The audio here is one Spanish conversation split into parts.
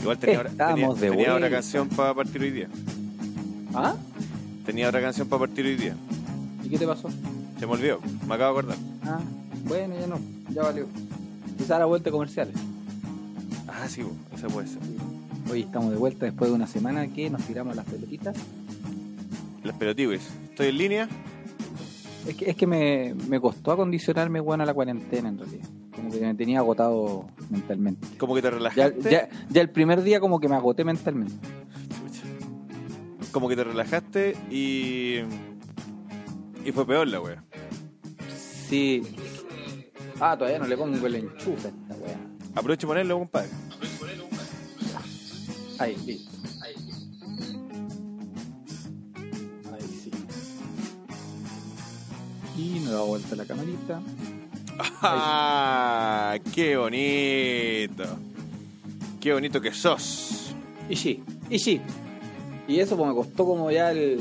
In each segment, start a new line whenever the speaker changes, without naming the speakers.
Igual tenía, ahora-
Estamos
tenía-
de
tenía
vuelta.
otra canción para partir hoy día.
¿Ah?
Tenía otra canción para partir hoy día.
¿Y qué te pasó?
Se me olvidó, me acabo de acordar.
Ah, bueno, ya no, ya valió. Quizá la vuelta comerciales.
Ah, sí, bo, esa puede ser.
Hoy estamos de vuelta después de una semana que nos tiramos las pelotitas.
Las pelotibes. Estoy en línea.
Es que, es que me, me costó acondicionarme bueno a la cuarentena en realidad. Como que me tenía agotado mentalmente.
Como que te
Ya,
relajaste.
ya, ya el primer día como que me agoté mentalmente.
Chucha. Como que te relajaste y. Y fue peor la wea.
Sí. Ah, todavía no le pongo el enchufe a esta weá.
Aprovecho y ponerlo, compadre.
Ahí, listo. Ahí sí. Y me da vuelta la camarita.
¡Ah! ¡Qué bonito! ¡Qué bonito que sos!
Y sí, y sí. Y eso pues me costó como ya el,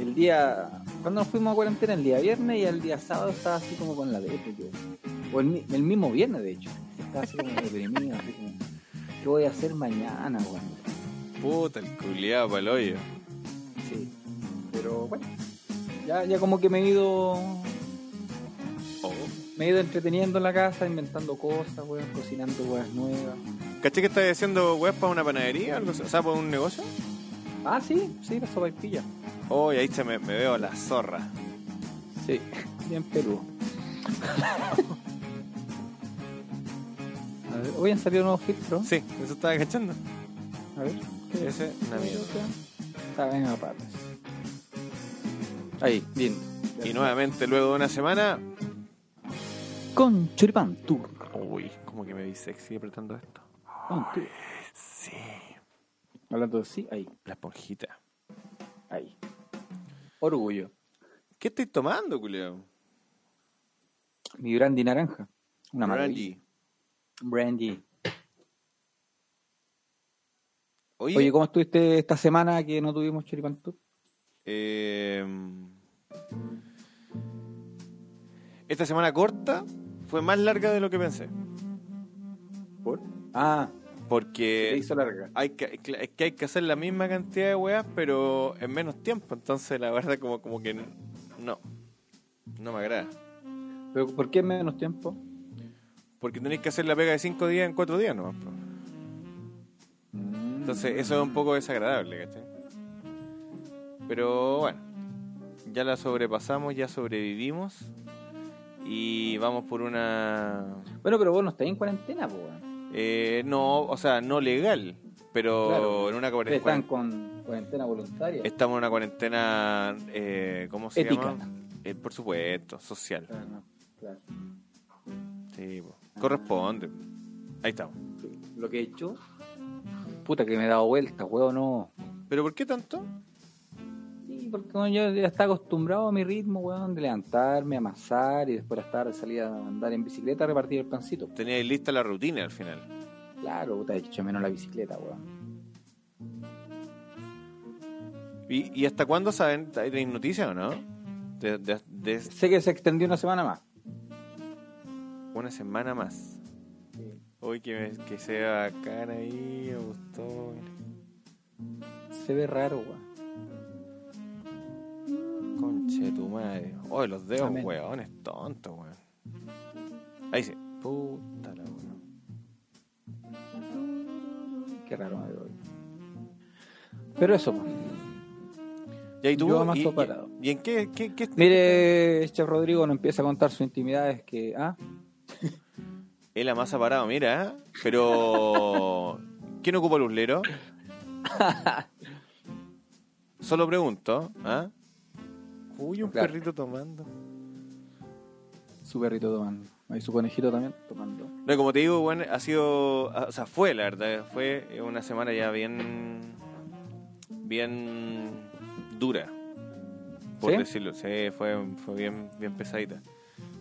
el día. Cuando nos fuimos a cuarentena, el día viernes y el día sábado estaba así como con la depresión. O el, mi- el mismo viernes, de hecho. Estaba así como deprimido, así como. ¿Qué voy a hacer mañana, weón?
Puta, el culiado para el hoyo.
Sí. Pero bueno. Ya, ya como que me he ido.
Oh.
Me he ido entreteniendo en la casa, inventando cosas, weón, cocinando weas nuevas.
¿Caché que estás haciendo weas para una panadería? Algo, así? o sea, para un negocio.
Ah, sí, sí, la sopa y pilla.
Oh, y ahí se me, me veo la zorra.
Sí, bien Perú. A ver, hoy han salido nuevos filtros.
Sí, eso estaba cachando.
A ver. ¿qué-
Ese,
qué
una mierda.
Está bien a patas. Ahí, bien.
Y nuevamente, luego de una semana.
Con Churipán Tour.
Uy, como que me vi sexy apretando esto.
Con tour.
Sí.
Hablando de sí, ahí,
La esponjita.
ahí. Orgullo.
¿Qué estoy tomando, culiao?
Mi brandy naranja. Una maravilla.
Brandy.
Brandy.
Oye,
Oye, ¿cómo estuviste esta semana que no tuvimos Churipán Tour?
eh, esta semana corta fue más larga de lo que pensé.
¿Por? Ah, se
Porque
hizo larga.
hay que, es que hay que hacer la misma cantidad de weas, pero en menos tiempo. Entonces, la verdad, como, como que n- no. No me agrada.
¿Pero por qué en menos tiempo?
Porque tenéis que hacer la pega de 5 días en 4 días nomás. po. Entonces, eso es un poco desagradable, ¿cachai? Pero bueno, ya la sobrepasamos, ya sobrevivimos. Y vamos por una.
Bueno, pero vos no estáis en cuarentena, pues. weón.
eh, no, o sea, no legal, pero
Claro.
en una
Ustedes
cuarentena.
Están con cuarentena voluntaria.
Estamos en una cuarentena, eh, ¿cómo se
Ética.
llama? Eh, por supuesto, social.
Claro, Ah, no, claro.
Sí, po. corresponde. Ahí estamos.
Lo que he hecho. Puta, que me he dado vuelta, weón, no.
¿Pero por qué tanto?
Sí, porque bueno, yo ya estaba acostumbrado a mi ritmo, weón, de levantarme, amasar y después de la tarde salir a andar en bicicleta a repartir el pancito.
Teníais lista la rutina al final.
Claro, puta, he hecho menos la bicicleta, weón.
¿Y, y hasta cuándo saben? ¿Tenéis noticias o no? De, de- de
Sé que se extendió una semana más.
una semana más. Uy, que, me- que sea bacana ahí, me gustó.
Se ve raro, weón.
Conche tu madre. Uy, los dedos,
Amén.
weones, tonto, weón. Ahí sí. Puta la weón.
Qué raro me veo. Pero eso, pues.
¿Y ahí tú?
Yo más
¿Y,
preparado.
y, y en qué, qué, qué-
Mire, Chef Rodrigo nos empieza a contar sus intimidades que. Ah,
Es la masa parado, mira. ¿eh? Pero. ¿Quién ocupa el uslero? Solo pregunto. ¿ah? Uy, un
Claro.
perrito tomando.
su perrito tomando. Ahí su conejito también tomando.
No, como te digo, bueno, ha sido. ah, O sea, fue la verdad. Fue una semana ya bien. Bien. Dura. Por
¿Sí?
decirlo. Sí, fue, fue bien, bien pesadita.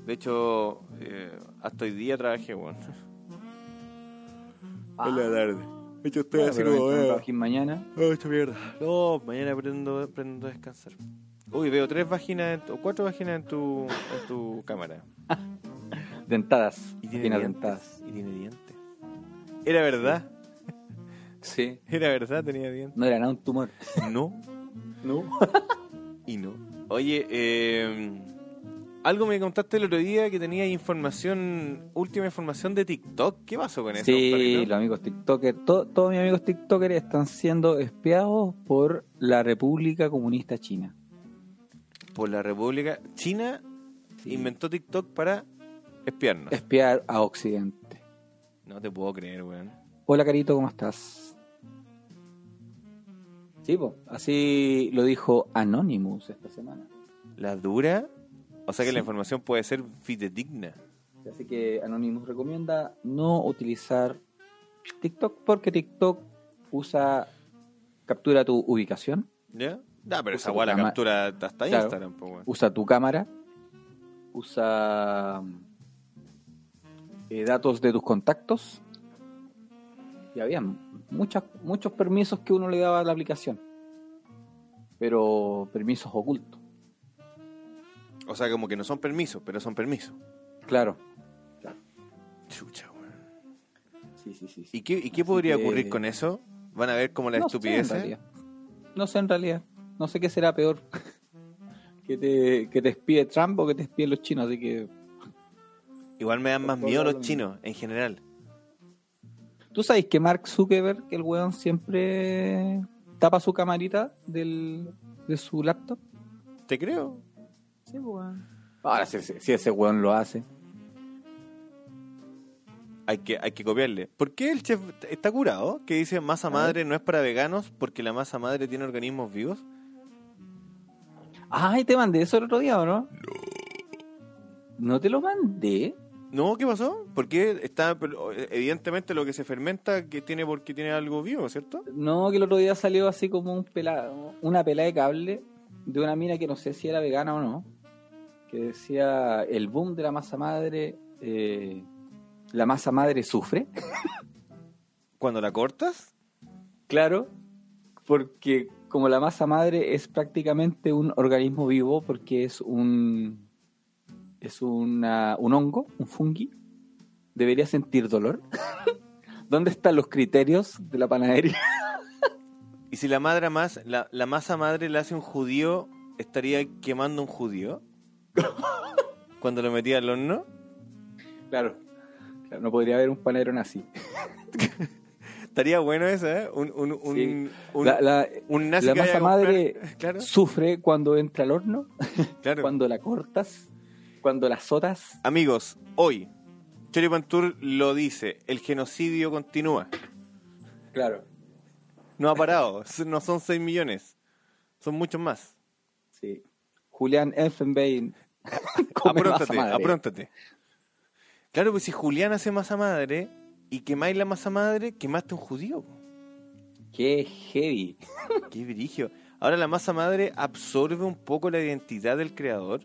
De hecho, eh, hasta hoy día trabajé, bueno. En la tarde. De hecho, estoy
Ah,
así
pero
como,
mientras
eh,
trabajen mañana.
Oh, esta mierda. No, mañana aprendo, aprendo a descansar. Uy, veo tres vaginas en tu- o cuatro vaginas en tu, en tu cámara.
Dentadas.
Y tiene
Tiene
dientes.
dentadas.
Y tiene dientes. Era verdad.
Sí.
Era verdad, tenía dientes.
No era nada un tumor.
No
No.
y no. Oye, eh, algo me contaste el otro día que tenía información, última información de TikTok. ¿Qué pasó con eso?
Sí,
compadre, no?
los amigos TikToker, to- todos mis amigos TikToker están siendo espiados por la República Comunista China.
Por la República China inventó TikTok para espiarnos.
Espiar a Occidente.
No te puedo creer, weón.
Hola Carito, ¿cómo estás? Sí, po, así lo dijo Anonymous esta semana.
La dura. O sea que
Sí.
la información puede ser fidedigna.
Así que Anonymous recomienda no utilizar TikTok porque TikTok usa captura tu ubicación,
¿Ya? Ah, pero
Usa
esa weá la
programa-
captura hasta
Claro.
Instagram, po, weón.
usa tu cámara, usa eh, datos de tus contactos. Y habían muchas, muchos permisos que uno le daba a la aplicación, pero permisos ocultos.
O sea, como que no son permisos, pero son permisos.
Claro.
Chucha, weón.
Sí, sí, sí. sí.
¿Y qué, y qué
Así
podría
que-
ocurrir con eso? ¿Van a ver como la
no
estupidez?
Sé en realidad. no sé en realidad. No sé qué será peor. que, te, que te espíe Trump o que te espíen los chinos. Así que.
Igual me dan más
Por
miedo
todo
los
lo
chinos, en general.
Tú sabes que Mark Zuckerberg, que el weón siempre tapa su camarita del, de su laptop.
Te creo.
Sí, pues, weón. Ahora, si, si- si ese weón lo hace.
Hay que, hay que copiarle. ¿Por qué el chef está curado? Que dice masa
ver.
madre no es para veganos porque la masa madre tiene organismos vivos.
Ay, te mandé eso el otro día, ¿o no? No te lo mandé.
No, ¿qué pasó? Porque está pero, evidentemente lo que se fermenta que tiene porque tiene algo vivo, ¿cierto?
No, que el otro día salió así como un pelado, una pelada de cable de una mina que no sé si era vegana o no, que decía el boom de la masa madre, eh, la masa madre sufre,
Cuando la cortas,
claro, porque como la masa madre es prácticamente un organismo vivo, porque es un es una- un hongo, un fungi, debería sentir dolor. ¿Dónde están los criterios de la panadería?
y si la madre más, la, la masa madre la hace un judío, estaría quemando un judío. Cuando lo metía al horno.
Claro, claro, no podría haber un panadero nazi.
Estaría bueno esa, ¿eh? Un, un, un,
Sí.
un-
La- la-
un nazi
la
que vaya
masa
a comprar-
madre
Claro,
sufre cuando entra al horno,
claro.
cuando la cortas, cuando la azotas.
Amigos, hoy Choripan Tour lo dice, el genocidio continúa.
Claro.
No ha parado, s- no son 6 millones, son muchos más.
Sí. Julián Elfenbein. come masa
Apróntate,
madre.
apróntate. Claro, pues si Julián hace masa madre y quemáis la masa madre, quemaste un judío. po.
Qué heavy.
Qué virigio. Ahora la masa madre absorbe un poco la identidad del creador.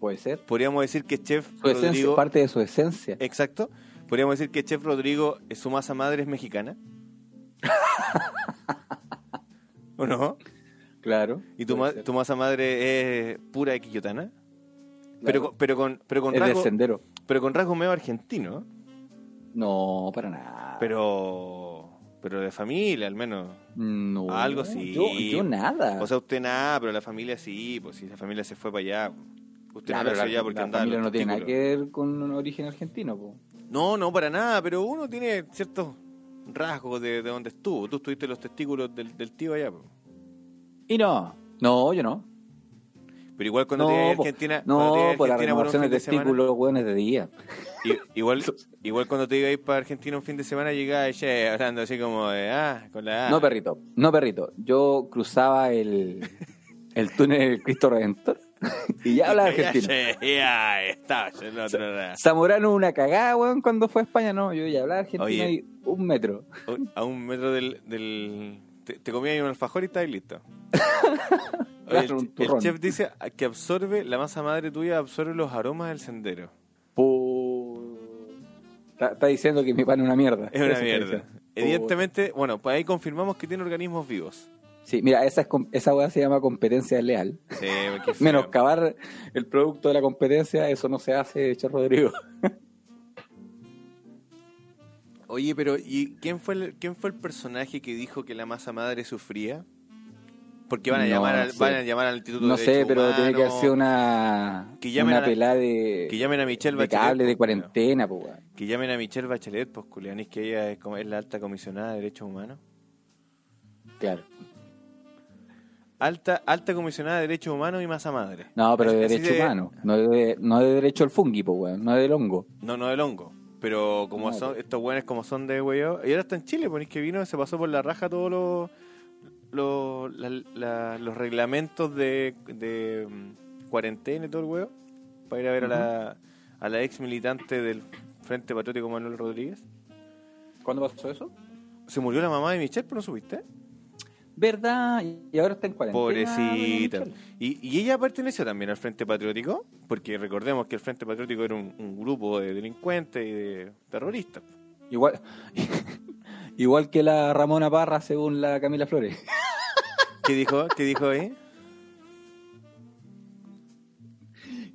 Puede ser.
Podríamos decir que Chef
Su esencia,
Rodrigo... Eh,
parte de su esencia.
Exacto. Podríamos decir que Chef Rodrigo, eh, su masa madre es mexicana. ¿O no?
Claro.
Y tu,
puede
ma-
ser.
tu masa madre es pura equillotana. Pero,
Claro.
con- pero con, pero con
es del
rasgo,
sendero.
pero con rasgo medio argentino.
No, para nada.
Pero, pero de familia, al menos.
No.
algo sí.
Yo, yo nada.
O sea, usted nada, pero la familia sí, pues si la familia se fue para allá. Usted
Ya,
no
pero
la hizo
la,
allá porque
la
andaba
familia
los
no tiene nada que
testículos.
ver con un origen argentino. po.
No, no, para nada, pero uno tiene ciertos rasgos de, de donde estuvo. Tú estuviste en los testículos del, del tío allá. pues.
Y no. No, yo no.
Pero igual cuando te vas a
po.
Argentina, cuando te vas a
no, por la
Argentina por un
renovación de
fin de semana,
testículos, weón, es de día.
i- igual, igual cuando te ibas a ir para Argentina un fin de semana, llegaba ella hablando así como de, ah, con la A.
No, perrito, no, perrito. Yo cruzaba el, el túnel del Cristo Redentor y ya hablaba argentino.
Ya, ya, está, ya no, no, no.
Zamorano una cagada, weón, cuando fue a España, no, yo ya hablaba argentino
Oye.
y un metro.
O- A un metro del... del te, te comías ahí un alfajor y estabas listo. Oye, el,
Claro, un
che- el
turrón.
chef dice "Ah, que absorbe, la masa madre tuya absorbe los aromas del sendero.
Pu- Está, está diciendo que mi pan es una mierda.
Es una
Eso está
mierda.
diciendo. Pu-
Evidentemente, bueno, pues ahí confirmamos que tiene organismos vivos.
Sí, mira, esa, es, com- esa weá se llama competencia leal.
Sí, porque es feo.
Menoscabar el producto de la competencia, eso no se hace, Che Rodrigo.
Oye, pero ¿y quién fue el, quién fue el personaje que dijo que la masa madre sufría? Porque van a
No
llamar al,
sé.
van a llamar al Instituto
No
de
sé,
Derechos
pero tiene que
Humanos,
hacer una,
Que llamen
una
a la-
pelada de,
que llamen a Michelle
de
Bachelet.
cable de
pues, culiao.
cuarentena, po, weón.
Que llamen a Michelle Bachelet, pues culián, es que ella es, como- es la alta comisionada de derechos humanos.
Claro.
Alta, alta comisionada de derechos humanos y masa madre.
No, pero de
Así
derecho humano. No de, no de derecho al fungi, po, weón. No del hongo.
No, no del hongo. Pero como
No,
son,
pues.
estos buenos como son de huevo. Y ahora está en Chile, ponéis que vino, se pasó por la raja todos los los- la- la- los reglamentos de, de mm, cuarentena y todo el huevo. Para ir a ver a, la, a la ex militante del Frente Patriótico Manuel Rodríguez.
¿Cuándo pasó eso?
Se murió la mamá de Michelle, pero no supiste.
¿Verdad? Y ahora está en cuarentena.
Pobrecita.
doña Michelle.
Y, y ella perteneció también al Frente Patriótico, porque recordemos que el Frente Patriótico era un, un grupo de delincuentes y de terroristas.
Igual, igual que la Ramona Parra, según la Camila Flores.
¿Qué dijo? ¿Qué dijo ahí?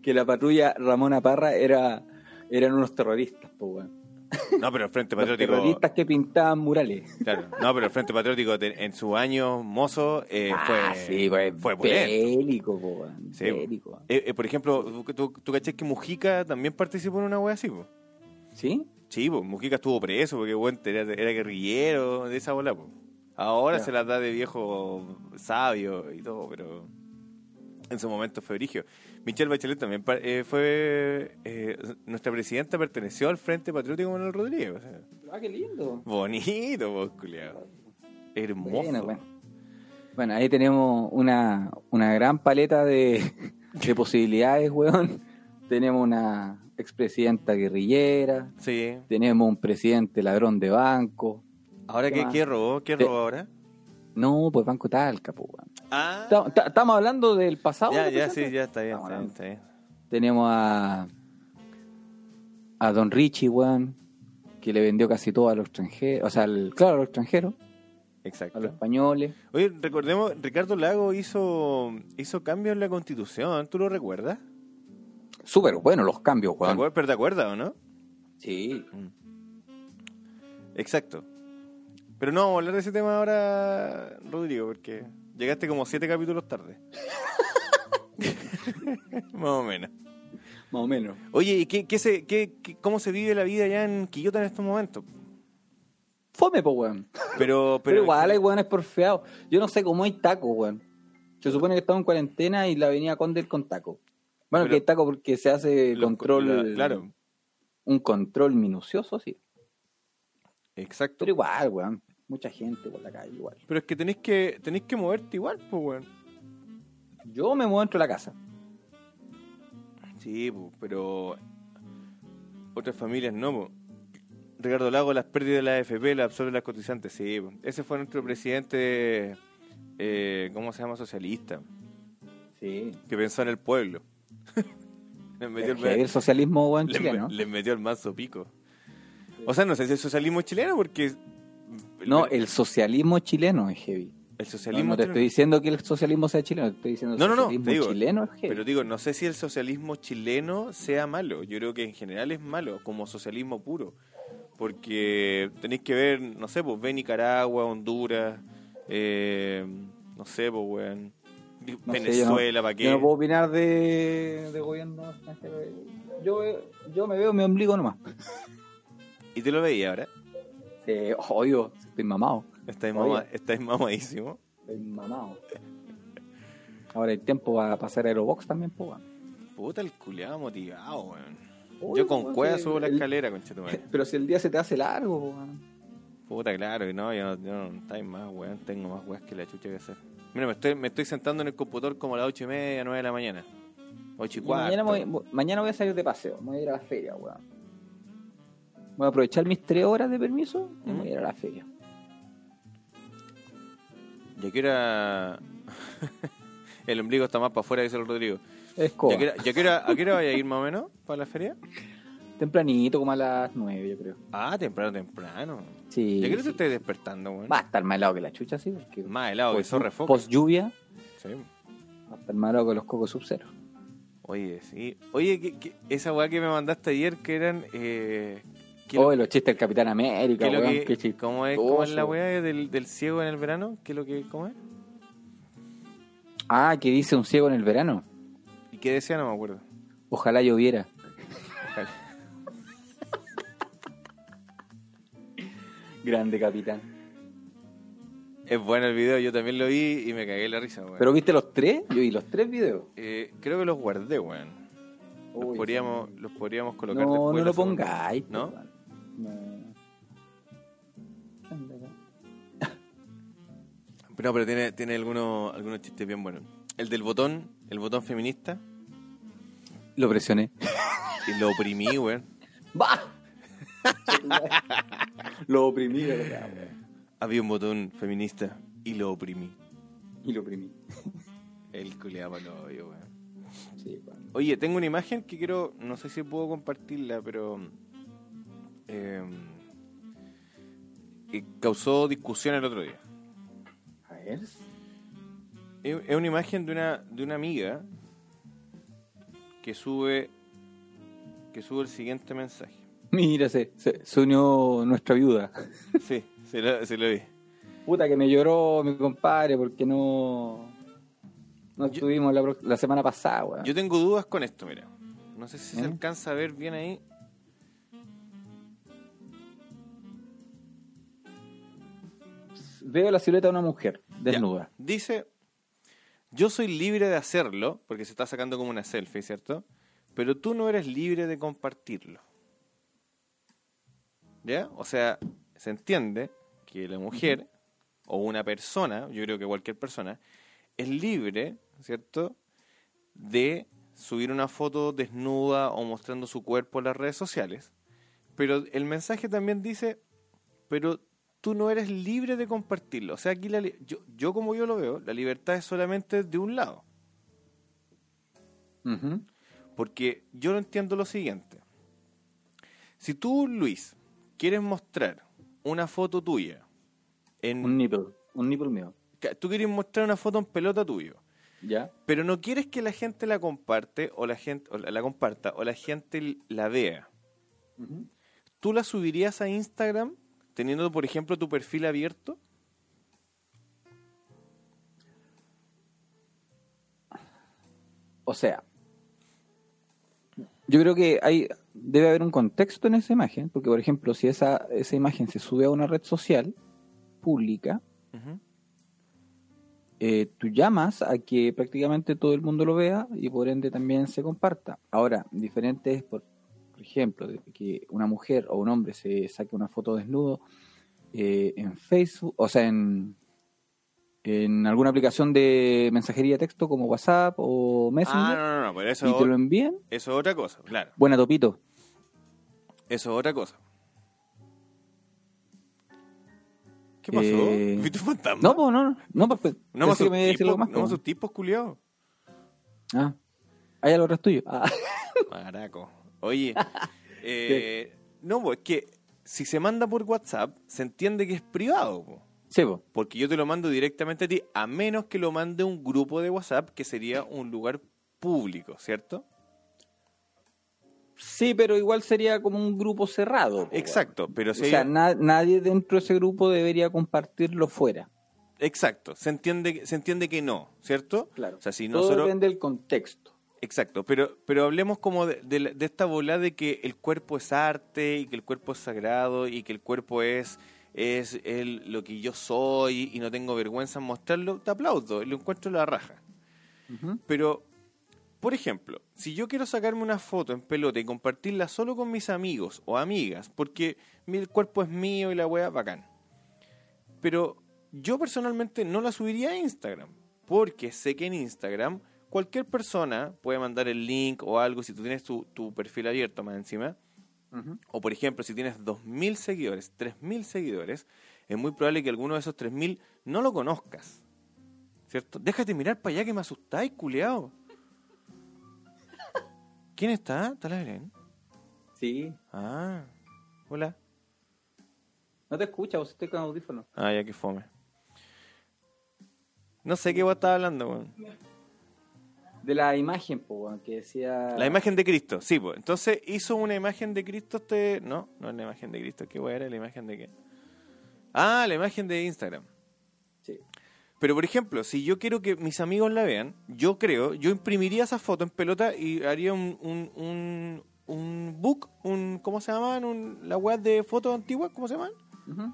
Que la patrulla Ramona Parra era, eran unos terroristas, po, weón.
No, pero el Frente
Los
Patriótico.
terroristas que pintaban murales.
Claro, no, pero el Frente Patriótico te- en su año mozo eh, fue.
ah, sí, pues,
fue pulento.
bélico, po, weón.
Sí.
Bélico.
Eh, eh, por ejemplo, tú, tú, tú cachás que Mujica también participó en una wea así, po?
¿Sí?
Sí, po, Mujica estuvo preso porque bueno, era, era guerrillero de esa bola, po. Ahora
Ya.
se la da de viejo sabio y todo, pero en su momento fue brigio. Michelle Bachelet también par- eh, fue. eh, nuestra presidenta perteneció al Frente Patriótico Manuel Rodríguez. o sea,
Ah, qué lindo.
bonito, vos, culiao. Hermoso.
Bueno, bueno. Bueno, ahí tenemos una, una gran paleta de, de posibilidades, weón. Tenemos una expresidenta guerrillera,
Sí.
tenemos un presidente ladrón de banco.
¿Ahora
¿Qué
qué,
más?
qué robó? ¿Qué
Te-
robó ahora?
No, pues Banco Talca, po, weón.
Ah,
Ta- ta- Estamos hablando del pasado.
ya,
del
ya,
presente?
sí, ya está bien,
Estamos
está bien,
hablando.
está bien.
Tenemos a, a Don Richie, weón, que le vendió casi todo a los extranjeros, o sea, al- claro, a los extranjeros, a los
Exacto.
españoles.
Oye, recordemos, Ricardo Lago hizo, hizo cambios en la constitución, ¿tú lo recuerdas?
Súper bueno los cambios,
¿Te
weón.
acuerdas, pero te acuerdas o no?
Sí.
Exacto. Pero no, vamos a hablar de ese tema ahora, Rodrigo, porque llegaste como siete capítulos tarde. Más o menos.
Más o menos.
Oye, ¿y qué, qué se, qué, qué- cómo se vive la vida allá en Quillota en estos momentos?
Fome, po, weón.
Pero, pero,
Pero, igual hay weones porfeados. Yo no sé cómo hay taco, weón. Se supone que estamos en cuarentena y la avenida Condel con taco. Bueno,
Pero-
que hay taco porque se hace
los-
control.
la- claro,
Un control minucioso, sí.
exacto.
Pero igual, weón. Mucha gente por la calle, igual.
Pero es que tenéis que tenéis que moverte igual, pues, weón.
Yo me muevo dentro de la casa.
Sí, pues, pero otras familias no, pues. Ricardo Lago, las pérdidas de la AFP las absorben las cotizantes, sí, pues. Ese fue nuestro presidente, eh, ¿cómo se llama? Socialista,
Sí.
que pensó en el pueblo. les, metió
El,
el,
socialismo, weón,
les-
chileno.
les metió el mazo pico. O sea, no sé si el socialismo es chileno, porque...
No, el socialismo chileno es heavy.
el
No,
socialismo
no te
chileno-
estoy diciendo que el socialismo sea chileno, te estoy diciendo el
No, no, no,
socialismo
te digo,
chileno es heavy.
Pero digo, no sé si el socialismo chileno sea malo. Yo creo que en general es malo, como socialismo puro. Porque tenéis que ver, no sé, pues ve Nicaragua, Honduras, eh, no sé, pues, weón.
No sé, yo no-
Venezuela, ¿para qué?
Yo no puedo opinar de, de gobierno extranjero. Yo, yo me veo mi ombligo nomás.
Y te lo veía ahora.
Eh, obvio, estoy mamado.
Estáis,
Oye.
mama- estáis mamadísimo.
Estoy mamado. Ahora el tiempo va a pasar a Aerobox también, pues. weón.
Puta el culeado motivado, weón.
Obvio,
Yo con
weón,
cueva
si
subo la
el-
escalera, conchetumare.
Pero si el día se te hace largo, pues, weón.
Puta, claro, que no, yo no, yo no estáis más, weón. Tengo más weas que la chucha que hacer. Mira, me estoy, me estoy sentando en el computador como a las ocho y media, nueve de la mañana. Ocho y
Y mañana,
cuarto.
voy, voy- mañana voy a salir de paseo, me voy a ir a la feria, weón. Voy a aprovechar mis tres horas de permiso y me voy a ir a la feria.
Ya que era. el ombligo está más para afuera, dice el Rodrigo.
Es
Ya que era, ya que era- ¿A qué hora vaya a ir más o menos para la feria?
Tempranito, como a las nueve, yo creo.
Ah, temprano, temprano.
Sí.
¿Ya que no
sí.
te estés despertando, weón?
Va a estar más helado que la chucha, sí. Porque
Más helado que
post-
zorra de foca.
Post lluvia,
Sí.
va a estar más helado que los cocos sub-cero.
Oye, sí. Oye, que, que- esa weá que me mandaste ayer que eran. eh, ¿Qué
oh,
lo-
los chistes del Capitán América,
¿Qué es lo
weón,
que-
qué Oh. chistoso.
¿Cómo es, cómo es la weá del, del ciego en el verano? ¿Qué es lo que, ¿Cómo es?
Ah, que dice un ciego en el verano.
¿Y qué decía? No me acuerdo.
Ojalá lloviera.
Ojalá.
Grande capitán.
Es bueno el video, yo también lo vi y me cagué la risa, weón.
¿Pero viste los tres? Yo vi los tres videos.
Eh, creo que los guardé, weón. Los,
Uy,
podríamos, los podríamos colocar
no,
después.
No
de
lo
la segunda.
pongáis. pues,
¿No?
po, weón. No. Anda, weón.
No, pero tiene, tiene algunos, algunos chistes bien buenos. El del botón, el botón feminista,
Lo presioné.
y lo oprimí, weón.
¡Bah! lo oprimí, la verdad, weón.
Había un botón feminista y lo oprimí.
Y lo oprimí.
El culeaba lo odio, weón.
Sí, weón.
Oye, tengo una imagen que quiero, no sé si puedo compartirla, pero eh, eh, causó discusión el otro día.
A ver.
Es es una imagen de una, de una amiga que sube que sube el siguiente mensaje.
Mira, se, se, se unió nuestra viuda.
Sí, se lo, se lo vi.
Puta que me lloró mi compadre porque no. No
Yo-
estuvimos la, pro- la semana pasada, weón.
Yo tengo dudas con esto, mira. No sé si se
Ah. ¿Mm?
alcanza a ver bien ahí.
Veo la silueta de una mujer desnuda.
Ya. Dice, yo soy libre de hacerlo, porque se está sacando como una selfie, ¿cierto? Pero tú no eres libre de compartirlo. ¿Ya? O sea, se entiende que la mujer o una persona, yo creo que cualquier persona, es libre, ¿cierto? De subir una foto desnuda o mostrando su cuerpo en las redes sociales. Pero el mensaje también dice, pero tú no eres libre de compartirlo. O sea, aquí la li- yo, yo como yo lo veo, la libertad es solamente de un lado.
Ujú.
Porque yo no entiendo lo siguiente. Si tú, Luis, quieres mostrar una foto tuya,
Un
en,
nipple. Un nipple mío.
ca- tú quieres mostrar una foto en pelota tuyo,
¿Ya?
pero no quieres que la gente la comparte o la gente o la, la comparta o la gente la vea.
Ujú.
¿Tú la subirías a Instagram teniendo, por ejemplo, tu perfil abierto?
O sea, yo creo que hay debe haber un contexto en esa imagen, porque por ejemplo, si esa, esa imagen se sube a una red social pública,
Ujú.
eh, tú llamas a que prácticamente todo el mundo lo vea y por ende también se comparta. Ahora, diferente es, por, por ejemplo, de que una mujer o un hombre se saque una foto desnudo eh, en Facebook, o sea, en, en alguna aplicación de mensajería de texto como WhatsApp o
Ah,
Messenger
no, no, no, pero eso,
y te lo envían.
eso es otra cosa, claro.
Buena, Topito.
Eso es otra cosa. ¿Qué pasó?
Eh,
¿Viste un fantasma?
No, pues no, no, pues, pues,
no me
pensé que me iba a
asustís,
decir algo
po,
más.
no me
pues.
asustís, po, culiao.
Ah, ahí lo resto tuyo. Ah,
Maraco. Oye, eh, no, pues es que si se manda por WhatsApp, se entiende que es privado, po,
sí, pues.
porque yo te lo mando directamente a ti, a menos que lo mande un grupo de WhatsApp, que sería un lugar público, ¿cierto?
Sí, pero igual sería como un grupo cerrado. pues,
Exacto, pero
weón.
si
o
hay-
sea, na- nadie dentro de ese grupo debería compartirlo fuera.
exacto, se entiende, que- se entiende que no, ¿cierto?
Claro.
O sea, si
Todo
nosotros,
depende del contexto.
Exacto, pero, pero hablemos como de, de la- de esta bola de que el cuerpo es arte y que el cuerpo es sagrado y que el cuerpo es, es el- lo que yo soy y no tengo vergüenza en mostrarlo, te aplaudo, lo encuentro la raja.
Ujú.
Pero, por ejemplo, si yo quiero sacarme una foto en pelota y compartirla solo con mis amigos o amigas, porque mi cuerpo es mío y la wea bacán. Pero yo personalmente no la subiría a Instagram, porque sé que en Instagram cualquier persona puede mandar el link o algo, si tú tienes tu, tu perfil abierto más encima,
Ujú.
o por ejemplo, si tienes 2.000 seguidores, 3.000 seguidores, es muy probable que alguno de esos 3.000 no lo conozcas. ¿Cierto? Déjate mirar para allá que me asustáis, culeado. ¿Quién está? ¿Está la Belén?
Sí.
Ah, hola.
No te escucha, vos estás con audífono.
Ah, ya que fome. No sé qué vos estás hablando, weón.
de la imagen, po, weón, que decía.
La imagen de Cristo, sí, pues. Entonces hizo una imagen de Cristo este. No, no es la imagen de Cristo, ¿qué weá era? ¿La imagen de qué? Ah, la imagen de Instagram.
Sí.
Pero por ejemplo, si yo quiero que mis amigos la vean, yo creo, yo imprimiría esa foto en pelota y haría un, un, un, un book, un. ¿Cómo se llaman? Un, la web de fotos antiguas, ¿cómo se llaman?
Ujú.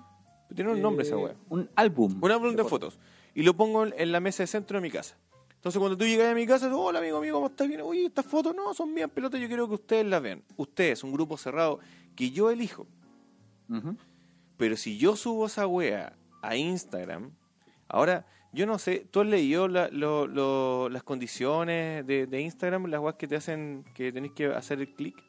Tiene un nombre esa
Eh,
web.
Un álbum.
Un álbum de fotos. Y lo pongo en, en la mesa de centro de mi casa. Entonces cuando tú llegas a mi casa, tú, hola amigo, amigo, ¿cómo estás? Bien, oye, estas fotos no son mías, pelota, yo quiero que ustedes las vean. Ustedes, un grupo cerrado que yo elijo.
Ujú.
Pero si yo subo esa wea a Instagram, ahora, yo no sé, ¿tú has leído la- lo- lo- las condiciones de, de Instagram, las weas que te hacen que tenés que hacer el clic?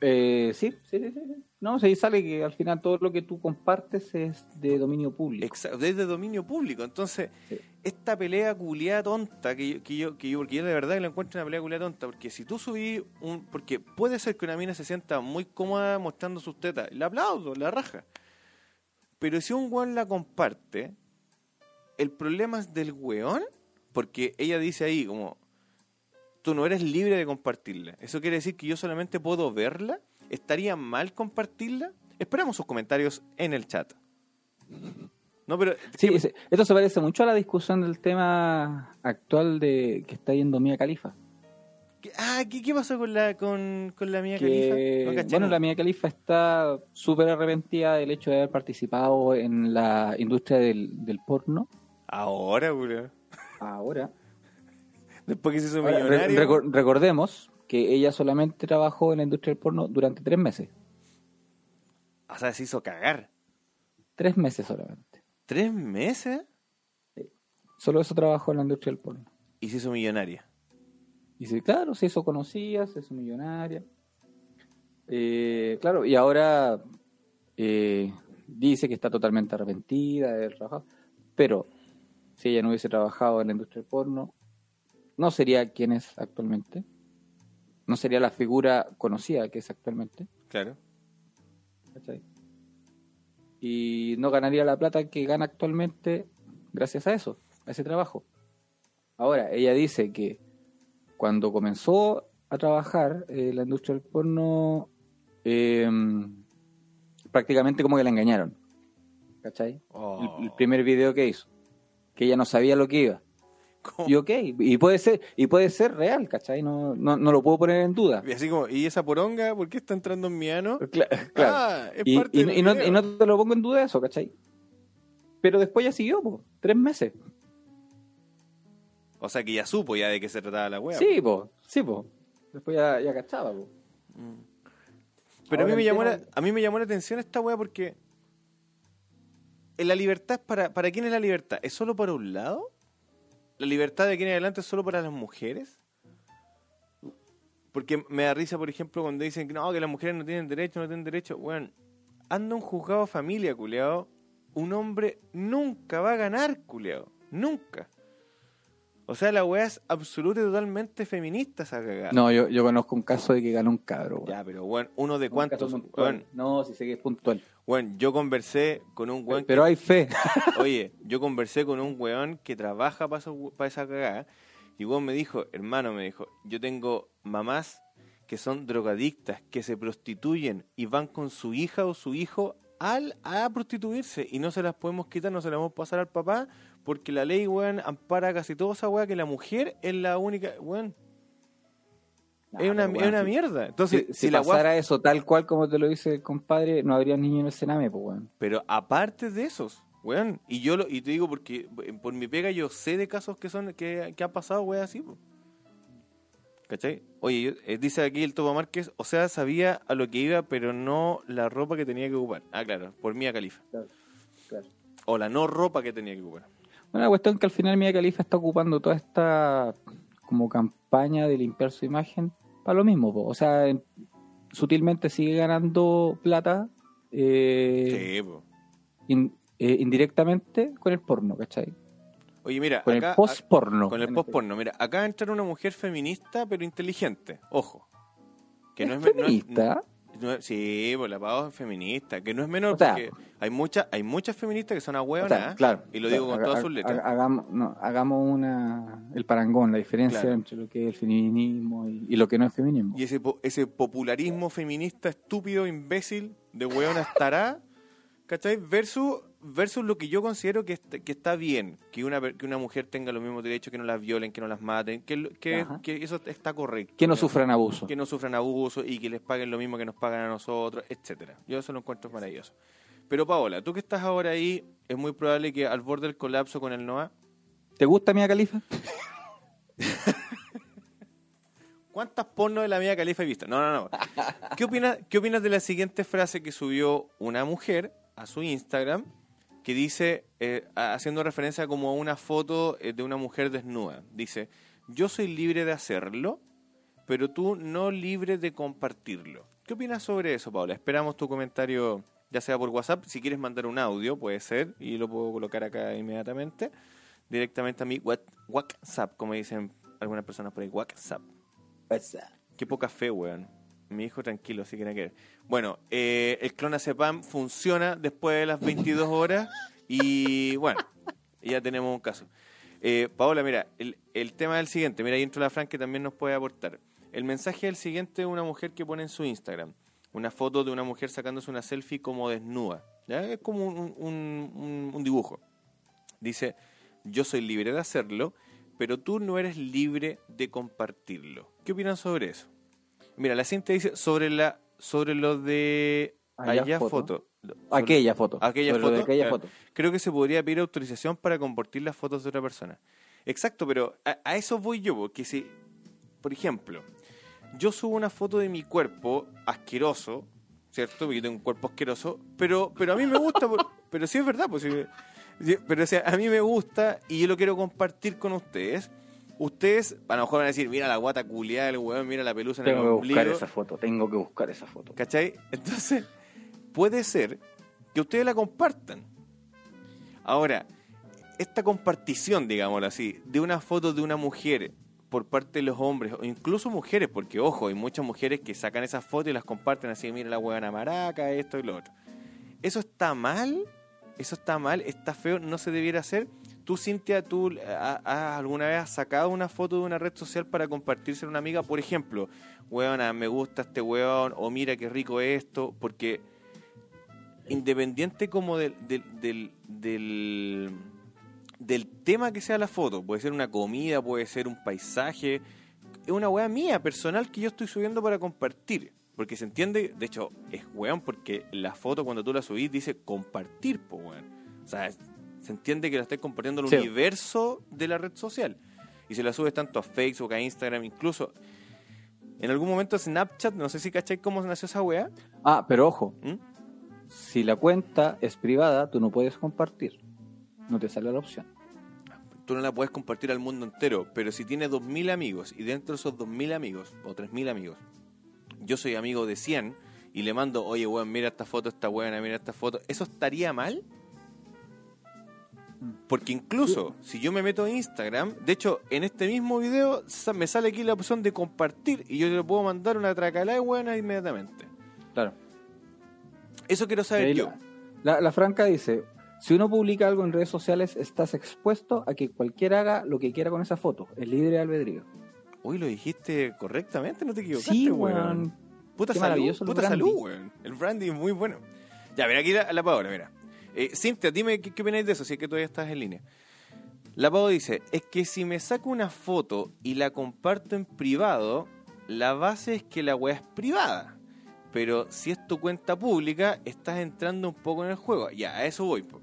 Eh, sí, sí, sí, sí, sí. No, sí, sale que al final todo lo que tú compartes es de dominio público.
Exa- Desde dominio público. Entonces,
Sí.
esta pelea culiada tonta, que yo, que, yo, que yo, porque yo de verdad que la encuentro una pelea culiada tonta, porque si tú subís un. Porque puede ser que una mina se sienta muy cómoda mostrando sus tetas, la aplaudo, la raja. Pero si un weón la comparte, el problema es del weón, porque ella dice ahí como. Tú no eres libre de compartirla. ¿Eso quiere decir que yo solamente puedo verla? ¿Estaría mal compartirla? Esperamos sus comentarios en el chat. No, pero
Sí, ese- esto se parece mucho a la discusión del tema actual de que está yendo Mía Califa.
¿Qué- Ah, ¿qué, qué pasó con la con, con la mía
que,
califa? No caché,
bueno,
no.
la Mía Califa está súper arrepentida del hecho de haber participado en la industria del, del porno.
Ahora, weón.
Ahora,
Después que se hizo
Ahora, re-
millonario.
recor- recordemos que ella solamente trabajó en la industria del porno durante tres meses.
O sea, se hizo cagar.
Tres meses solamente.
¿Tres meses?
Solo eso trabajó en la industria del porno.
Y se hizo millonaria.
Y sí, claro, se hizo conocida, se hizo millonaria. Eh, claro, y ahora eh, dice que está totalmente arrepentida de haber trabajado. Pero si ella no hubiese trabajado en la industria del porno, no sería quien es actualmente. No sería la figura conocida que es actualmente.
Claro.
¿cachai? Y no ganaría la plata que gana actualmente gracias a eso, a ese trabajo. Ahora, ella dice que cuando comenzó a trabajar eh, la industria del porno, eh, prácticamente como que la engañaron. ¿Cachai?
Oh.
El, el primer video que hizo. Que ella no sabía lo que iba.
¿Cómo?
Y ok, y puede ser, y puede ser real, ¿cachai? No, no, no lo puedo poner en duda.
Y así como, ¿y esa poronga por qué está entrando en mi ano?
Cla- claro.
Ah, es
y,
parte
y-
del
y no,
video.
y no te lo pongo en duda eso, ¿cachai? Pero después ya siguió, po, tres meses.
O sea, que ya supo ya de qué se trataba la wea.
Sí, po, sí, po. Después ya, ya cachaba, po.
Pero a mí,
Ahora
me
el
llamó
tema-
la, a mí me llamó la atención esta wea porque. ¿en ¿La libertad es para, para quién es la libertad? ¿Es solo para un lado? ¿La libertad de aquí en adelante es solo para las mujeres? Porque me da risa, por ejemplo, cuando dicen que no, que las mujeres no tienen derecho, no tienen derecho. Weón, anda un juzgado de familia, culeado. Un hombre nunca va a ganar, culeado. Nunca. O sea, la weá es absoluta y totalmente feminista esa cagada.
No, yo, yo conozco un caso de que ganó un cabro, weón.
Ya, pero weón, uno de
Un
cuántos.
caso puntual.
weón,
No, si sé que es puntual.
Bueno, yo conversé con un weón. que-
Pero hay fe.
oye, yo conversé con un weón que trabaja para esa cagada. Y weón me dijo, hermano, me dijo, yo tengo mamás que son drogadictas, que se prostituyen y van con su hija o su hijo al, a prostituirse. Y no se las podemos quitar, no se las podemos pasar al papá, porque la ley, weón, ampara casi toda esa weá que la mujer es la única. Weón, es,
No,
una,
pero,
es
weón,
una
si-
mierda.
Si,
Entonces,
si
si, la weá
pasara eso tal cual como te lo dice el compadre, no habría niños en el Sename, po, weón.
Pero aparte de esos, weón, y yo lo, y te digo porque eh, por mi pega yo sé de casos que son que, que han pasado, weón, así. po. ¿Cachai? Oye, yo- eh, dice aquí el Topo Márquez, o sea, sabía a lo que iba, pero no la ropa que tenía que ocupar. Ah, claro, por Mía Califa. O la no ropa que tenía que ocupar.
Bueno, la cuestión es que al final Mia Khalifa está ocupando toda esta como campaña de limpiar su imagen para lo mismo, po. o sea, en- sutilmente sigue ganando plata eh,
Sí, po.
in- eh, indirectamente con el porno, ¿cachai?
Oye, mira,
Con
acá-
el post-porno.
a- con el
En
post porno. Mira, acá entra una mujer feminista pero inteligente, ojo.
¿Es feminista?
no- No, sí, pues la Pau es feminista, que no es menor
O sea-
porque hay muchas hay muchas feministas que son a
O sea, claro.
y lo
o sea,
digo con
haga-
todas sus
haga-
letras.
Hagamos, no, hagamos una, el parangón, la diferencia
Claro.
entre lo que es el feminismo y, y lo que no es feminismo.
Y ese, po- ese popularismo feminista estúpido, imbécil, de weón estará, ¿cachai? Versus, versus lo que yo considero que, est- que está bien, que una, per- que una mujer tenga los mismos derechos, que no las violen, que no las maten, que, lo- que,
Ajá.
que eso está correcto.
que no sufran abuso.
Que no sufran abuso y que les paguen lo mismo que nos pagan a nosotros, etcétera Yo eso lo encuentro maravilloso. Pero Paola, tú que estás ahora ahí, es muy probable que al borde del colapso con el NOA,
¿Te gusta Mia Califa?
¿Cuántas pornos de la mía califa he visto? No, no, no. ¿Qué opinas, ¿Qué opinas de la siguiente frase que subió una mujer a su Instagram que dice, eh, a- haciendo referencia como a una foto eh, de una mujer desnuda? Dice, yo soy libre de hacerlo, pero tú no libre de compartirlo. ¿Qué opinas sobre eso, Paula? Esperamos tu comentario, ya sea por WhatsApp, si quieres mandar un audio, puede ser, y lo puedo colocar acá inmediatamente, directamente a mi what- WhatsApp, como dicen algunas personas por ahí, WhatsApp. Qué poca fe, weón. Mi hijo tranquilo, así que nada que ver. Bueno, eh, el clonazepam funciona después de las 22 horas y bueno, ya tenemos un caso. Eh, Paola, mira, el, el tema es el siguiente. Mira, ahí entra la Fran que también nos puede aportar. El mensaje es el siguiente de una mujer que pone en su Instagram. Una foto de una mujer sacándose una selfie como desnuda. ¿ya? Es como un- un- un- un dibujo. Dice, yo soy libre de hacerlo, pero tú no eres libre de compartirlo. ¿Qué opinan sobre eso? Mira, la cinta dice sobre la sobre lo de
Allá
allá,
foto.
foto. Sobre-
Aquella foto.
Aquella
Sobre lo de
foto,
aquella
claro.
foto.
Creo que se podría pedir autorización para compartir las fotos de otra persona. Exacto, pero a, a eso voy yo, porque si, por ejemplo, yo subo una foto de mi cuerpo asqueroso, ¿cierto? Porque yo tengo un cuerpo asqueroso, pero, pero a mí me gusta, por- pero sí es verdad, pues, sí, sí, pero o sea, a mí me gusta y yo lo quiero compartir con ustedes. Ustedes a lo mejor van a decir, mira la guata culiada del weón, mira la pelusa en el
Tengo que
ombligo.
buscar esa foto, tengo que buscar esa foto.
¿Cachai? Entonces, puede ser que ustedes la compartan. Ahora, esta compartición, digámoslo así, de una foto de una mujer por parte de los hombres, o incluso mujeres, porque ojo, hay muchas mujeres que sacan esas fotos y las comparten así, mira la huevona maraca, esto y lo otro. ¿Eso está mal? ¿Eso está mal? ¿Está feo? ¿No se debiera hacer? ¿Tú, Cintia, tú eh, ha- has- alguna vez has sacado una foto de una red social para compartirse a una amiga? Por ejemplo, huevona, me gusta este huevón, o mira qué rico esto, porque independiente como del, del, del, del, del tema que sea la foto, puede ser una comida, puede ser un paisaje, es una hueá mía, personal, que yo estoy subiendo para compartir. Porque se entiende, de hecho, es weón porque la foto cuando tú la subís dice compartir, po weón. O sea, es- se entiende que la estás compartiendo el
Sí.
universo de la red social. Y se la subes tanto a Facebook, a Instagram, incluso. En algún momento Snapchat, no sé si cacháis cómo nació esa weá.
Ah, pero ojo,
¿Mm?
si la cuenta es privada, tú no puedes compartir. No te sale la opción.
tú no la puedes compartir al mundo entero, pero si tienes 2.000 amigos y dentro de esos 2.000 amigos o 3.000 amigos, yo soy amigo de 100 y le mando, oye, weón, mira esta foto, esta buena, mira esta foto, ¿eso estaría mal? Porque incluso si yo me meto a Instagram, de hecho, en este mismo video sa- me sale aquí la opción de compartir y yo le puedo mandar una tracalá de buena inmediatamente.
Claro.
Eso quiero saber
Ahí
yo.
la, la- la Franca dice, si uno publica algo en redes sociales, estás expuesto a que cualquiera haga lo que quiera con esa foto. Es libre albedrío.
Uy, lo dijiste correctamente, no te equivocaste, weón. Puta
Qué
salud,
maravilloso el
puta
brandy.
salud, weón. El brandy es muy bueno. Ya, mira aquí la, la Paola, mira. Eh, Cintia, dime qué, qué opináis de eso, si es que todavía estás en línea. La Paola dice, es que si me saco una foto y la comparto en privado, la base es que la weá es privada. Pero si es tu cuenta pública, estás entrando un poco en el juego. Ya, a eso voy. po.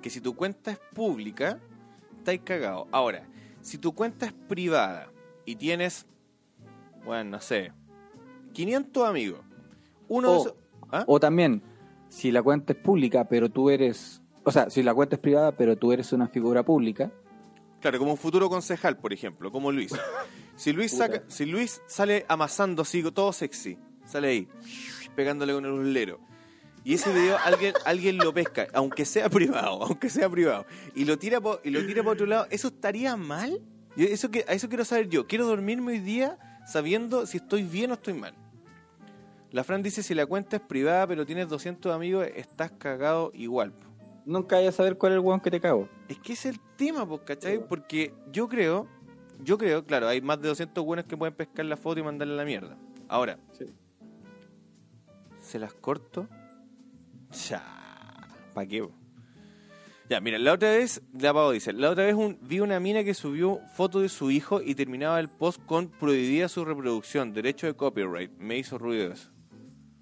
Que si tu cuenta es pública, estáis cagados. Ahora, si tu cuenta es privada y tienes, bueno, no sé, 500 amigos. Uno de
O-
esos- ¿Ah?
O también, si la cuenta es pública, pero tú eres... O sea, si la cuenta es privada, pero tú eres una figura pública,
Claro, como un futuro concejal, por ejemplo, como Luis. Si Luis, saca, si Luis sale amasando así, todo sexy, sale ahí, pegándole con el ulero. Y ese video alguien, alguien lo pesca, aunque sea privado, aunque sea privado, y lo tira po- y lo tira para otro lado, ¿eso estaría mal? Yo- eso que, a eso quiero saber yo. Quiero dormirme hoy día sabiendo si estoy bien o estoy mal. La Fran dice, si la cuenta es privada pero tienes 200 amigos, estás cagado igual. po".
Nunca vayas a saber cuál es el weón que te cago.
Es que es el tema, po, ¿cachai? Porque yo creo, yo creo, claro, hay más de 200 buenos que pueden pescar la foto y mandarle la mierda. Ahora,
Sí.
¿se las corto? Ya, ¿pa' qué? po? Ya, mira, la otra vez, la Pavo dice, la otra vez un- vi una mina que subió foto de su hijo y terminaba el post con prohibida su reproducción, derecho de copyright. Me hizo ruido eso.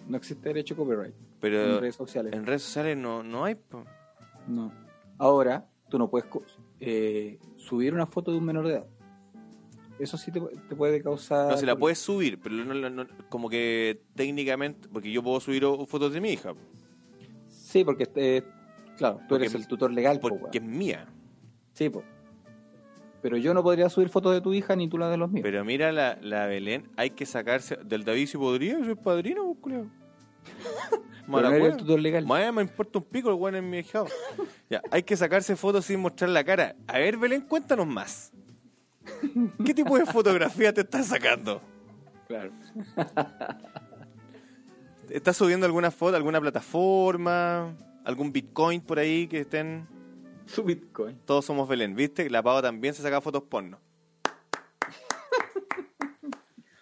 No existe derecho a copyright
Pero
en redes sociales.
en redes sociales no, no hay. po.
No. Ahora, tú no puedes co- eh, subir una foto de un menor de edad. Eso sí te, pu- te puede causar.
No, se la puedes subir, pero no, no- no- como que técnicamente, porque yo puedo subir o- fotos de mi hija,
Sí, porque, eh, claro, tú
Porque-
eres el tutor legal, po,
porque es
Oh, weón.
mía.
Sí, po. Pero yo no podría subir fotos de tu hija ni tú las de los míos.
Pero mira la, la Belén, hay que sacarse. Del David si podría, soy padrino, vos, culiao.
Pero
Mala
no eres
wea.
el tutor legal.
Más me importa un pico el weón en mi hijado. Ya, hay que sacarse fotos sin mostrar la cara. A ver, Belén, cuéntanos más. ¿Qué tipo de fotografía te estás sacando?
Claro.
¿Estás subiendo alguna foto, alguna plataforma? ¿Algún Bitcoin por ahí que estén?
Su Bitcoin.
Todos somos Belén, ¿viste? La Pava también se saca fotos porno.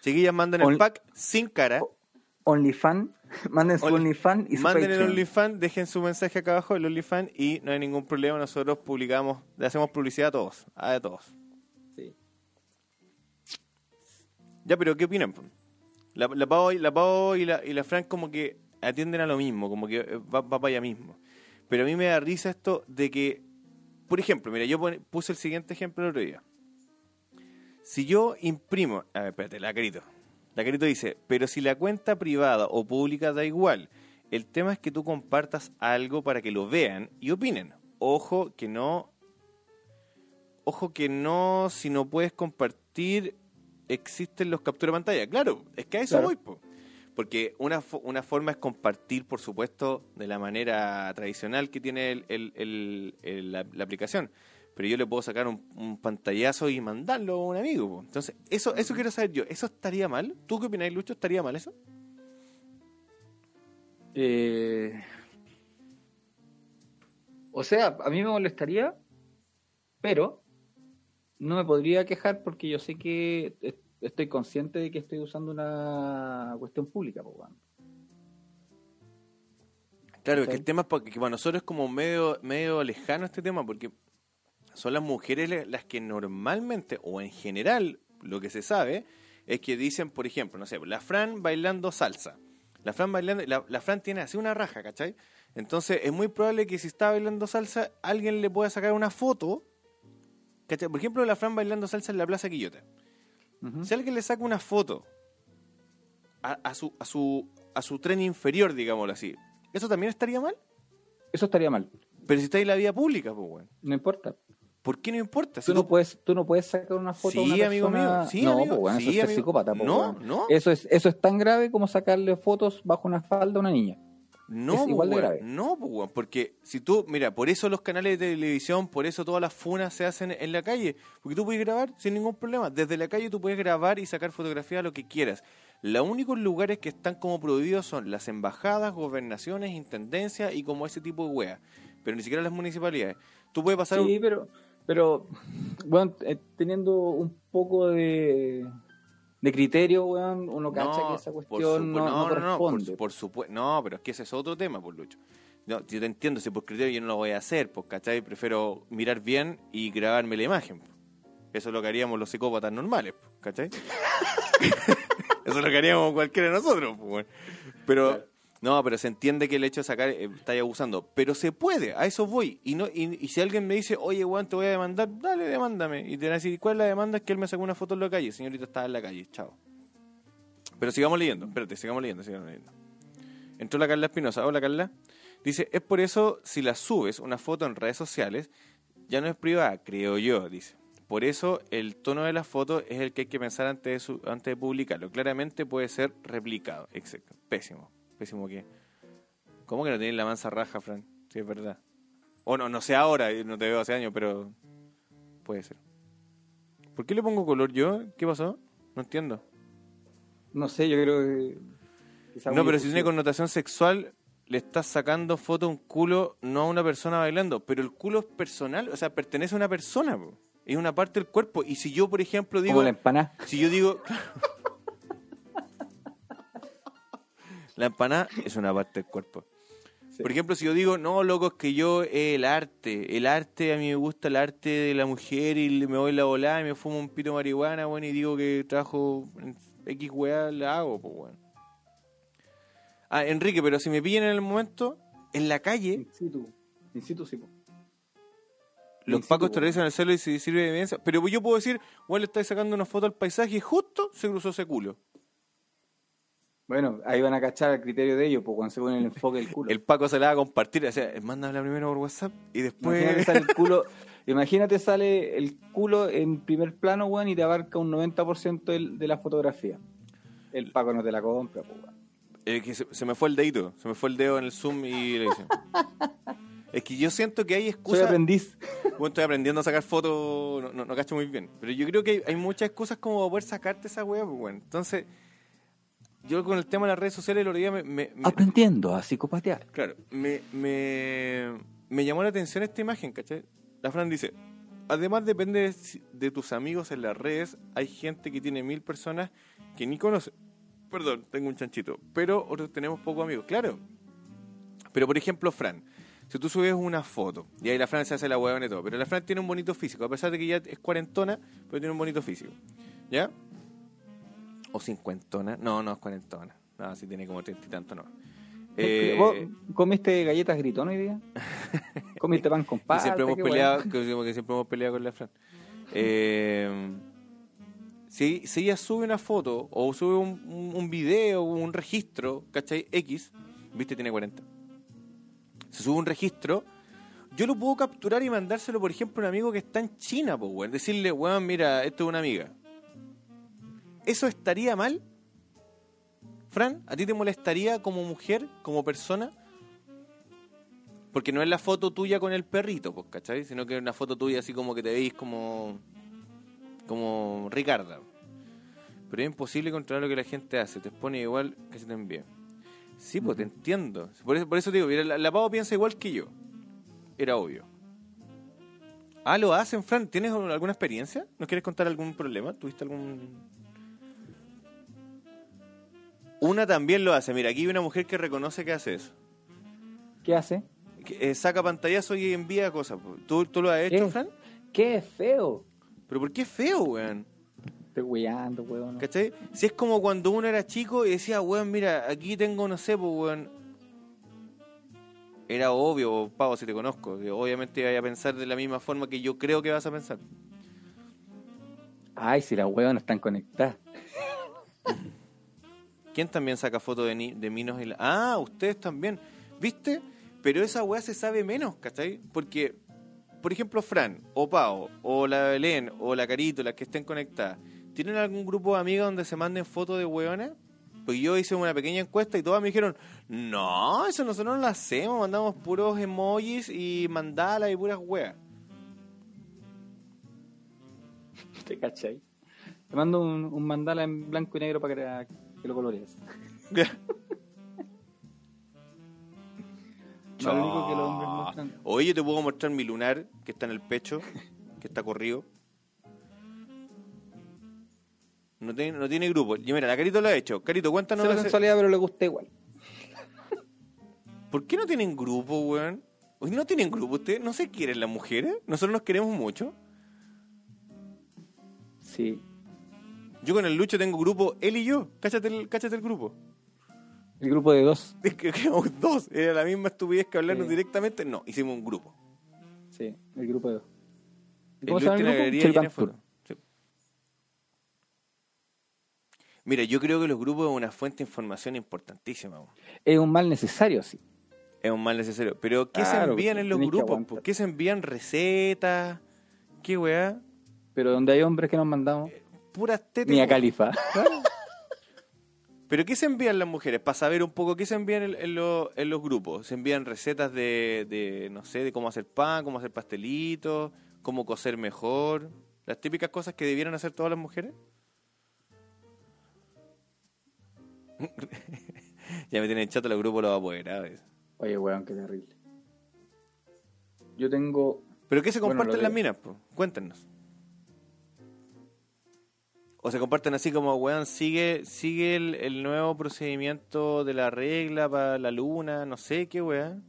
Chiquillas, manden el
Only-
pack sin cara.
OnlyFan. Manden su
Only-
OnlyFan y su
Manden el
Patreon.
OnlyFans, dejen su mensaje acá abajo, el OnlyFans, y no hay ningún problema, nosotros publicamos, le hacemos publicidad a todos, a todos.
Sí.
Ya, pero ¿qué opinan? po? La, la Pau, la Pau y, la, y la Fran como que atienden a lo mismo, como que eh, va, va para allá mismo. Pero a mí me da risa esto de que, por ejemplo, mira, yo pone- puse el siguiente ejemplo el otro día. Si yo imprimo, a ver, espérate, la carito. La carito dice, pero si la cuenta privada o pública da igual, el tema es que tú compartas algo para que lo vean y opinen. Ojo que no, ojo que no, si no puedes compartir, existen los captura de pantalla. Claro, es que a eso
Claro.
voy, po. Porque una, fo- una forma es compartir, por supuesto, de la manera tradicional que tiene el- el- el- el- la, la aplicación. Pero yo le puedo sacar un, un pantallazo y mandarlo a un amigo. po. Entonces, eso eso quiero saber yo. ¿Eso estaría mal? ¿Tú qué opinas, Lucho? ¿Estaría mal eso?
Eh, o sea, a mí me molestaría, pero no me podría quejar porque yo sé que es- estoy consciente de que estoy usando una cuestión pública. po, weón.
Claro, es que
¿Cachai?
el tema es porque que para nosotros es como medio, medio lejano este tema, porque son las mujeres le- las que normalmente, o en general, lo que se sabe, es que dicen, por ejemplo, no sé, la Fran bailando salsa. La Fran bailando, la, la Fran tiene así una raja, ¿cachai? Entonces es muy probable que si está bailando salsa, alguien le pueda sacar una foto. ¿Cachai? Por ejemplo, la Fran bailando salsa en la Plaza Quillota.
Ujú.
Si alguien le saca una foto a, a su, a, su, a su tren inferior, digámoslo así, ¿eso también estaría mal?
Eso estaría mal,
Pero si está en la vida pública, pues, weón.
no importa.
¿Por qué no importa? Si
Tú no
tú-
puedes, tú no puedes sacar una foto
Sí,
a una
amigo
persona-
mío, sí,
no,
amigo,
po, weón,
sí,
eso es ser
amigo.
psicópata. po,
No,
weón.
no.
Eso es, eso es tan grave como sacarle fotos bajo una falda a una niña.
No,
es
pues,
igual de
weón.
grave.
No, pues, weón, porque si tú, mira, por eso los canales de televisión, por eso todas las funas se hacen en la calle, porque tú puedes grabar sin ningún problema. Desde la calle tú puedes grabar y sacar fotografías lo que quieras. Los únicos lugares que están como prohibidos son las embajadas, gobernaciones, intendencias y como ese tipo de weas. Pero ni siquiera las municipalidades. Tú puedes pasar un-
Sí, pero, pero bueno, eh, teniendo un poco de, de criterio, weón, uno cacha que esa
por
cuestión
supu-
no,
no,
no
por
corresponde.
su- por supuesto. No, pero es que ese es otro tema, por Lucho. No, yo te entiendo, si por criterio yo no lo voy a hacer, pues, ¿cachai? Prefiero mirar bien y grabarme la imagen. pues. Eso es lo que haríamos los psicópatas normales, pues, ¿cachai? Eso es lo que haríamos cualquiera de nosotros, pues, bueno. Pero, no, pero se entiende que el hecho de sacar eh, está ahí abusando. Pero se puede, a eso voy. Y no y, y si alguien me dice, oye, Juan, te voy a demandar, dale, demándame. Y te van a decir, ¿cuál es la demanda? Es que él me sacó una foto en la calle. Señorita, estaba en la calle, chao. Pero sigamos leyendo, espérate, sigamos leyendo, sigamos leyendo. Entró la Carla Espinosa. Hola, Carla. Dice, es por eso si la subes una foto en redes sociales, ya no es privada, creo yo, dice. Por eso el tono de la foto es el que hay que pensar antes de, su- antes de publicarlo. Claramente puede ser replicado. Exacto. Pésimo. Pésimo que... ¿Cómo que no tienen la mansa raja, Fran? Sí, es verdad. O no, no sé ahora, eh, no te veo hace años, pero puede ser. ¿Por qué le pongo color yo? ¿Qué pasó? No entiendo.
No sé, yo creo que, que Quizá
No,
un
pero si tiene
difusivo.
connotación sexual, le estás sacando foto a un culo, no a una persona bailando. Pero el culo es personal, o sea, pertenece a una persona, po. es una parte del cuerpo. Y si yo, por ejemplo, digo.
Como la empanada.
Si yo digo. la empanada es una parte del cuerpo.
Sí.
Por ejemplo, si yo digo, no, loco, es que yo eh, el arte, el arte, a mí me gusta el arte de la mujer y le- me voy la volada y me fumo un pito de marihuana, bueno, y digo que trabajo en X weá, la hago, pues, bueno. Ah, Enrique, pero si me pillan en el momento, en la calle,
In situ. In situ, sí. po.
los
Sí, sí,
pacos
pues.
terrorizan el suelo y se sirve de evidencia. Pero yo puedo decir, bueno, le estáis sacando una foto al paisaje y justo se cruzó ese culo.
Bueno, ahí van a cachar el criterio de ellos, pues cuando se pone el enfoque del culo.
El Paco se la va a compartir, o sea, manda hablar primero por WhatsApp y
Imagínate
después.
sale el culo, imagínate sale el culo en primer plano, weón, y te abarca un 90% del- de la fotografía. El Paco no te la compra, pues, weón.
Eh, que se, se me fue el dedito, se me fue el dedo en el Zoom y le hice. es que yo siento que hay
Soy
excusas.
aprendiz.
Bueno, estoy aprendiendo a sacar fotos, no, no, no cacho muy bien. Pero yo creo que hay, hay muchas excusas como para poder sacarte esa weá, pues, bueno. Entonces, yo con el tema de las redes sociales el otro día me- me- me,
Aprendiendo a psicopatear.
Claro, me, me, me llamó la atención esta imagen, ¿cachai? La Fran dice, además depende de, si- de tus amigos en las redes, hay gente que tiene mil personas que ni conoce. Perdón, tengo un chanchito, pero otros tenemos pocos amigos, claro. Pero por ejemplo, Fran, si tú subes una foto, y ahí la Fran se hace la huevona y todo, pero la Fran tiene un bonito físico, a pesar de que ya es cuarentona, pero tiene un bonito físico, ¿ya? O cincuentona, no, no es cuarentona, no, si tiene como treinta y tanto, no. Eh,
¿Vos comiste galletas gritón hoy día? ¿Comiste pan con
que
palta?
siempre hemos
qué weón?
peleado que, que siempre hemos peleado con la Fran Eh, si, si ella sube una foto o sube un, un, un video un registro ¿cachai? X viste tiene 40 se sube un registro yo lo puedo capturar y mandárselo por ejemplo a un amigo que está en China pues weón. decirle weón mira esto es una amiga ¿eso estaría mal? Fran, ¿a ti te molestaría como mujer, como persona? Porque no es la foto tuya con el perrito, pues, ¿cachai? Sino que es una foto tuya así como que te veis como. como Ricarda. Pero es imposible controlar lo que la gente hace, te expone igual que se te envía. Sí, pues te entiendo. Por eso, por eso te digo, mira, la, la Pau piensa igual que yo. Era obvio. Ah, lo hacen, Fran. ¿Tienes alguna experiencia? ¿Nos quieres contar algún problema? ¿Tuviste algún una también lo hace. Mira, aquí hay una mujer que reconoce que hace eso.
¿Qué hace?
Que, eh, saca pantallazo y envía cosas. po. ¿Tú, tú lo has hecho,
¿Qué?
Fran?
¡Qué feo!
Pero ¿por qué es feo, weón?
Estoy weyando, weón. ¿no?
¿Cachai? Si es como cuando uno era chico y decía, weón, mira, aquí tengo, no sé, pues, weón. Era obvio, Pavo, si te conozco. que obviamente vaya a pensar de la misma forma que yo creo que vas a pensar.
Ay, si las weón no están conectadas.
¿Quién también saca fotos de, ni- de minos? Y la- Ah, ustedes también. ¿Viste? Pero esa weá se sabe menos, ¿cachai? Porque, por ejemplo, Fran, o Pau, o la Belén, o la Carito, las que estén conectadas, ¿tienen algún grupo de amigas donde se manden fotos de weonas? Pues yo hice una pequeña encuesta y todas me dijeron, no, eso nosotros no lo hacemos, mandamos puros emojis y mandalas y puras weas.
¿Te cachai? Te mando un, un mandala en blanco y negro para que, que lo colorees. Más rico que los hombres muestran.
Oye, yo te puedo mostrar mi lunar que está en el pecho, que está corrido. No tiene, no tiene grupo. Y mira, la Carito lo ha hecho. Carito, cuéntanos.
Cero
la se-
sensualidad, pero le gusta igual.
¿Por qué no tienen grupo, weón? Oye, ¿No tienen grupo ustedes? ¿No se quieren las mujeres? Nosotros nos queremos mucho.
Sí.
Yo con el Lucho tengo grupo, él y yo. Cáchate el, cáchate el grupo.
El grupo de dos.
Es que éramos dos. Era la misma estupidez que hablarnos
Sí.
directamente. No, hicimos un grupo.
Sí, el grupo de dos. ¿Y
El Luis tiene la galería llena de fotos. Sí. Mira, yo creo que los grupos es una fuente de información importantísima. weón.
Es un mal necesario, sí.
Es un mal necesario. Pero ¿qué se
Claro,
envían
porque
en los
tenés que
grupos?
aguantar.
po? ¿Qué se envían recetas? ¿Qué weá?
Pero donde hay hombres que nos mandamos,
Puras tetas.
ni a
weón.
Califa.
Claro. Pero ¿qué se envían las mujeres? Para saber un poco qué se envían en, en lo- en los grupos. ¿Se envían recetas de, de, no sé, de cómo hacer pan, cómo hacer pastelitos, cómo coser mejor? Las típicas cosas que debieran hacer todas las mujeres. ya me tienen chato los grupos los apoderados.
Oye, weón, qué terrible. Yo tengo.
¿Pero qué se
Bueno,
comparten
lo
las
que-
minas? po? Cuéntenos. O se comparten así como, weón, sigue sigue el, el nuevo procedimiento de la regla para la luna, no sé qué, weón.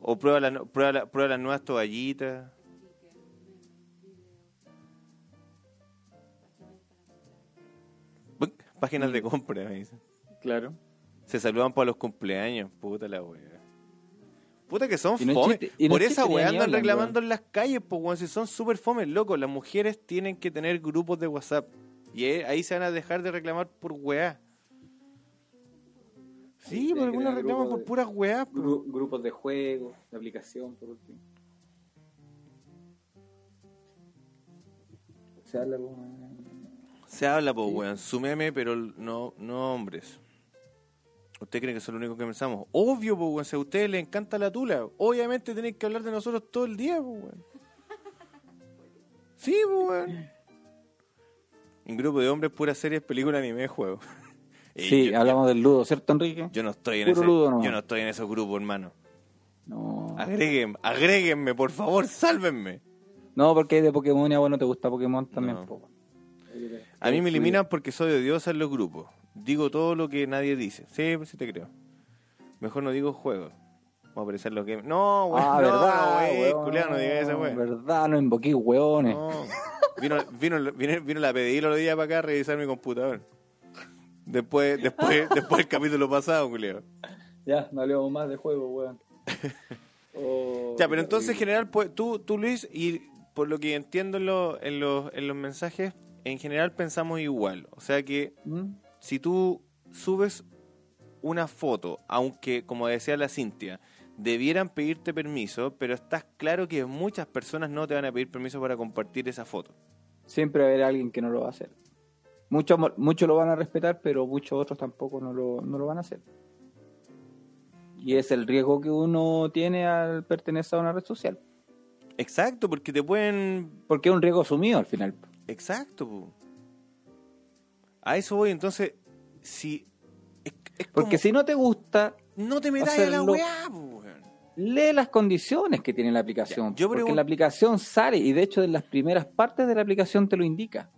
O prueba, la, prueba, la- prueba las nuevas toallitas. Buc, Páginas
Mm.
de compra, me dicen.
Claro.
Se saludan para los cumpleaños, puta la weá. Puta que son
Y no es
fome.
chiste- y no
Por
es
esa
chiste,
weá
ni
andan
hablan,
reclamando en las calles, pues weón. Si son súper fomes, loco. Las mujeres tienen que tener grupos de WhatsApp. Y eh, ahí se van a dejar de reclamar por weá. Sí,
tienen
por
que
algunas
tener
reclaman
grupos
por
de-
puras weá. po.
grupos de juego, de aplicación, por último. Se habla como.
Se habla, pues weón. Súmeme, pero no, no hombres. ¿Usted cree que son los únicos que pensamos? Obvio, pues weón. Si a ustedes les encanta la tula, obviamente tienen que hablar de nosotros todo el día, pues weón. Sí, pues weón. Un grupo de hombres, puras series, películas, anime, juegos. Y
Sí,
Eh, yo,
hablamos del ludo, ¿cierto, Enrique?
yo no estoy en
Puro
ese,
ludo nomás.
yo no estoy en esos grupos, hermano.
No.
Agreguen, agréguenme, por favor, sálvenme.
No, porque de Pokémon, ya bueno, te gusta Pokémon también.
No.
po.
A mí me eliminan porque soy odiosa en los grupos. Digo todo lo que nadie dice. Sí, pues sí te creo. Mejor no digo juegos. Vamos a aparecer los games. No, weón.
Ah,
no,
verdad,
no,
weón,
culiao, no digas esa weón.
Verdad, no invoqué hueones.
No. Vino, vino, vino, vino la PDI el otro día para acá a revisar mi computador. Después, después, después del capítulo pasado, culiao.
Ya, no hablemos más de juego, weón. Oh,
Ya, pero
qué
entonces, en
terrible.
general, pues, tú, tú, Luis, y por lo que entiendo en, los- en, los, en los mensajes, en general pensamos igual. O sea que
¿Mm?
si tú subes una foto, aunque como decía la Cintia, debieran pedirte permiso, pero estás claro que muchas personas no te van a pedir permiso para compartir esa foto.
Siempre va a haber alguien que no lo va a hacer. Muchos muchos lo van a respetar, pero muchos otros tampoco no lo, no lo van a hacer. Y es el riesgo que uno tiene al pertenecer a una red social.
Exacto, porque te pueden...
Porque es un riesgo asumido al final.
Exacto. po. A eso voy, entonces, si... Es, es como-
Porque si no te gusta,
No te metas a la
hacerlo-
weá, po, weón.
lee las condiciones que tiene la aplicación.
Ya, yo
porque
pregun-
la aplicación sale y de hecho en las primeras partes de la aplicación te lo indica.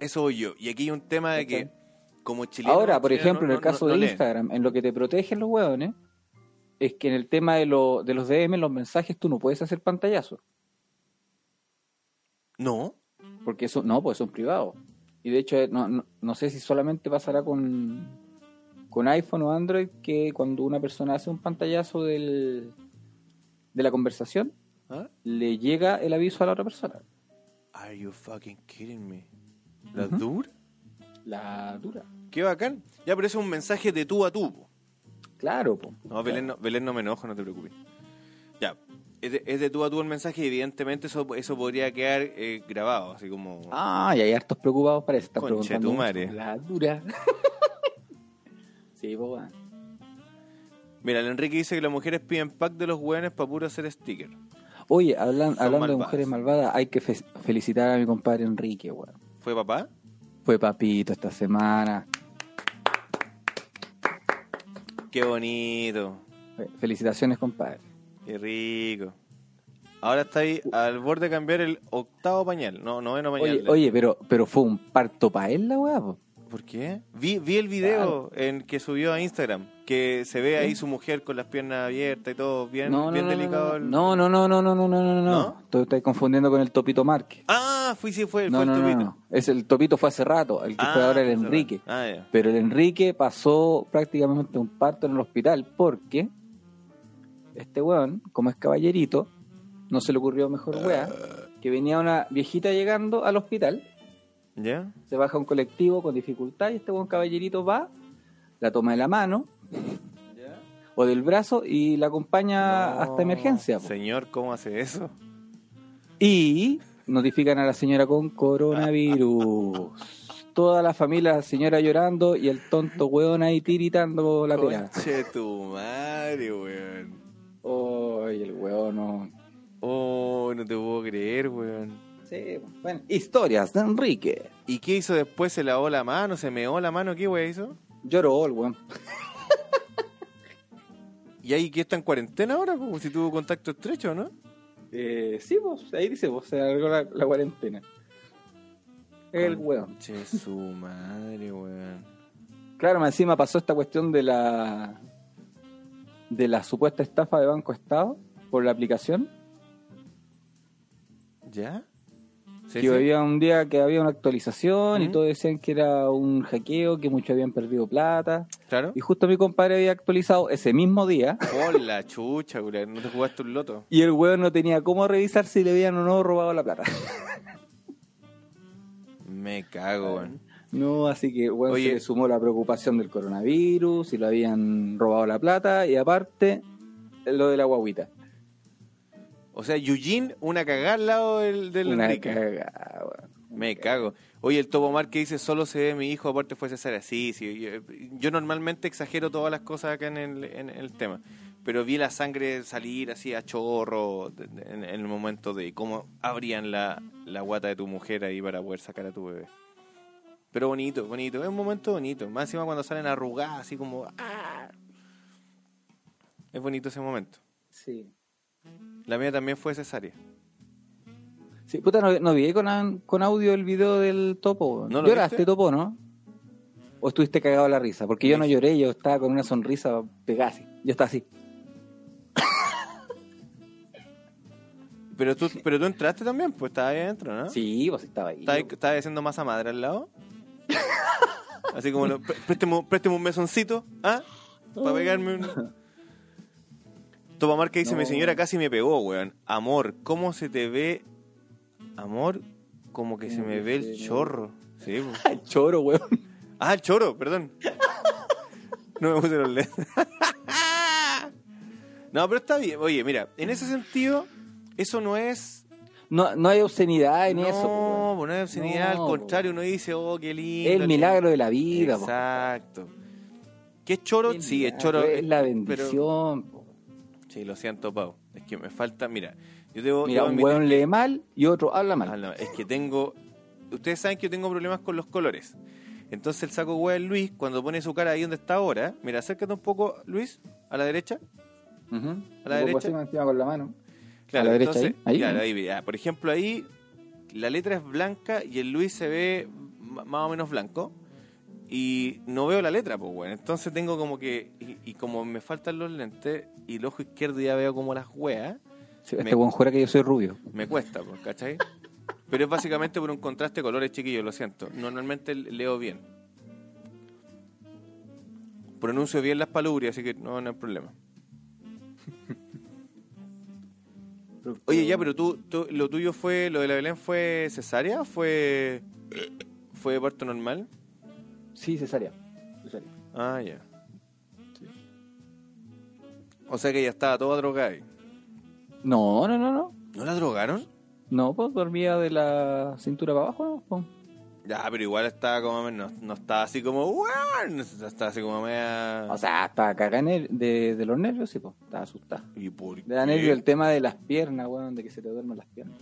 Eso voy yo. Y aquí hay un tema de que,
¿Cachai?
como chileno...
Ahora, por
chileno,
ejemplo,
no-
en el caso
no- no
de
leen.
Instagram, en lo que te protegen los hueones, es que en el tema de, lo- de los DM, los mensajes, tú no puedes hacer pantallazo.
No,
Porque eso, no, pues son privados. Y de hecho, eh, no, no, no sé si solamente pasará con, con iPhone o Android, que cuando una persona hace un pantallazo del, de la conversación,
¿Ah?
le llega el aviso a la otra persona.
Are you fucking kidding me? ¿La dura?
La dura.
Qué bacán. Ya, pero eso es un mensaje de tú a tú. po.
Claro, po.
No, Belén no, Belén no me enojo, no te preocupes. Ya, es de, es de tú a tú el mensaje y evidentemente eso, eso podría quedar eh, grabado, así como...
Ah, y hay hartos preocupados para eso. Estás
Conche
preguntando.
tu
mucho.
madre.
La dura. sí, pues, weón.
Mira, el Enrique dice que las mujeres piden pack de los hueones para puro hacer sticker.
Oye, hablan-
Son
hablando de
malvadas.
mujeres malvadas, hay que fe- felicitar a mi compadre Enrique, weón.
¿Fue papá?
Fue papito esta semana.
Qué bonito,
Eh, Felicitaciones, compadre.
qué rico. Ahora está ahí al borde de cambiar el octavo pañal, no, noveno pañal.
Uh. Oye, oye, pero, pero fue un parto para él la weá, po.
¿Por qué? Vi, vi el video en que subió a Instagram, que se ve ahí su mujer con las piernas abiertas y todo, bien,
No, no,
bien
no,
delicado. el-
no, no, no, no, no, no, no, no, no,
¿No?
no. Tú estás confundiendo con el Topito Márquez.
Ah, fui, sí, fue,
No,
fue
no,
el
no,
tupito.
no. Es, el Topito fue hace rato, el que fue
Ah,
ahora el
hace rato.
Enrique.
Ah, ya.
Pero el Enrique pasó prácticamente un parto en el hospital porque este weón, como es caballerito, no se le ocurrió mejor weá
Ah.
que venía una viejita llegando al hospital,
¿Ya?
se baja un colectivo con dificultad y este weón caballerito va, la toma de la mano o del brazo y la acompaña
No,
Ah, hasta emergencia. pues. po.
Señor, ¿cómo hace eso?
Y notifican a la señora con coronavirus. Toda la familia, la señora llorando y el tonto weón ahí tiritando la pera.
Conche tu madre, weón.
Oye, el weón no.
Oh, no te puedo creer, weón.
Sí, bueno. Historias de Enrique.
¿Y qué hizo después? ¿Se lavó la mano? ¿Se meó la mano? ¿Qué wea hizo?
Lloró el weón.
¿Y ahí que está en cuarentena ahora? po? si tuvo contacto estrecho, ¿no?
Eh, sí, vos, ahí dice, vos se alargó la, la cuarentena. El
Con-
weón.
Che, su madre, weón.
Claro, más encima pasó esta cuestión de la de la supuesta estafa de Banco Estado por la aplicación.
¿Ya? Sí, sí.
que había un día que había una actualización
Ujú.
y todos decían que era un hackeo, que muchos habían perdido plata.
Claro.
Y justo mi compadre había actualizado ese mismo día
Hola, chucha, weón. No te jugaste un loto.
y el weón no tenía cómo revisar si le habían o no robado la plata.
Me cago, weón.
No, así que bueno,
Oye.
se le sumó la preocupación del coronavirus, si lo habían robado la plata y aparte lo de la guaguita.
O sea, Eugene, una cagada al lado del, del
Una
Enrique.
cagada, weón.
Me cago. Oye, el Topo Mar que dice, solo se ve mi hijo, aparte fue César así. Sí, yo, yo normalmente exagero todas las cosas acá en el, en el tema. Pero vi la sangre salir así a chorro de- de- en, en el momento de cómo abrían la, la guata de tu mujer ahí para poder sacar a tu bebé. Pero bonito, bonito. Es un momento bonito. Más encima cuando salen arrugadas, así como... ¡ah! Es bonito ese momento.
Sí.
La mía también fue cesárea.
Sí, puta, no, no vi con, con audio el video del topo. weón.
¿No lo
¿Lloraste,
viste?
topo, no? ¿O estuviste cagado a la risa? Porque yo no
Sí.
lloré, yo estaba con una sonrisa pegada así. Yo estaba así.
Pero tú, pero tú entraste también, pues estabas ahí adentro, ¿no?
Sí, vos estaba ahí.
¿Estaba, estaba haciendo masa madre al lado? Así como, no, pré- présteme, un- présteme un mesoncito, ¿ah?
Oh.
Para pegarme un... Topamar que dice,
No.
mi señora casi me pegó, weón. Amor, ¿cómo se te ve? Amor, como que se
Como
me
que
ve
se
el
me-
chorro. Sí, po.
El choro, weón.
Ah, el choro, perdón. No me puse los lentes. No, pero está bien. Oye, mira, en ese sentido, eso no es
No, no hay obscenidad en
no,
eso. po, weón.
pues no hay obscenidad,
No,
al
po.
contrario, uno dice, oh, qué lindo.
Es
qué-
el milagro de la vida. po.
Exacto. ¿Qué es choro?
El
sí, es
milagro,
choro.
Es la
pero-
bendición. po.
sí, lo siento, Pau. Es que me falta, mira, yo debo...
Mira,
debo
un
admitir-
weón lee mal y otro habla mal.
Ah, no, es que tengo... Ustedes saben que yo tengo problemas con los colores. Entonces el saco hueá de Luis, cuando pone su cara ahí donde está ahora, mira, acércate un poco, Luis, a la derecha.
Ujú.
A la
Y pongo
derecha.
encima, encima con la mano.
Claro,
A la derecha,
entonces,
ahí, ahí.
claro, ahí, mira, por ejemplo, ahí la letra es blanca y el Luis se ve ma- más o menos blanco y no veo la letra, pues bueno, entonces tengo como que, y, y como me faltan los lentes y el ojo izquierdo ya veo como las weas,
Sí, Este
Me-
weón jura que yo soy rubio.
me cuesta, pues, ¿cachai? Pero es básicamente por un contraste de colores, chiquillos, lo siento. Normalmente leo bien. Pronuncio bien las palubrias, así que no, no hay problema. Oye,
Mm.
ya, pero tú, tú- lo tuyo fue, lo de la Belén fue cesárea, fue fue parto normal.
Sí, cesárea. Cesárea.
Ah, ya. O sea que ya estaba toda drogada. ahí.
No, no, no, no.
¿No la drogaron?
No, pues dormía de la cintura para abajo, ¿no? Po.
Ya, pero igual estaba como no, no estaba así como "Weón", estaba así como media
O sea, estaba cagada en el- de, de los nervios, sí, pues. Estaba asustada.
¿Y por
De la
qué?
nervio el tema de las piernas, weón, de que se te duermen las piernas.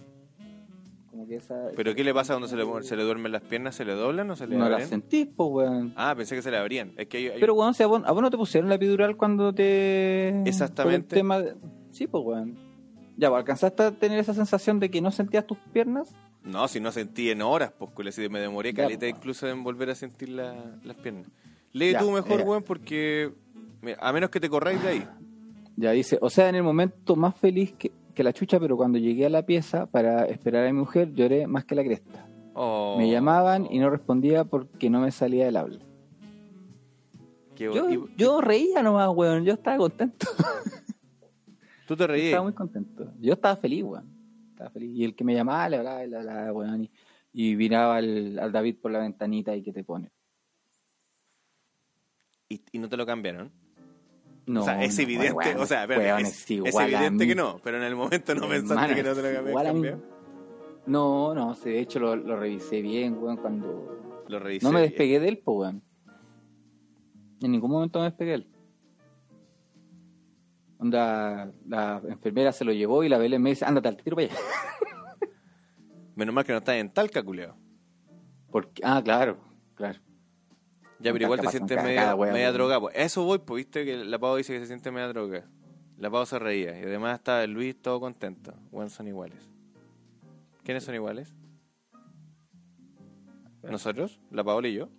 Como que esa.
¿Pero qué le pasa cuando se le, se le duermen las piernas? ¿Se le doblan o se le
no las
abren?
sentís, pues, weón.
Ah, pensé que se le abrían. Es que hay- hay-
Pero, weón, si a, vos, a vos no te pusieron la epidural cuando te.
Exactamente.
por el tema de- Sí, pues, weón. Ya, pues, alcanzaste a tener esa sensación de que no sentías tus piernas.
No, si no sentí en horas, pues culo, si me demoré
Ya,
caleta
pues.
incluso en volver a sentir la- las piernas. Lee
Ya,
tú mejor,
ya.
weón, porque mira, a menos que te corráis de ahí.
Ya dice, o sea, en el momento más feliz que, que la chucha, pero cuando llegué a la pieza para esperar a mi mujer, lloré más que la cresta.
Oh,
Me llamaban y no respondía porque no me salía del habla.
qué bo-
Yo,
y-
yo reía nomás, weón. Yo estaba contento.
tú te
Yo
reí.
estaba muy contento. Yo estaba feliz, weón. Estaba feliz. Y el que me llamaba le hablaba, le hablaba, weón. Y, y miraba al, al David por la ventanita y que te pone.
Y, y no te lo cambiaron.
No,
o sea, es
no,
evidente,
weón,
o sea, espérate,
weón,
es, es
igual a
evidente
mí.
que no, pero en el momento no pensaste
Hermano,
que no te lo
es
cambiaron.
igual a mí.
cambiaron.
No, no, sí, de hecho lo, lo revisé bien, weón, cuando...
Lo revisé.
No me
bien.
despegué de él, po, weón. En ningún momento me despegué de él. Onda, la enfermera se lo llevó y la Belén me dice, ándate al tiro para allá.
Menos mal que no estás en Talca, culeo.
Porque, ah, claro, claro.
Ya, pero
Talca
igual te
pasan
sientes
cada
media,
wea,
media
weón.
droga. pues. A Eso voy, pues viste que la Pau dice que se siente media droga. La Pau se reía. Y además está el Luis todo contento. Juan son iguales. ¿Quiénes son iguales? ¿Nosotros? ¿La Paola y yo?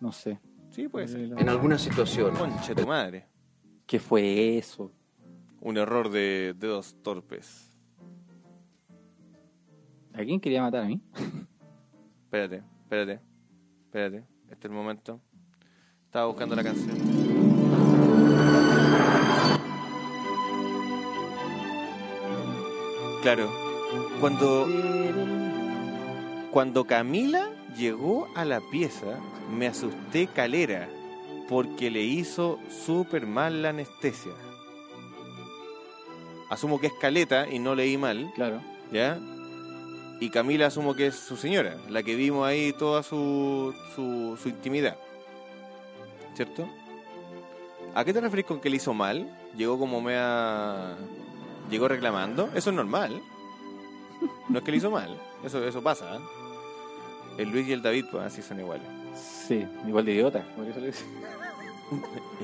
No sé.
Sí, pues.
En algunas situaciones,
Conche tu madre.
¿Qué fue eso?
Un error de dedos torpes.
¿A quién quería matar a mí?
Espérate, espérate, espérate. Este es el momento. Estaba buscando la canción. Claro. Cuando, cuando Camila llegó a la pieza, me asusté calera porque le hizo súper mal la anestesia. Asumo que es caleta y no leí mal.
Claro.
¿ya? Y Camila asumo que es su señora, la que vimos ahí toda su, su, su intimidad. ¿Cierto? ¿A qué te referís con que le hizo mal? ¿Llegó como mea... ¿Llegó reclamando? Eso es normal. No es que le hizo mal. Eso, eso pasa. ¿eh? El Luis y el David, pues así son iguales.
Sí, igual de idiota. por eso le hice.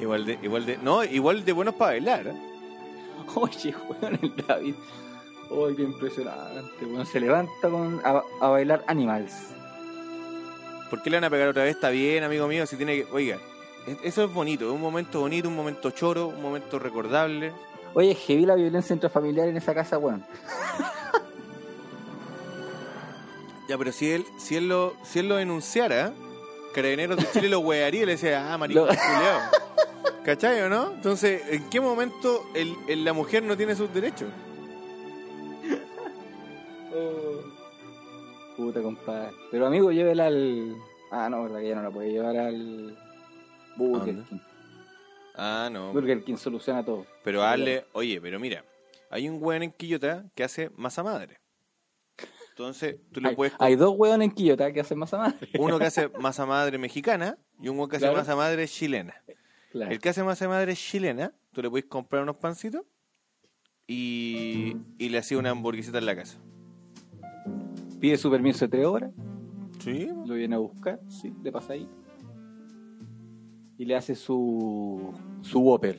Igual de, igual de. No, igual de buenos para bailar. ¿eh?
Oye, weón, el David. Oye, qué impresionante. Bueno, se levanta con, a, a bailar Animals.
¿Por qué le van a pegar otra vez? Está bien, amigo mío, si tiene que. Oiga, es- eso es bonito, es un momento bonito, un momento choro, un momento recordable.
Oye, heavy la violencia intrafamiliar en esa casa, weón.
Ya, pero si él, si él lo, si él lo denunciara, Carabineros de Chile lo huearía y le decía, ah, maricón
Lo-
culiao". ¿Cachai o no? Entonces, ¿en qué momento el- el- la mujer no tiene sus derechos?
Puta, compadre. Pero amigo, llévela al. Ah, no, verdad que ya no la puede llevar al.
¿A
Burger
dónde?
King.
Ah, no.
Burger King soluciona todo.
Pero hazle, oye, pero mira, hay un weón en Quillota que hace masa madre. Entonces, tú le
Hay,
puedes.
hay dos weones en Quillota que hacen más a madre.
Uno que hace masa madre mexicana y un weón que hace
Claro.
masa madre chilena.
Claro.
El que hace masa madre chilena, tú le puedes comprar unos pancitos y, y le hacía una hamburguesita en la casa.
Pide su permiso de tres horas,
Sí.
lo viene a buscar, sí, le pasa ahí. Y le hace su. su Whopper.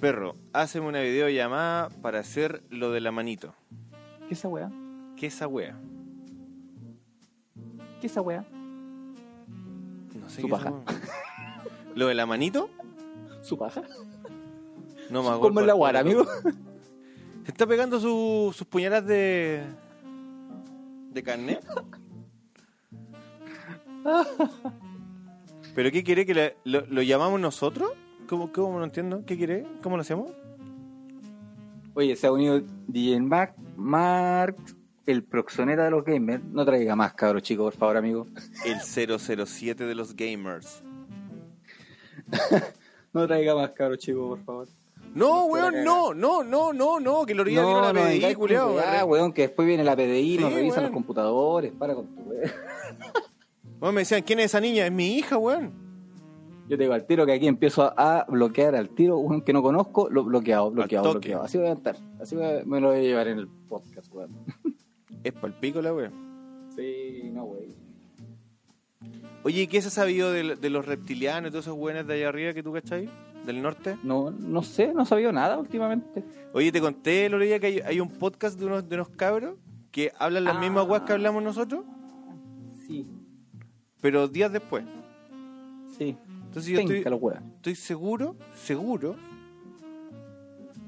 Perro, hazme una videollamada para hacer lo de la manito.
¿Qué esa weá?
¿Qué es esa wea?
¿Qué esa weá?
No sé
Su
qué es esa
paja.
wea. ¿Lo de la manito?
¿Su paja?
No me acuerdo.
¿Cómo es la guara, amigo?
Se está pegando su- sus puñaladas de. de carne. ¿Pero qué quiere que la- lo, lo llamamos nosotros? ¿Cómo, ¿Cómo no entiendo? ¿Qué quiere? ¿Cómo lo hacemos?
Oye, se ha unido DJ Mac, Mark, el proxoneta de los gamers. No traiga más, cabros chicos, por favor, amigo.
El 007 de los gamers.
No traiga más, cabros chicos, por favor.
No,
Por acá.
weón, no, no, no, no, no, que lo orilla vino la PDI,
vengáis con
culiao,
weá,
weón.
weón, que después viene la PDI, nos
Sí,
revisan
weón.
los computadores, para con tu weón.
Weón, me decían, ¿quién es esa niña? Es mi hija, weón.
Yo te digo al tiro que aquí empiezo a, a bloquear al tiro, weón, que no conozco, lo bloqueado, bloqueado,
toque.
bloqueado. Así voy a estar, así voy a- me lo voy a llevar en el podcast, weón.
Es palpico la weón.
Sí, no, weón.
Oye, ¿y qué se ha sabido de, de los reptilianos y todos esos weones de allá arriba que tú cachai? ¿Del norte?
No, no sé, no he sabido nada últimamente.
Oye, te conté, Lorella, que hay, hay un podcast de unos, de unos cabros que hablan las
Ah.
mismas weas que hablamos nosotros,
Sí,
pero días después.
sí.
Entonces yo
Penca
estoy,
los weón.
estoy seguro, seguro,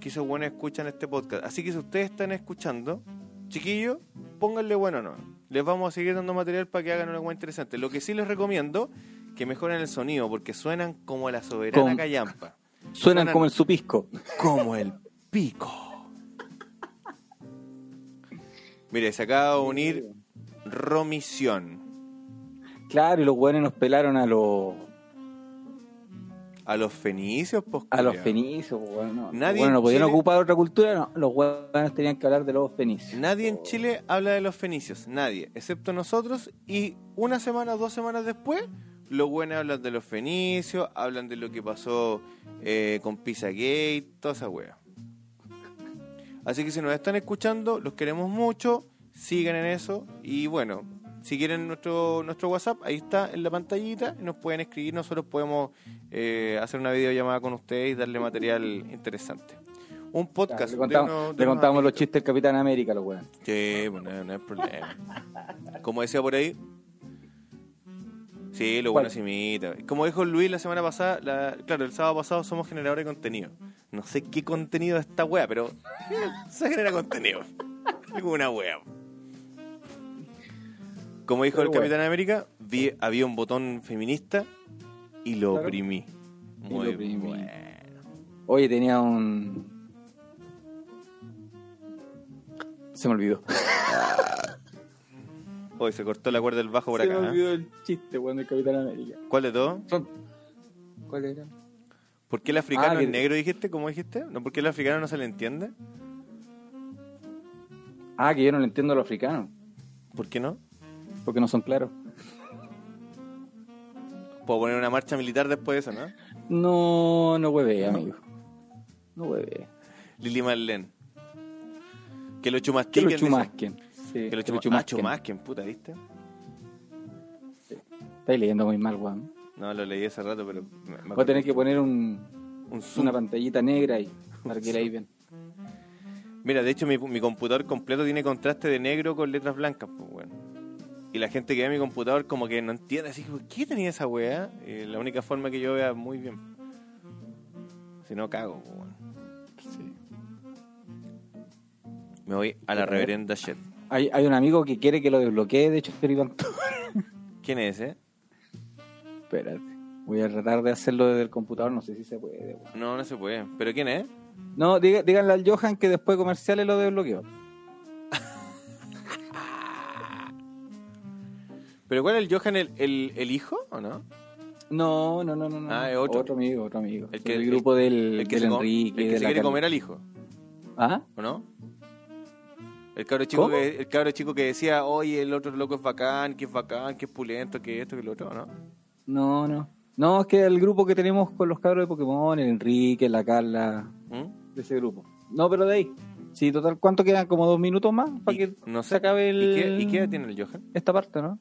que esos buenos escuchan este podcast. Así que si ustedes están escuchando, chiquillos, pónganle bueno no. Les vamos a seguir dando material para que hagan una hueá interesante. Lo que sí les recomiendo, que mejoren el sonido, porque suenan como la soberana
Con-
callampa.
Suenan
Suenan-
como el supisco.
Como el pico. Mire, se acaba de unir Romisión
Claro, y los weones nos pelaron a los
a los fenicios, pues,
a los
culiao.
fenicios, pues, weón. No,
Nadie
Bueno,
en
no podían
Chile-
ocupar otra cultura, no. Los weones tenían que hablar de los fenicios.
Nadie en Chile habla de los fenicios, nadie, excepto nosotros. Y una semana, dos semanas después, los buenos hablan de los fenicios, hablan de lo que pasó eh, con Pizzagate, toda esa wea. Así que si nos están escuchando, los queremos mucho. sigan en eso. Y bueno, si quieren nuestro, nuestro WhatsApp, ahí está en la pantallita, nos pueden escribir, nosotros podemos eh, hacer una videollamada con ustedes y darle material interesante. Un podcast.
le contamos,
de uno- de
le
unos
contamos los
amiguitos.
chistes del Capitán América, los weón.
Sí, pues no, no hay problema. Como decía por ahí. Sí, lo
¿Cuál?
bueno se imita. Como dijo Luis la semana pasada, la- claro, el sábado pasado somos generadores de contenido. No sé qué contenido es esta wea, pero se genera contenido. Alguna wea. Como dijo
Pero
el
bueno.
Capitán América, vi- había un botón feminista y lo
Claro.
oprimí.
lo
Muy
oprimí.
bueno.
Oye, tenía un. Se me olvidó.
Hoy se cortó la cuerda del bajo por
Se me
acá. ¿eh?
olvidó el chiste, weón, del Capitán América.
¿Cuál de todos?
Son- ¿Cuál era?
¿Por qué el africano
Ah,
es
que-
negro, dijiste? ¿Cómo dijiste? ¿No, ¿Por qué el africano no se le entiende?
Ah, que yo no le entiendo a los africanos,
¿Por qué no?
porque no son claros.
Puedo poner una marcha militar después de eso, ¿no?
No, no hueve, amigo. No hueve.
Lili Marlene. Que lo
Que
chumasquen.
lo chumasquen. Sí,
Que lo
que lo
chumasquen. Ah,
chumasquen.
chumasquen, puta, ¿viste?
Estáis leyendo muy mal, weón.
No, lo leí hace rato, pero... me- me
Voy a
acordé.
tener que poner un,
Un zoom.
una pantallita negra ahí, para que la vean.
Mira, de hecho, mi, mi computador completo tiene contraste de negro con letras blancas, pues, bueno. Y la gente que ve mi computador como que no entiende, así, ¿por qué tenía esa weá? Eh, la única forma que yo vea muy bien. Si no, cago, pues, bueno. Me voy a la reverenda shit.
Hay, hay un amigo que quiere que lo desbloquee, de hecho, pero Iván,
¿Quién es ese?
Espérate. Voy a tratar de hacerlo desde el computador, no sé si se puede. weón.
No, no se puede. ¿Pero quién es?
No, diga- díganle al Johan que después de comerciales lo desbloqueo.
¿Pero cuál es el Johan, el, el, el hijo o no?
No, no, no, no. no.
Ah, es otro.
amigo, otro amigo.
El que-
el grupo del,
El que
del
se, com-
Enrique.
el que se
de la
quiere
Carmen.
comer al hijo,
¿Ah?
¿o no? El cabro, chico
¿Cómo?
que, el cabro chico que decía, oye, el otro loco es bacán, que es bacán, que es pulento, que esto, que lo otro, ¿o ¿no?
No, no. No, es que el grupo que tenemos con los cabros de Pokémon, el Enrique, la Carla,
¿Mm?
de ese grupo. No, pero de ahí. Sí, total, ¿cuánto quedan? Como dos minutos más para
Y-
que
no sé.
se acabe el...
¿Y, qué, y qué edad tiene el Johan?
esta parte, ¿no?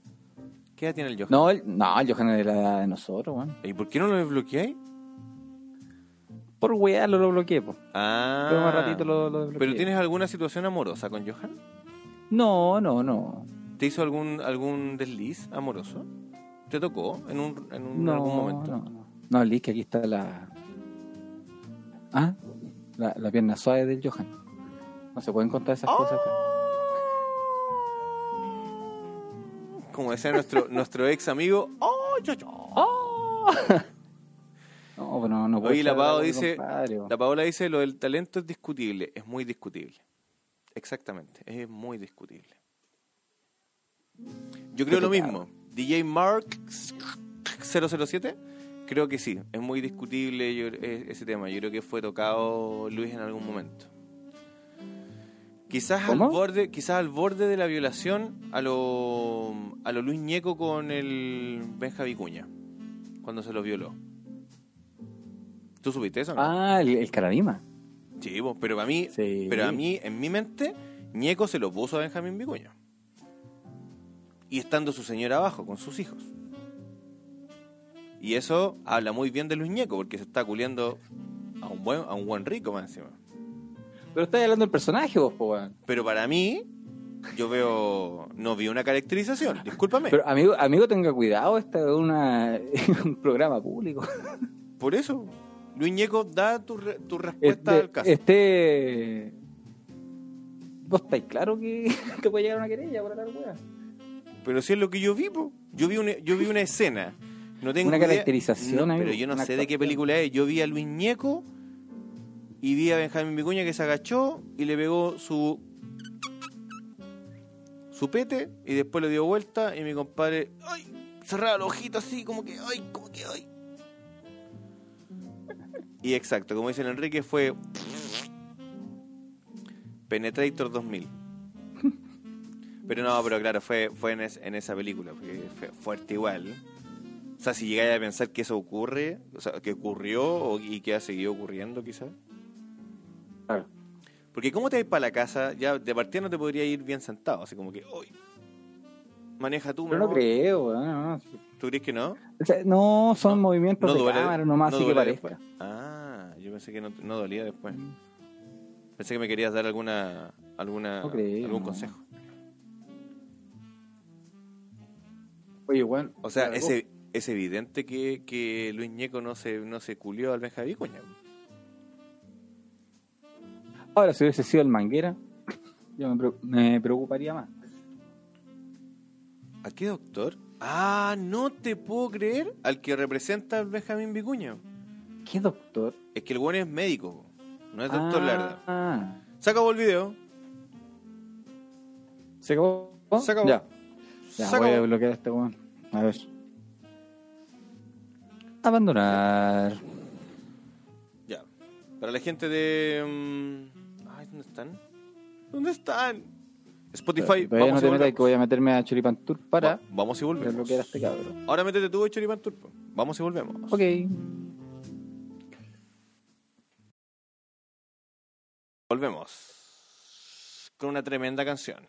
¿Qué edad tiene el Johan?
No, el, no, el Johan es de la edad de nosotros, weón.
¿Y por qué no lo desbloqueáis?
Por weá lo, lo bloqueé, po.
Ah.
Pero más ratito lo, lo desbloqueé.
¿Pero tienes alguna situación amorosa con Johan?
No, no, no.
¿Te hizo algún algún desliz amoroso? ¿Te tocó en, un, en, un- en
No,
algún momento?
no, no. No, Liz, que aquí está la... ¿Ah? La, la pierna suave del Johan. No se pueden contar esas cosas. acá.
Como decía nuestro, nuestro ex amigo, ¡Oh, yo, yo!
No, pero no, no puedo
¡Oh! Oye, la
echar al
Pao
agua,
dice,
compadre, po.
la Paola dice, lo del talento es discutible, es muy discutible. Exactamente, es muy discutible. Yo creo lo mismo. DJ Mark 007, creo que sí, es muy discutible yo- e- ese tema. Yo creo que fue tocado Luis en algún momento. Quizás al
¿Cómo?
borde, quizás al borde de la violación a lo a lo Luis Ñeco con el Benja Vicuña cuando se lo violó. ¿Tú supiste eso? no?
Ah, el, el Caradima.
Sí, po, pero para mí,
Sí.
pero a mí, en mi mente, Ñeco se lo puso a Benjamín Vicuña. Y estando su señora abajo, con sus hijos. Y eso habla muy bien de Luis Ñeco, porque se está culiando a un buen, a un buen rico más encima.
Pero estás hablando del personaje vos, po, weón.
Pero para mí, yo veo, no vi una caracterización, discúlpame.
Pero amigo, amigo, tenga cuidado, esta es una, un programa público.
Por eso, Luis Ñeco, da tu, re- tu respuesta
Este,
al caso.
este- ¿Vos estáis claro que te puede llegar una querella por la weá?
Pero si es lo que yo vi, po. yo vi una, yo vi una escena. No tengo
Una
idea-
caracterización,
no,
amigo,
pero yo no
una
sé de qué
actuación.
película es. Yo vi a Luis Ñeco y vi a Benjamín Vicuña que se agachó y le pegó su su pete y después le dio vuelta y mi compadre ay cerraba los ojitos así como que ay como que ay y exacto como dice el Enrique fue Penetrator 2000 pero no, pero claro, fue, fue en, es- en esa película, porque fue fuerte igual. O sea, si llegáis a pensar que eso ocurre, o sea, que ocurrió o- y que ha seguido ocurriendo quizás.
Claro.
Porque cómo te vas para la casa, ya de partida no te podría ir bien sentado, así como que, hoy maneja tú,
Pero no
¿no?
creo, weón, no, no.
¿Tú crees que no?
O sea, no, son
No,
movimientos
no
de
duele-
cámara nomás,
no
así que
duele
parezca. Mm.
después. Ah, yo pensé que no, no dolía después. Pensé que me querías dar alguna alguna
No creo,
algún
no.
consejo.
Oye, weón.
O sea,
claro,
es, es evidente que, que Luis Ñeco no se no se culió al Benja Vicuña.
Ahora, si hubiese sido el Manguera, yo me, preo- me preocuparía más.
¿A qué doctor? Ah, no te puedo creer al que representa al Benjamín Vicuña.
¿Qué doctor?
Es que el buen es médico, no es doctor, la verdad.
Ah,
Se acabó el video.
¿Se acabó?
Se acabó.
Ya, ya
Se
voy a
acabó.
bloquear a este weón. A ver. Abandonar.
Ya. Para la gente de. mm, Ay, ¿dónde están? ¿Dónde están? Spotify,
Todavía no
vamos,
te
y
metas que
volvemos.
voy a meterme a Choripan Tour para
Va- vamos y volvemos.
bloquear a este cabrón.
Ahora métete tú, Choripan Turpo. Vamos y volvemos.
Ok.
Volvemos. Con una tremenda canción.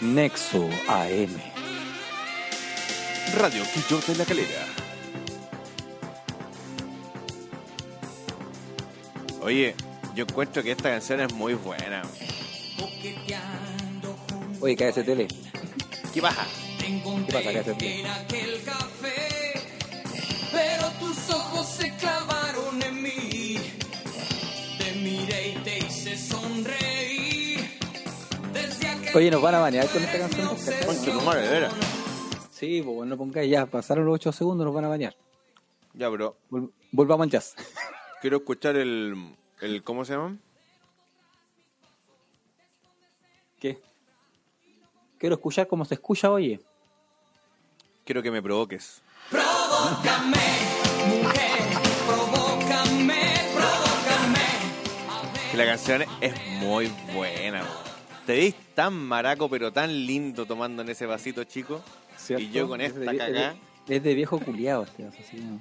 Nexo AM.
Radio Quillote en la Calera. Oye, yo encuentro que esta canción es muy buena.
Oye, cae ese tele.
¿Qué baja?
¿Qué pasa, cae ese tele?
en aquel café, pero tus ojos se clavaron en mí. Te miré y te hice sonreír. Desde aquel
Oye, nos van a banear con esta canción.
Concha tu madre, de veras.
Sí, pues no pongáis ya, pasaron los 8 segundos, nos van a bañar.
Ya, pero
Vol- volvamos al jazz.
quiero escuchar el, el. ¿Cómo se llama?
¿Qué? Quiero escuchar como se escucha, oye.
Quiero que me provoques.
Provócame, mujer, provócame, provócame.
Que la canción es muy buena, weón. Te veis tan maraco, pero tan lindo tomando en ese vasito, chico. Y yo con esta
vie-
cagá.
es de- Es de viejo culiado este vaso, así no.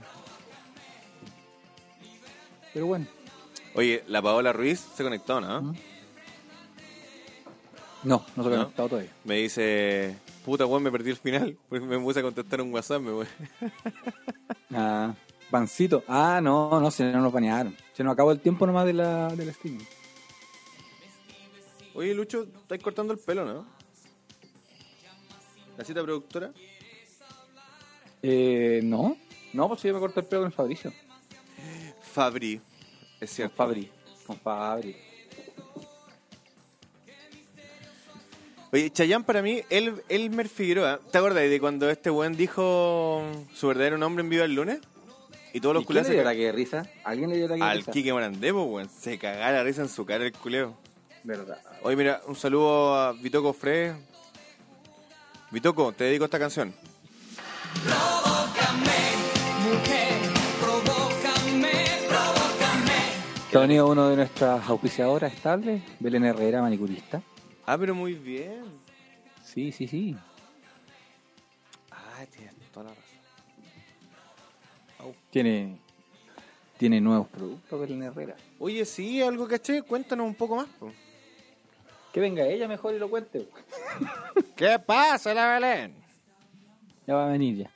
Pero bueno.
Oye, la Paola Ruiz se conectó, ¿no?
No, no se ha
¿No?
conectado todavía.
Me dice, puta, weón, me perdí el final. Pues me puse a contestar un WhatsApp, me weón.
Ah, pancito. Ah, no, no, se nos banearon. Se nos acabó el tiempo nomás de la, del streaming.
Oye, Lucho, estás cortando el pelo, ¿no? La cita productora.
Eh, no. No, pues yo me corté el pelo con Fabricio.
Fabri. Es
Con
cierto.
Fabri. Con Fabri.
Oye, Chayán para mí, El- Elmer Figueroa. ¿eh? ¿Te acordás de cuando este weón dijo su verdadero nombre en Viva el Lunes? Y todos los
¿Y quién
culeros
le
se
dio
ca-
ataque de risa? ¿Alguien le dio ataque de
al
risa?
Quique Morandé, po, weón. Se cagara la risa en su cara el culeo.
Verdad.
Oye, mira, un saludo a Vitoco Fre. Vitoco, te dedico esta canción.
Provócame, mujer, provócame, provócame.
Está unido Este uno de nuestras auspiciadoras estables, Belén Herrera, manicurista.
Ah, pero muy bien.
Sí, sí, sí.
Ah, tienes toda la razón.
Tiene, tiene nuevos productos, Belén Herrera.
Oye, sí, algo caché, cuéntanos un poco más. po.
Que venga ella mejor y lo cuente.
¿Qué pasa, la Belén?
Ya va a venir ya.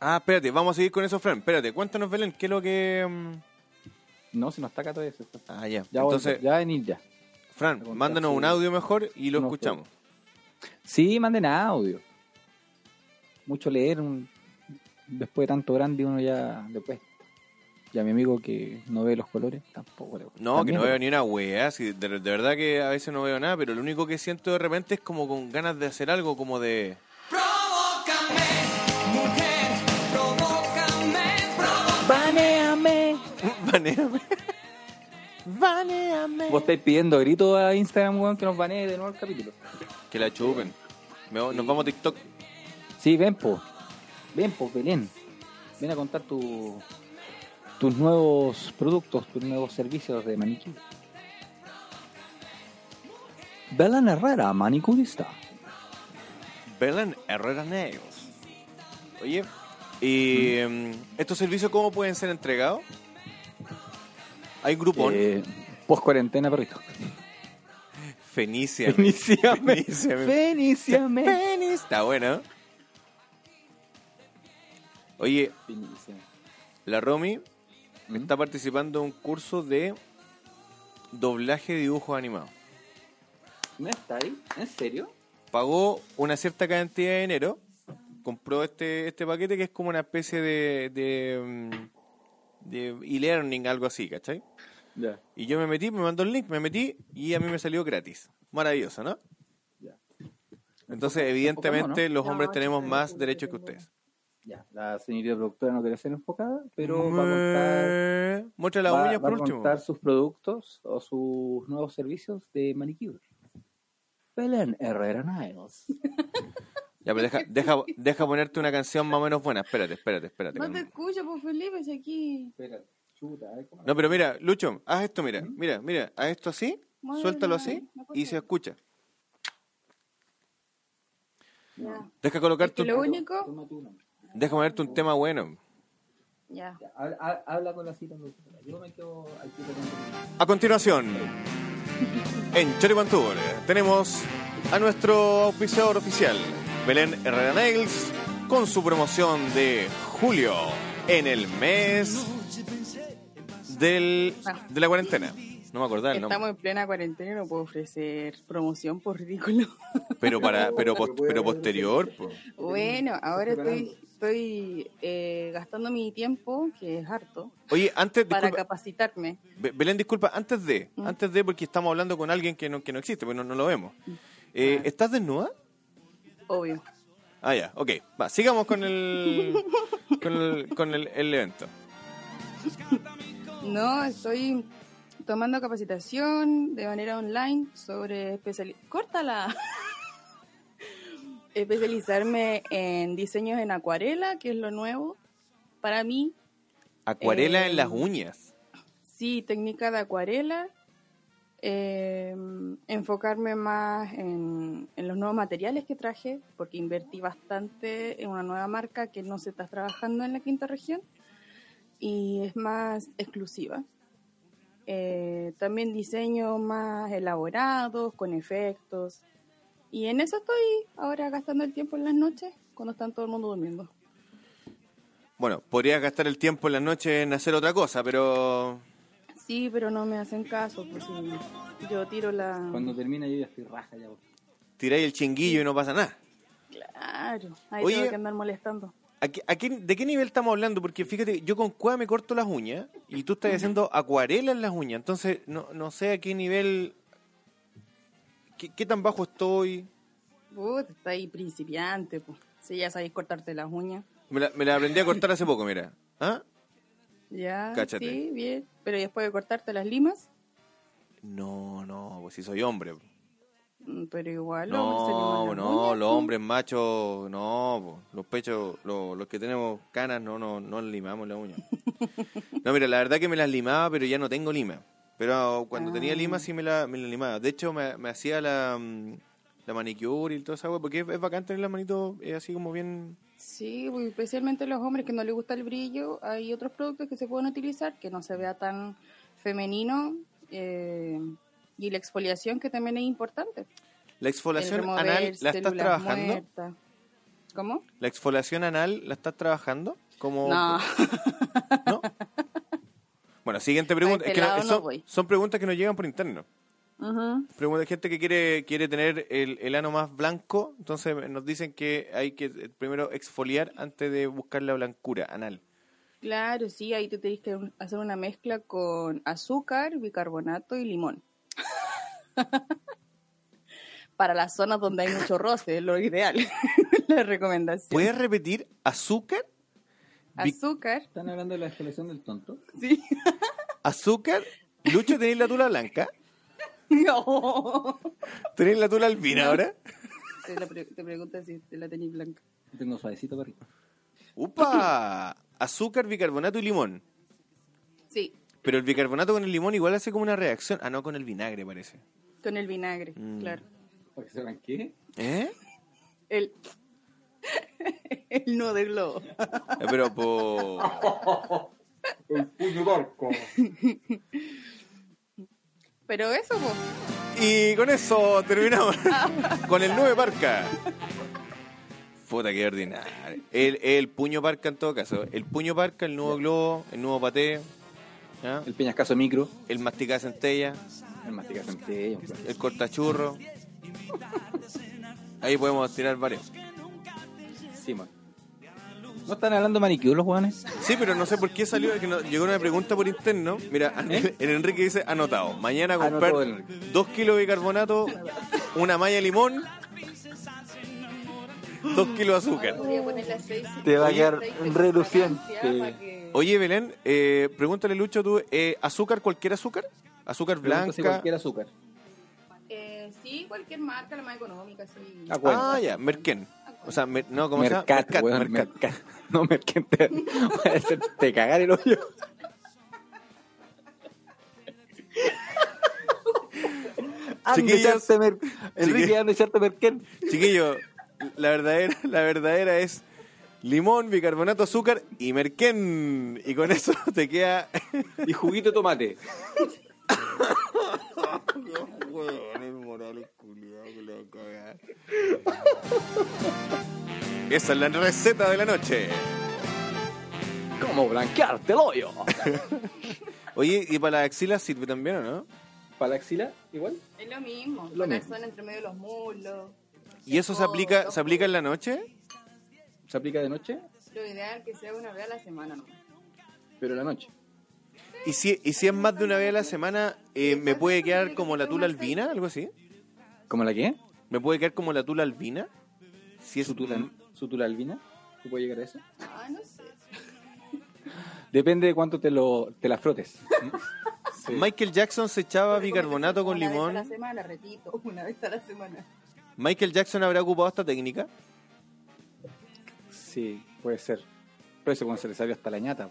Ah, espérate, vamos a seguir con eso, Fran. Espérate, cuéntanos, Belén, qué es lo que... mm?
No, se nos está acá todavía. se está-
Ah, ya.
Ya,
Entonces,
vuelve, ya va a venir ya.
Fran,
Preguntar
mándanos
si-
un audio mejor y lo
No,
escuchamos.
Sí, manden audio. Mucho leer. un- Después de tanto grande, uno ya después. Y a mi amigo que no ve los colores, tampoco le gusta.
No, que
También
no
le-
veo ni una weá, si de, de verdad que a veces no veo nada, pero lo único que siento de repente es como con ganas de hacer algo, como de...
Provócame, mujer, provócame, provócame.
¡Banéame!
Baneame. Baneame.
Vos estáis pidiendo grito a Instagram, weón, que nos banee de nuevo el capítulo.
Que la chupen. Me- nos vamos a TikTok.
Sí, ven, po. Ven, po, Belén. Ven a contar tu- tus nuevos productos, tus nuevos servicios de maniquí. Belén Herrera, manicurista.
Belén Herrera Nails. Oye, ¿y em, estos servicios cómo pueden ser entregados? Hay grupón.
Eh, post cuarentena, perrito.
Fenicia.
Feniciame.
Feniciame.
Feniciame.
Fenice. Está bueno. Oye,
Feniciame.
la Romy
¿Mm?
está participando en un curso de doblaje de dibujos animados.
¿No está ahí? ¿En serio?
Pagó una cierta cantidad de dinero, compró este, este paquete que es como una especie de, de, mm, de e-learning, algo así, ¿cachai?
Ya.
Y yo me metí, me mandó el link, me metí y a mí me salió gratis. Maravilloso, ¿no?
Ya.
Entonces, evidentemente,
enfocamos,
los
No,
hombres
sí,
tenemos
sí,
más
sí,
derechos que
sí,
ustedes.
Ya. La señorita productora no quiere ser enfocada, pero va a contar.
Eh, Muestra las
va-
uñas
va
por
a
último.
contar sus productos o sus nuevos servicios de manicure. Belén Herrera Niles.
Ya, pero deja, deja, deja ponerte una canción más o menos buena. Espérate, espérate, espérate.
No te
calma.
escucho, pues Felipe, si aquí.
Espera, chuta, a ver cómo-
No, pero mira, Lucho, haz esto, mira, mira, mira, haz esto así,
Muévelo,
suéltalo
muévelo,
así
no puedo
y se
hacer.
escucha.
Ya,
Deja colocarte,
Es que lo
un,
único-
Toma tu nombre.
deja ponerte un tema bueno.
ya.
Ya, Habla, ha- habla con la cita productora. Yo me quedo aquí con
A continuación, en Choripan Tour, tenemos a nuestro auspiciador oficial, Belén Herrera Nails, con su promoción de julio en el mes del, de la cuarentena. No me acordaba el nombre.
Estamos en plena cuarentena y no puedo ofrecer promoción por ridículo.
Pero, para, pero, pos- pero posterior, po.
Bueno, ahora
preparando.
estoy, estoy eh, gastando mi tiempo, que es harto,
Oye, antes,
para
disculpa,
capacitarme.
Be- Belén, disculpa, antes de,
Mm.
antes de, porque estamos hablando con alguien que no, que no existe, porque no, no lo vemos. Eh, ¿Estás desnuda?
Obvio.
Ah, ya, ok. Va, sigamos con el, con el, con el- el evento.
No, estoy tomando capacitación de manera online sobre especial... ¡Córtala! especializarme en diseños en acuarela, que es lo nuevo para mí.
Acuarela
Eh,
en las uñas.
Sí, técnica de acuarela. eh, enfocarme más en, en los nuevos materiales que traje, porque invertí bastante en una nueva marca que no se está trabajando en la quinta región y es más exclusiva. Eh, también diseños más elaborados, con efectos. Y en eso estoy ahora gastando el tiempo en las noches, cuando están todo el mundo durmiendo.
Bueno, podrías gastar el tiempo en las noches en hacer otra cosa, pero
Sí, pero no me hacen caso, pues sí, yo tiro la...
Cuando termina yo ya estoy raja ya. vos.
tiráis el chinguillo y no pasa nada.
Claro, ahí
Oye.
tengo que andar molestando.
¿A qué- a qué- ¿De qué nivel estamos hablando? Porque fíjate, yo con cueva me corto las uñas y tú estás haciendo acuarela en las uñas. Entonces, no, no sé a qué nivel. ¿Qué, qué tan bajo estoy?
Puta, está ahí principiante, pues. Si ya sabéis cortarte las uñas.
Me la, me la aprendí a cortar hace poco, mira. ¿Ah?
Ya,
Cáchate.
sí, bien. Pero después de cortarte las limas,
No, no, pues si soy hombre.
mm, pero igual los hombres se
No,
liman las
no,
uñas,
los
po.
hombres machos, no, po. los pechos, lo- los que tenemos canas, no, no, no limamos las uñas. No, mira, la verdad que me las limaba, pero ya no tengo lima. Pero cuando
Ah.
tenía lima sí me la, me la limaba. De hecho, me, me hacía la, mm, la manicure y toda esa wea, porque es, es bacán tener las manitos eh, así como bien...
Sí, pues, especialmente los hombres que no les gusta el brillo, hay otros productos que se pueden utilizar que no se vea tan femenino. eh, y la exfoliación que también es importante.
La
El
exfoliación
remover
anal, ¿la estás
células
trabajando?
muertas. ¿Cómo?
¿La exfoliación anal la estás trabajando? Como,
No.
¿No? Bueno, siguiente pregunta.
Al
Es que no-
pelado este no
son,
voy.
son preguntas que nos llegan por interno.
Ujú.
Pregunta de gente que quiere, quiere tener el, el ano más blanco, entonces nos dicen que hay que eh, primero exfoliar antes de buscar la blancura anal.
Claro, sí, ahí tú tenés que un- hacer una mezcla con azúcar, bicarbonato y limón. Para las zonas donde hay mucho roce, es lo ideal, la recomendación.
¿Puedes repetir azúcar? Bi-
Azúcar,
¿Están hablando de la escalación del tonto?
sí.
¿Azúcar? Lucho, ¿tenéis la tula blanca?
no.
¿Tenéis la tula albina ahora?
Te, la pre- te preguntas si te la tenés blanca.
Tengo suavecito perrito.
¡Upa! Azúcar, bicarbonato y limón.
Sí,
Pero el bicarbonato con el limón igual hace como una reacción. Ah, no, con el vinagre parece.
con el vinagre,
Mm.
claro.
¿Para que sepan qué?
¿Eh?
El, el no de globo.
Eh, Pero po...
El puño barco.
Pero eso, pues.
Y con eso terminamos. con el 9 Parca. Puta, que ordinario. El, el puño Parca en todo caso. El puño Parca, el nuevo globo, el nuevo paté, ¿ya?
El peñascaso micro.
el masticada centella,
El masticazo entre ellos. pues.
el cortachurro. Ahí podemos tirar varios.
Sí, man. ¿No están hablando manicure los jugadores?
Sí, pero no sé por qué salió, que no- llegó una pregunta por interno. Mira, an- el Enrique dice, anotado, mañana
¿Eh? Anotó
comprar
el Enrique.
dos kilos de bicarbonato, una malla de limón, dos kilos de azúcar.
Voy a ponerle aceite.
Te va a
Oye,
quedar
aceite con
reluciente.
fragancia para que-
Oye, Belén, eh, pregúntale, Lucho, tú, eh, ¿azúcar, cualquier azúcar? ¿Azúcar
Pregunto si
blanca?
cualquier azúcar.
Eh, sí, cualquier marca, la más económica, sí.
Ah, bueno.
Ah, ya, Merquén. O sea, mer- no, ¿cómo se llama?
Mercat, weón, Mercat. No, Mercat. Te, voy a hacer- te cagar el hoyo.
Ande
Chiquillos.
echarte mer... Enrique,
Chiquillos.
ande echarte merquén.
Chiquillo, la verdadera, la verdadera es limón, bicarbonato, azúcar y merquén. Y con eso te queda...
Y juguito de tomate.
Esa es la receta de la noche.
¿Cómo blanquearte el hoyo?
Oye, ¿y para la axila sirve también o no?
¿Para la axila? Igual.
Es lo mismo.
Lo
Lo
mismo.
entre medio de los muslos.
¿Y eso se aplica, se aplica en la noche?
Se aplica de noche,
Lo ideal es que sea una vez a la semana, ¿no?
pero en la noche.
¿Y si, y si es más de una vez a la semana, eh, ¿me puede quedar como la tula albina? ¿Algo así?
¿Cómo la qué?
¿Me puede quedar como la tula albina? Si es
¿Su tula, su tula Mm, albina? ¿Tú puedes llegar a eso?
Ah, no sé.
Depende de cuánto te, lo, te la frotes.
Michael Jackson se echaba bicarbonato con
Una vez a la
limón.
semana, repito, una vez a la semana.
¿Michael Jackson habrá ocupado esta técnica?
Sí, puede ser. Pero eso cuando se le salió hasta la ñata.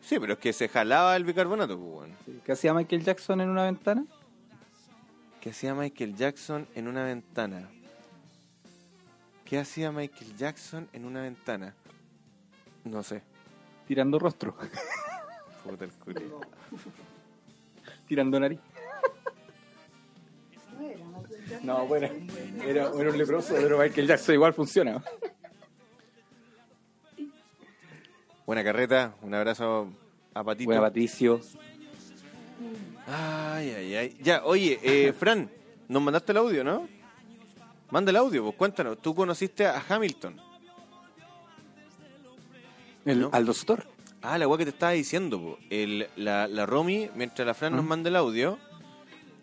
Sí, pero es que se jalaba el bicarbonato, pues, bueno.
Sí. ¿Qué hacía Michael Jackson en una ventana?
¿Qué hacía Michael Jackson en una ventana? ¿Qué hacía Michael Jackson en una ventana? No sé.
Tirando rostro,
Puta el culo.
tirando nariz. No, bueno, era, era un leproso, pero Michael Jackson igual funciona.
Buena carreta, un abrazo a Patito.
Bueno, Patricio,
Ay, ay, ay. Ya, oye, eh, Fran, nos mandaste el audio, ¿no? Manda el audio, pues cuéntanos. Tú conociste a Hamilton.
el,
¿No?
al doctor.
Ah, la weá que te estaba diciendo, po. El, la, la Romy, mientras la Fran nos manda el audio,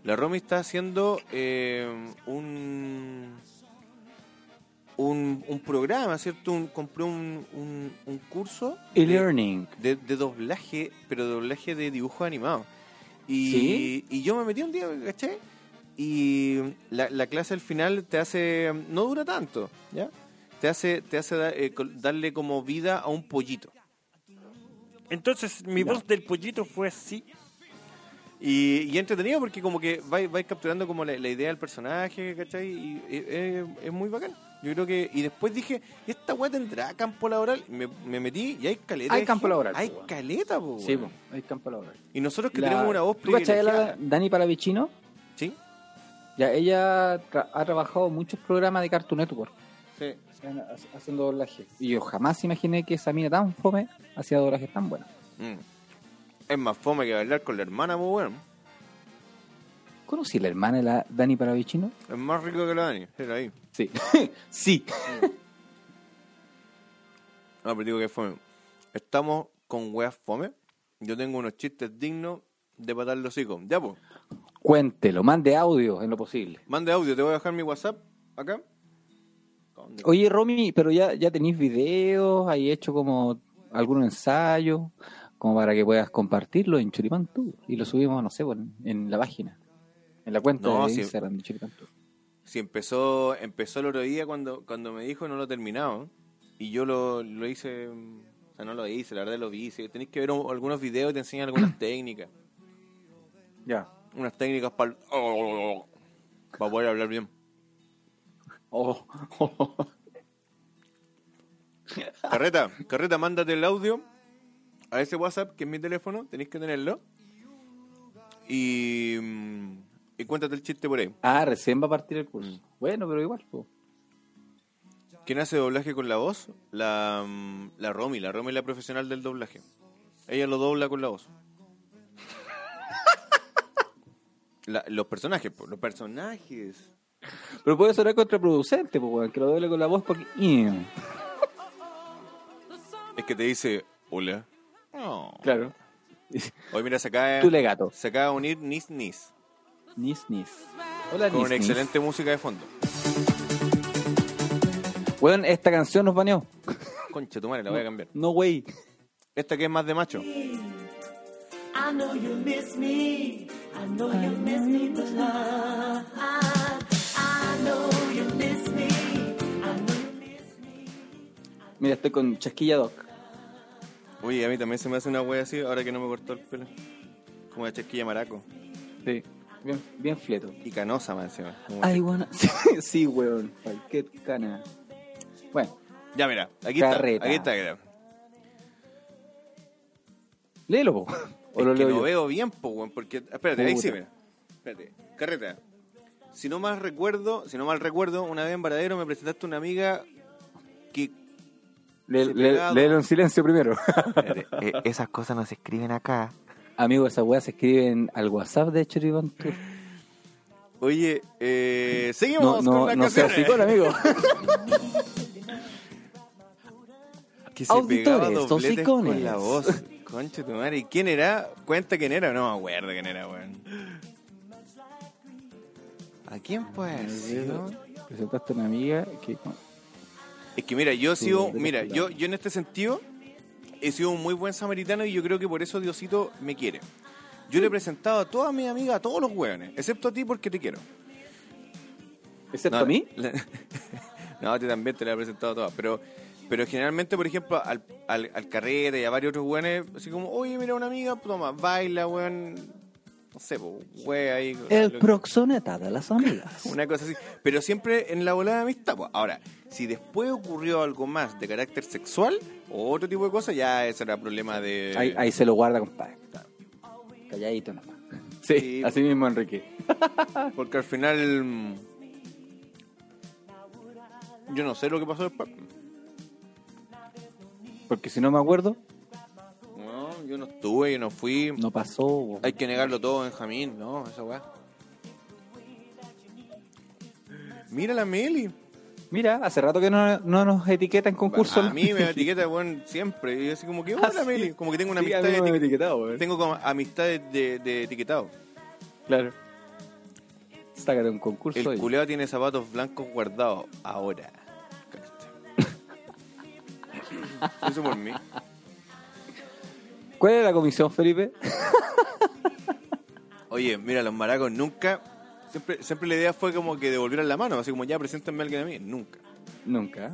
la Romy está haciendo eh, un, un un programa, ¿cierto? Un, compró un, un, un curso de,
E-learning.
de- de doblaje, pero doblaje de dibujos animados. Y,
¿Sí?
y yo me metí un día, ¿cachai? Y la, la clase al final te hace, no dura tanto, ¿ya? Te hace, te hace da- eh, col- darle como vida a un pollito. Entonces mi voz del pollito fue así. Y, y entretenido porque como que vais vais capturando como la, la idea del personaje, ¿cachai? Y eh, eh, es muy bacán. Yo creo que... Y después dije, ¿y esta weá tendrá campo laboral? Me, me metí y hay caleta.
Hay
de
campo
gente.
laboral,
Hay
po, weón.
caleta, po,
Sí,
weón.
po, hay campo laboral.
Y nosotros que
La-
tenemos una voz
¿Tú cachai a la
privilegiada.
Dani Paravicino?
¿Sí?
Ya, ella tra- ha trabajado muchos programas de Cartoon Network
Sí.
en- ha- haciendo doblaje. Y yo jamás imaginé que esa mina tan fome hacía doblajes tan buenos.
Mm. Es más fome que bailar con la hermana, pues bueno.
¿Conocí la hermana de la Dani Paravicino?
Es más rico que la Dani. Era ahí.
Sí. sí.
No, pero digo que es fome. Estamos con weas fome. Yo tengo unos chistes dignos de patar los hijos. Ya, pues.
Cuéntelo, mande audio en lo posible.
Mande audio. Te voy a dejar mi WhatsApp acá. ¿Dónde?
Oye, Romy, pero ya, ya tenéis videos, hay hecho como algún ensayo, como para que puedas compartirlo en Churipantú. Y lo subimos, no sé, bueno, en la página, en la cuenta
No,
de
sí.
Instagram de Churipantú.
Si empezó, empezó el otro día cuando, cuando me dijo no lo terminaba. Y yo lo, lo hice. mm, O sea, no lo hice, la verdad lo vi. hice. Tenéis que ver un- algunos videos y te enseñan algunas técnicas.
Ya.
Unas técnicas para. para poder hablar bien.
Oh,
Carreta, Carreta, mándate el audio a ese WhatsApp que es mi teléfono, tenéis que tenerlo. Y, mm, y cuéntate el chiste por ahí.
Ah, recién va a partir el curso.
Mm.
Bueno, pero igual, po.
¿Quién hace doblaje con la voz? La, mm, la Romy, la Romy es la profesional del doblaje. Ella lo dobla con la voz. La- los personajes, po, los personajes.
Pero puede sonar contraproducente, po, weón, que lo doble con la voz porque. Iu.
Es que te dice, hola. No.
Claro.
Hoy mira, se acaba,
Oh. Tú le gato.
se acaba de unir Nis Nis.
Nis, nis. Hola,
Con
nis,
una
nis.
excelente música de fondo.
Weón, esta canción nos baneó.
Concha tu madre, la voy a cambiar.
No, wey.
Esta que es más de macho.
I know you miss me. I know you miss me, but love. I, I know you miss me. I know you miss me.
Mira, estoy con Chasquilla Doc.
Oye, a mí también se me hace una wea así ahora que no me cortó el pelo. Como la chasquilla maraco.
Sí. Bien, bien fleto.
Y canosa más encima. Como
I
que-
wanna... sí, sí, weón. Cualquier cana. Bueno,
Ya mira, aquí
Carreta.
está. Aquí está.
léelo, po. O
es
lo
que
leo
no
yo.
veo bien, po, weón, porque... Espérate, ahí sí,
Puta.
mira. Espérate. Carreta. Si no mal recuerdo, si no mal recuerdo, una vez en Varadero me presentaste una amiga que...
Le-
Sí,
le-
pegado.
léelo en silencio primero.
Espérate.
esas cosas no se escriben acá.
Amigo, esa weá se escribe en- al WhatsApp de Choribán Tour.
Oye, eh,
No,
seguimos con
no,
la
no
canción.
seas psicón, amigo.
Que se
Auditores,
pegaba
son
dobletes
sicones.
con la voz. Concha tu madre. ¿Y quién era? Cuenta quién era. No me acuerdo quién era, weón. ¿A quién puede haber sido?
Presentaste a una amiga que...
Es que mira, yo he
Sí,
sido,
de
mira,
este
yo, yo en este sentido he sido un muy buen samaritano y yo creo que por eso Diosito me quiere. Yo le he presentado a todas mis amigas, a todos los hueones, excepto a ti porque te quiero.
¿Excepto
No,
a mí?
la- no, a ti también te la he presentado a todas. Pero, pero generalmente, por ejemplo, al, al, al carrete y a varios otros hueones, así como, oye, mira una amiga, toma, baila, hueón. No sé, po, hueá ahí.
El
lo-
proxoneta de las amigas.
una cosa así. Pero siempre en la volada de amistad. po. Ahora, si después ocurrió algo más de carácter sexual o otro tipo de cosas, ya ese era problema de.
Ahí, ahí se lo guarda, compadre. Calladito nomás. Sí,
Sí.
así mismo, Enrique.
Porque al final. mm, Yo no sé lo que pasó después.
Porque si no me acuerdo,
No, yo no estuve, yo no fui.
no pasó. bo.
Hay que negarlo todo, Benjamín. No, esa weá. Mira la Meli.
Mira, hace rato que no, no nos etiqueta en concurso.
A mí me etiqueta, weón, siempre. Y yo así como que,
Ah,
hola,
sí.
Meli. Como que tengo una
Sí, a
amistad
mí no
de
me han
etiquetado.
etiquetado, weón.
Tengo como amistades de, de etiquetado.
Claro. Sácate un concurso.
El
oye.
culeado tiene zapatos blancos guardados ahora. Cállate. Eso por mí.
¿Cuál es la comisión, Felipe?
Oye, mira, los maracos nunca. Siempre, siempre la idea fue como que devolvieran la mano, así como ya preséntenme a alguien a mí. Nunca.
Nunca.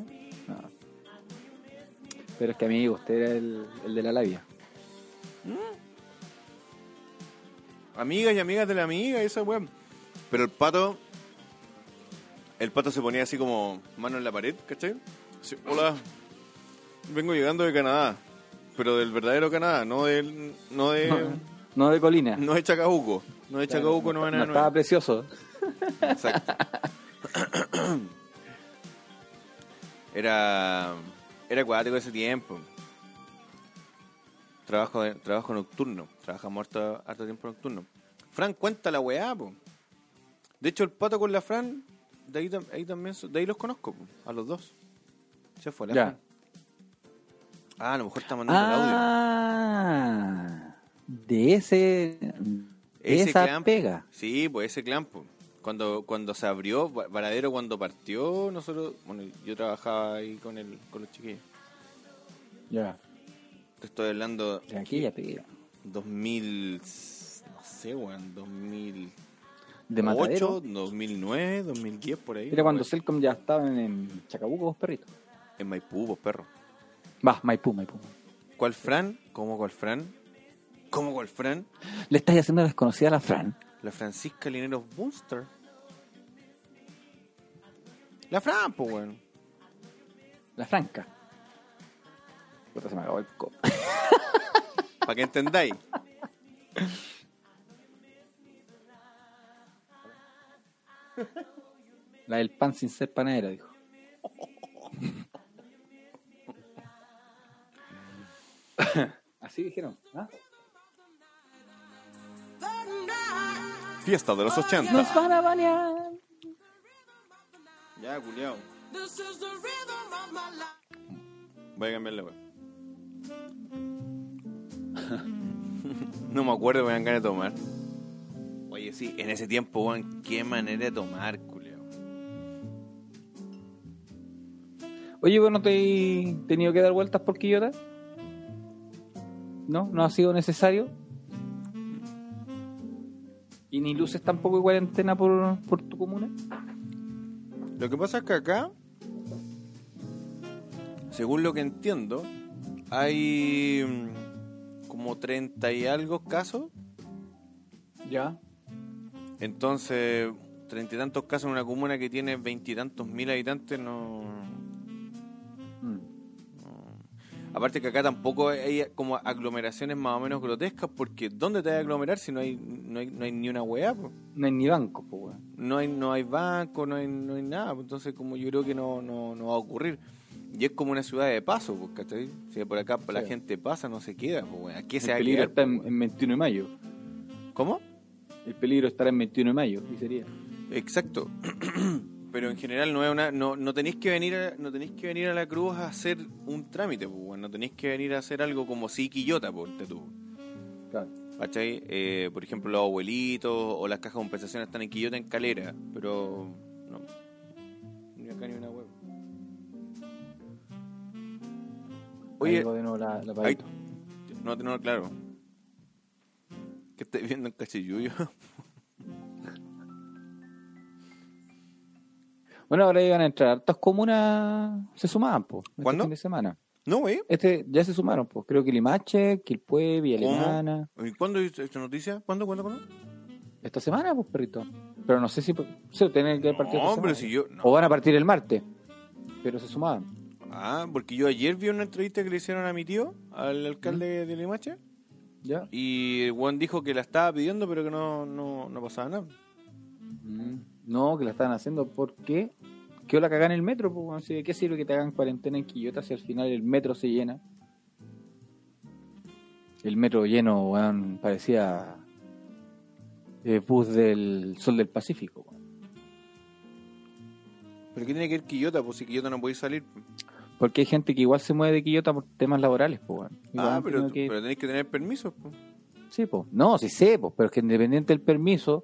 No. Pero es que, amigo, usted era el, el de la labia.
Amigas y amigas de la amiga, esa weón. Pero el pato. El pato se ponía así como mano en la pared, ¿cachai? Así, Hola. Vengo llegando de Canadá. Pero del verdadero Canadá, no del. No de.
No de colina.
Eh. No de Chacabuco. No de Chacabuco, no,
no,
van a
no estaba precioso.
Exacto. Era. Era acuático ese tiempo. Trabajo, de- trabajo nocturno. Trabajamos harto, harto tiempo nocturno. Fran, cuenta la weá, po. De hecho, el pato con la Fran, de ahí, tam- ahí también. so- De ahí los conozco, po, a los dos. Se fue la
Ya.
Fran. Ah, a lo mejor está mandando el audio.
Ah, de ese. de
Ese
esa
clan,
pega.
Sí, pues ese clan, pues. Cuando, cuando se abrió, Va- Varadero cuando partió, nosotros, bueno, yo trabajaba ahí con el, con los chiquillos.
Ya.
Te estoy hablando
De aquella pega.
2000, no sé, weón, 2008,
De Matadero.
2009, 2010, por ahí.
Era cuando
weón.
Selcom ya estaba en, en Chacabuco, vos perrito.
En Maipú, vos, perro.
Va, Maipú, Maipú.
¿Cuál Fran? ¿Cómo cuál Fran? ¿Cómo cuál Fran?
Le estás haciendo desconocida a la Fran.
La Francisca Lineros Bunster. La Fran, pues, weón.
La Franca. Puta, se me acabó el co-
Para que entendáis.
La del pan sin ser panadera, dijo. Así dijeron. ¿ah?
Fiesta de los 80.
van a banear.
Ya, culiao. Voy a cambiarle, wey. no me acuerdo, me dan ganas de tomar. Oye, sí, en ese tiempo, weón, qué manera de tomar, culiao.
Oye, ¿vos no te has tenido que dar vueltas por Quillota? ¿No? ¿No ha sido necesario? ¿Y ni luces tampoco y cuarentena por, por tu comuna?
Lo que pasa es que acá, según lo que entiendo, hay mm, como 30 y algo casos.
Ya.
Entonces, treinta y tantos casos en una comuna que tiene veintitantos mil habitantes, no.
Mm.
Aparte que acá tampoco hay como aglomeraciones más o menos grotescas, porque ¿dónde te vas a aglomerar si no hay, no hay, no hay ni una weá? po?
No hay ni banco, pues, weón.
no hay no hay banco, no hay, no hay nada, pues, entonces como yo creo que no, no, no va a ocurrir. Y es como una ciudad de paso, pues, ¿cachai? O sea, por acá pues, la
Sí.
gente pasa, no se queda, pues, weón. ¿a qué
El
se va a
peligro
quedar,
está en,
pues,
en 21 de mayo.
weón? ¿Cómo?
El peligro estará en 21 de mayo, y sería.
Exacto. Pero en general no es una no, no tenéis que venir a, no tenéis que venir a la cruz a hacer un trámite, pues, weón. no tenéis que venir a hacer algo como sí quillota, pues, ponte tú.
Claro.
¿Cachai? Eh, por ejemplo, los abuelitos o las cajas de compensación están en Quillota, en Calera, pero no. Ni acá ni una hueá.
Oye,
Oye,
de nuevo la, la
Ay,
paguito.
no, no, claro. ¿Qué estáis viendo en Cachiyuyo?
Bueno, ahora iban a entrar hartas comunas, se sumaban, pues.
¿Cuándo?
Este fin de semana.
no, wey.
Este, ya se sumaron, pues. Creo que Limache, Quilpue, Villa
¿Cómo?
Alemana.
¿Y cuándo hizo esta noticia? ¿Cuándo, cuándo, cuándo?
Esta semana, pues, perrito. Pero no sé si se tienen que partir
No,
esta
pero
semana.
si yo. no.
O van a partir el martes. Pero se sumaban.
Ah, porque yo ayer vi una entrevista que le hicieron a mi tío, al alcalde de Limache,
¿Ya?
y el weón dijo que la estaba pidiendo, pero que no, no, no pasaba nada.
Mm. No, que la estaban haciendo porque quedó la cagada en el metro, pues. weón. Si ¿De qué sirve que te hagan cuarentena en Quillota si al final el metro se llena? El metro lleno, weón, parecía eh, bus del Sol del Pacífico, weón.
¿Pero qué tiene que ir Quillota? Pues si Quillota no podéis salir.
Porque hay gente que igual se mueve de Quillota por temas laborales, pues, weón. Igual
ah,
han
pero,
tenido que-
pero tenéis que tener permiso. pues.
Sí, po. No, sí sé, po, pero es que independiente del permiso,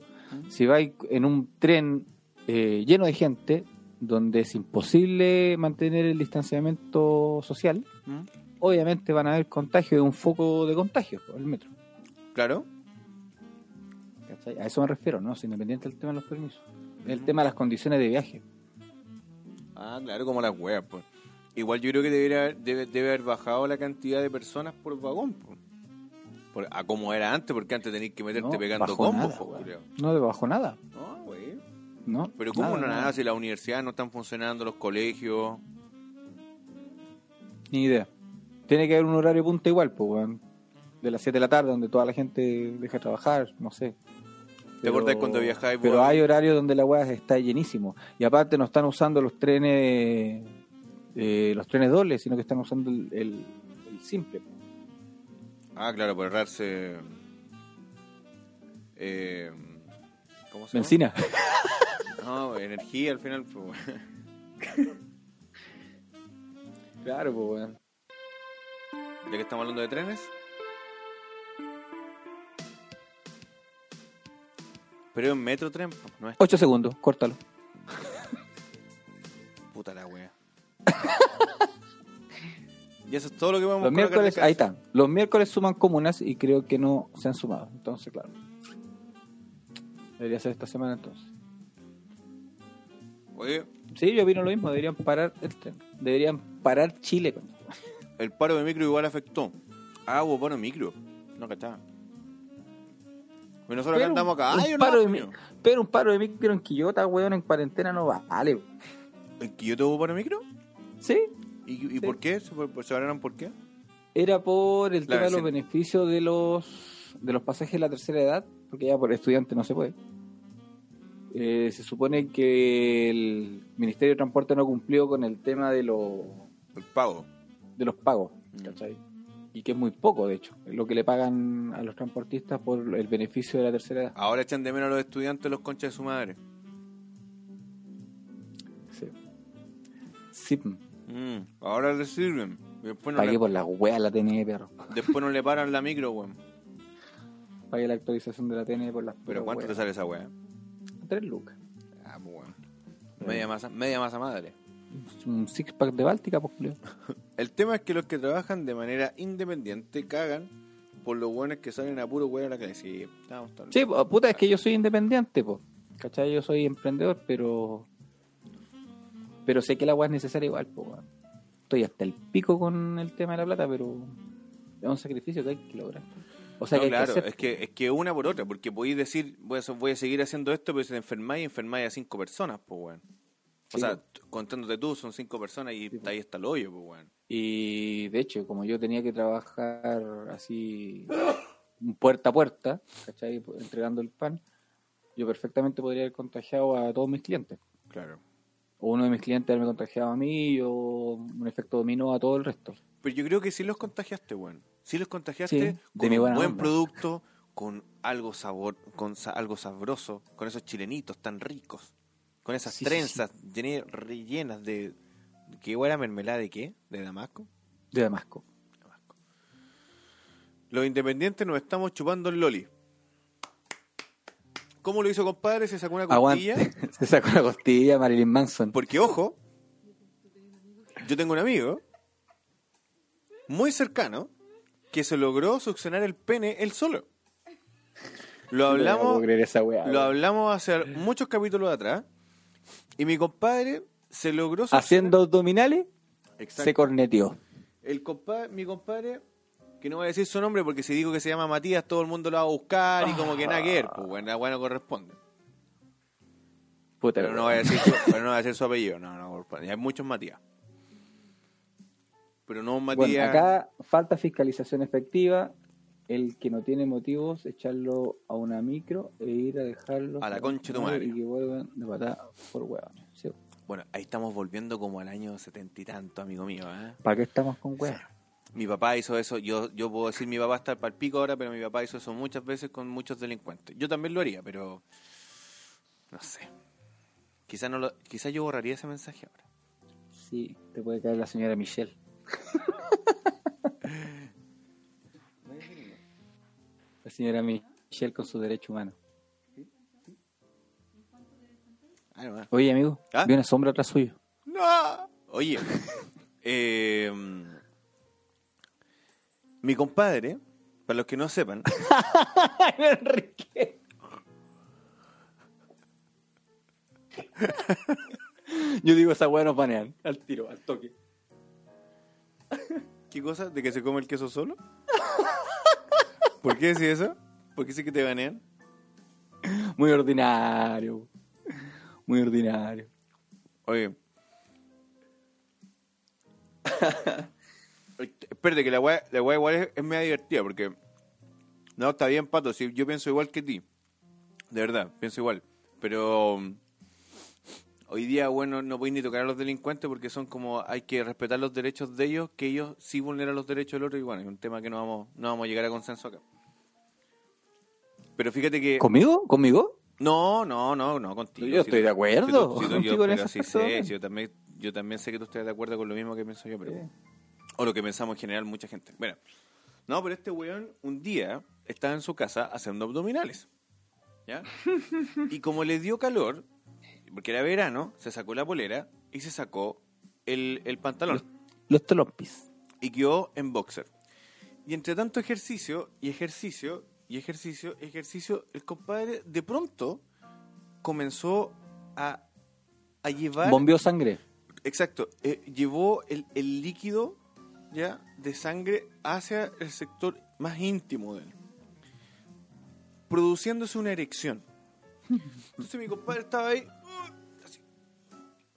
si vais en un tren eh, lleno de gente, donde es imposible mantener el distanciamiento social,
¿Mm?
obviamente van a haber contagio de un foco de contagio por el metro.
Claro.
¿cachai? A eso me refiero, ¿no? Es independiente del tema de los permisos. El tema de las condiciones de viaje.
Ah, claro, como las weas, pues. Igual yo creo que debería haber- debe, debe haber bajado la cantidad de personas por vagón, pues. Por- a como era antes, porque antes tenías que meterte
no
este pegando
bajó
combos,
nada,
pues,
weón.
culiao.
No le bajó nada,
No, wey.
¿no?
Pero ¿cómo no nada si las universidades no están funcionando, los colegios?
Ni idea. Tiene que haber un horario punta igual, pues, weón. De las 7 de la tarde, donde toda la gente deja de trabajar, no sé.
¿Te acordás cuando viajáis,
Pero
weón?
hay horarios donde la weá está llenísimo. Y aparte no están usando los trenes eh, los trenes dobles, sino que están usando el, el- el simple.
Ah, claro, por ahorrarse. Eh, ¿Cómo se
Benzina.
llama? No, energía al final. pues, bueno.
claro, pues, weón.
Ya que estamos hablando de trenes. Pero en metro tren, po, no es
8 segundos, córtalo.
puta la wea. y eso es todo lo que vamos
Los miércoles, ahí está. Los miércoles suman comunas y creo que no se han sumado. Entonces, claro. Debería ser esta semana entonces.
Oye,
Sí, yo opino lo mismo, deberían parar el tren. Deberían parar Chile. coño.
el paro de micro igual afectó. Ah, hubo paro de micro. No, cachaba. Y nosotros acá
Pero
andamos acá.
un
¡Ay, un
paro de
año!
mi- Pero un paro de micro en Quillota, weón, en cuarentena no vale.
¿En Quillota hubo paro de micro?
Sí,
¿Y, y por qué? ¿Se, por- ¿Se hablaron por qué?
era por el
La
tema de los
vecina.
beneficios de los de los pasajes de la tercera edad, porque ya por estudiante no se puede. eh, se supone que el Ministerio de Transporte no cumplió con el tema de, los
El pago.
de los pagos, ¿cachai? Y que es muy poco, de hecho, lo que le pagan a los transportistas por el beneficio de la tercera edad.
Ahora echan de menos a los estudiantes los conchas de su madre.
Sí. Sí,
Mm, ahora les sirven. Y Después no,
pagué
le,
por la wea la E, TNE, perro.
después no le paran la micro, weón.
Pagué la actualización de la TNE por las
Pero ¿cuánto te
weas.
sale esa weá?
Tres lucas.
Ah, pues weón. Media masa, media masa madre.
Un six pack de Báltica, pues, culiao.
El tema es que los que trabajan de manera independiente cagan por los buenos que salen a puro weón a la calle. Sí, estamos tal-
Sí, po, puta, es que yo soy independiente, po. ¿Cachai? Yo soy emprendedor, pero. Pero sé que la agua es necesaria igual, po. weón. Estoy hasta el pico con el tema de la plata, pero. Es un sacrificio que hay que lograr. O sea,
No,
que pues, hay
claro,
que hacer.
es que es que una por otra, porque podéis decir, voy a, voy a seguir haciendo esto, pero si te enfermáis, enfermáis a cinco personas, pues, weón. O
Sí,
sea,
po.
t- contándote tú, son cinco personas y
Sí, po.
ahí está el hoyo, pues, weón.
Y de hecho, como yo tenía que trabajar así. puerta a puerta, ¿cachai? Entregando el pan, yo perfectamente podría haber contagiado a todos mis clientes.
Claro.
O uno de mis clientes haberme contagiado a mí, o un efecto dominó a todo el resto.
Pero yo creo que sí los contagiaste, weón. Sí los contagiaste
Sí, de
con
mi
un
buena
buen
onda.
producto, con algo sabor, con sa- algo sabroso, con esos chilenitos tan ricos, con esas
Sí, sí,
trenzas llene- rellenas de que igual era mermelada de qué? De Damasco.
De Damasco.
Los independientes nos estamos chupando el loli. ¿Cómo lo hizo, compadre? Se sacó una costilla.
Aguante. Se sacó la costilla Marilyn Manson.
Porque, ojo, yo tengo un amigo muy cercano que se logró succionar el pene él solo. Lo
No
hablamos,
puedo creer esa weá,
lo
weón.
hablamos hace muchos capítulos atrás. Y mi compadre se logró succionar-
Haciendo abdominales,
Exacto.
se corneteó.
El compa- mi compadre, que no voy a decir su nombre porque si digo que se llama Matías, todo el mundo lo va a buscar y como que nada que ver, pues bueno, la weá no corresponde.
Puta,
Pero no voy a
weón.
decir su, pero no voy a decir su apellido, no, no corresponde. Hay muchos Matías. Pero no un Matías.
Bueno, acá falta fiscalización efectiva. El que no tiene motivos, echarlo a una micro e ir a dejarlo.
A la concha de tu madre.
Y que vuelvan de patada por huevones. Sí.
Bueno, ahí estamos volviendo como al año setenta y tanto, amigo mío, ¿eh?
¿Para qué estamos con huevos?
Mi papá hizo eso, yo, yo puedo decir mi papá está al pico ahora, pero mi papá hizo eso muchas veces con muchos delincuentes. Yo también lo haría, pero no sé. Quizás no lo, quizá yo borraría ese mensaje ahora.
Sí, te puede caer la señora Michelle. la señora Michelle con su derecho humano.
Ah, no, ah.
Oye, amigo,
¿Ah?
vi una sombra atrás suyo.
¡No! Oye, eh, mi compadre, para los que no sepan,
Enrique. Yo digo, esa weá nos banean. Al tiro, al toque.
¿qué cosa? ¿De que se come el queso solo? ¿Por qué decís eso? ¿Por qué sé que te banean?
Muy ordinario. Muy ordinario.
Oye. Espérate, que la weá, la weá igual es, es media divertida porque. No, está bien, pato. Si yo pienso igual que ti. De verdad, pienso igual. Pero. um, Hoy día, bueno, no podéis ni tocar a los delincuentes porque son como. Hay que respetar los derechos de ellos, que ellos sí vulneran los derechos del otro. Y bueno, es un tema que no vamos, no vamos a llegar a consenso acá. Pero fíjate que.
¿Conmigo? ¿Conmigo?
No, no, no, no, contigo.
Yo estoy
tú-
de acuerdo
tú- tú- yo,
contigo en
pero
ese
sí
aspecto.
sé, sí, yo también, yo también sé que tú estás de acuerdo con lo mismo que pienso yo, pero... O lo que pensamos en general mucha gente. Bueno, no, pero este weón un día estaba en su casa haciendo abdominales. ¿Ya? y como le dio calor, porque era verano, se sacó la polera y se sacó el, el pantalón
Los tolompis.
y quedó en boxer. Y entre tanto ejercicio y ejercicio y ejercicio y ejercicio, el compadre de pronto comenzó a, a llevar...
Bombeó sangre.
Exacto, eh, llevó el, el líquido ya de sangre hacia el sector más íntimo de él, produciéndose una erección. Entonces mi compadre estaba ahí uh, así.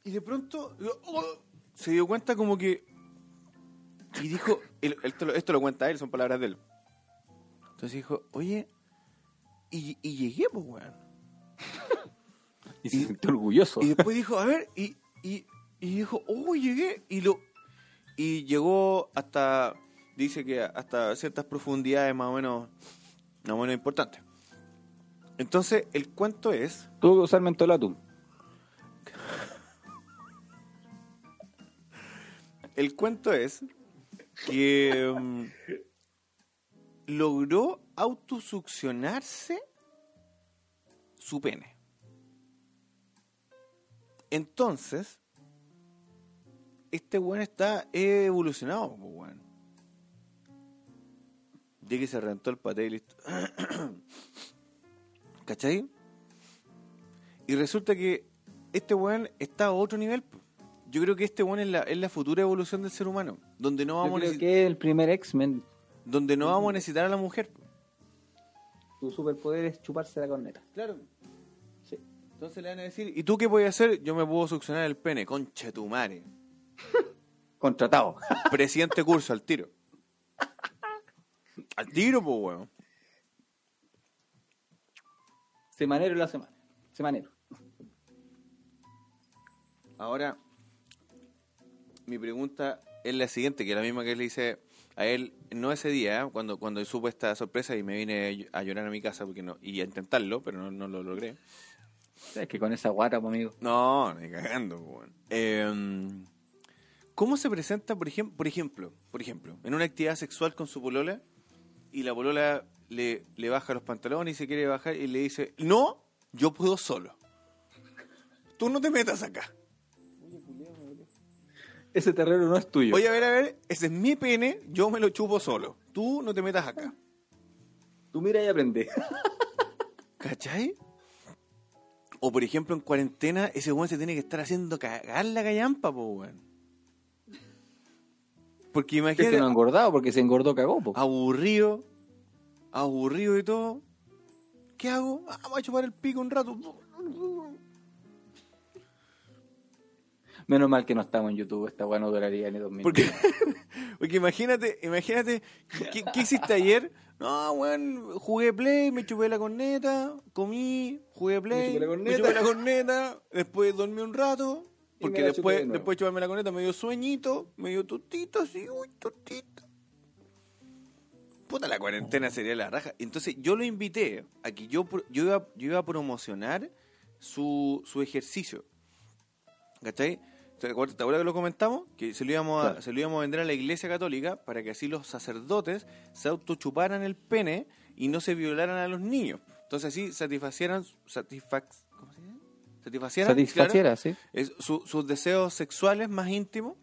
y de pronto uh, se dio cuenta como que y dijo, él- él te lo- esto lo cuenta él, son palabras de él. Entonces dijo, oye, y, y llegué, pues, weón.
Y se sintió orgulloso.
Y después dijo, a ver, y, y, y dijo, oh, llegué. Y lo y llegó hasta, dice que hasta ciertas profundidades más o menos, más o menos importantes. Entonces, el cuento es,
Tuvo que usar mentolatum.
el cuento es que mm, logró autosuccionarse su pene. Entonces, este weón está evolucionado, po, weón. De que se rentó el paté y listo. ¿Cachai? Y resulta que este weón está a otro nivel. po. Yo creo que este weón es la, es la futura evolución del ser humano. Donde no
Yo
vamos, a,
creo
necesi-
que es el primer X-Men.
donde no vamos a necesitar a la mujer. po.
Su superpoder es chuparse la corneta.
Claro.
Sí.
Entonces le van a decir, ¿y tú qué puedes hacer? Yo me puedo succionar el pene, concha tu madre.
Contratado.
Presidente curso, al tiro. Al tiro, pues, weón.
Semanero en la semana. Semanero.
Ahora, mi pregunta es la siguiente, que es la misma que le hice a él, no ese día, ¿eh? cuando, cuando supe esta sorpresa y me vine a llorar a mi casa porque no, y a intentarlo, pero no, no lo logré.
Es que con esa guata, pues, amigo.
No, ni cagando, po, weón. Em, ¿Cómo se presenta, por, ejem- por ejemplo, por ejemplo, en una actividad sexual con su polola y la polola le, le baja los pantalones y se quiere bajar y le dice, no, yo puedo solo. Tú no te metas acá.
Ese terreno no es tuyo.
Oye, a ver, a ver, ese es mi pene, yo me lo chupo solo. Tú no te metas acá.
tú mira y aprende.
¿Cachai? O por ejemplo, en cuarentena, ese weón se tiene que estar haciendo cagar la callampa, po, weón. Porque
Es que
imagínate,
no ha engordado porque se engordó cagó, po.
aburrido, aburrido y todo. ¿Qué hago? Ah, voy a chupar el pico un rato.
Menos mal que no estamos en YouTube. Esta weá no duraría ni dos minutos.
Porque, porque imagínate, imagínate, ¿qué, qué hiciste ayer? No, weón, jugué play, me chupé la corneta, comí, jugué play,
chupé la
me chupé la corneta, después dormí un rato,
Y
porque
me la
después,
chupé de nuevo.
después de chuparme la corneta me dio sueñito, me dio tostito, así, uy, tostito. Puta, la
Oh.
cuarentena sería la raja. Entonces yo lo invité a que yo, pro- yo, iba, yo iba a promocionar su, su ejercicio. ¿Cachai? ¿Te acuerdas te acuerdas que lo comentamos? Que se lo, íbamos a,
Claro.
se lo íbamos a vender a la iglesia católica para que así los sacerdotes se autochuparan el pene y no se violaran a los niños. Entonces así satisfacieran, satisfac- ¿cómo se dice? satisfacieran, claro,
Satisfaciera, sí.
es- su- sus deseos sexuales más íntimos,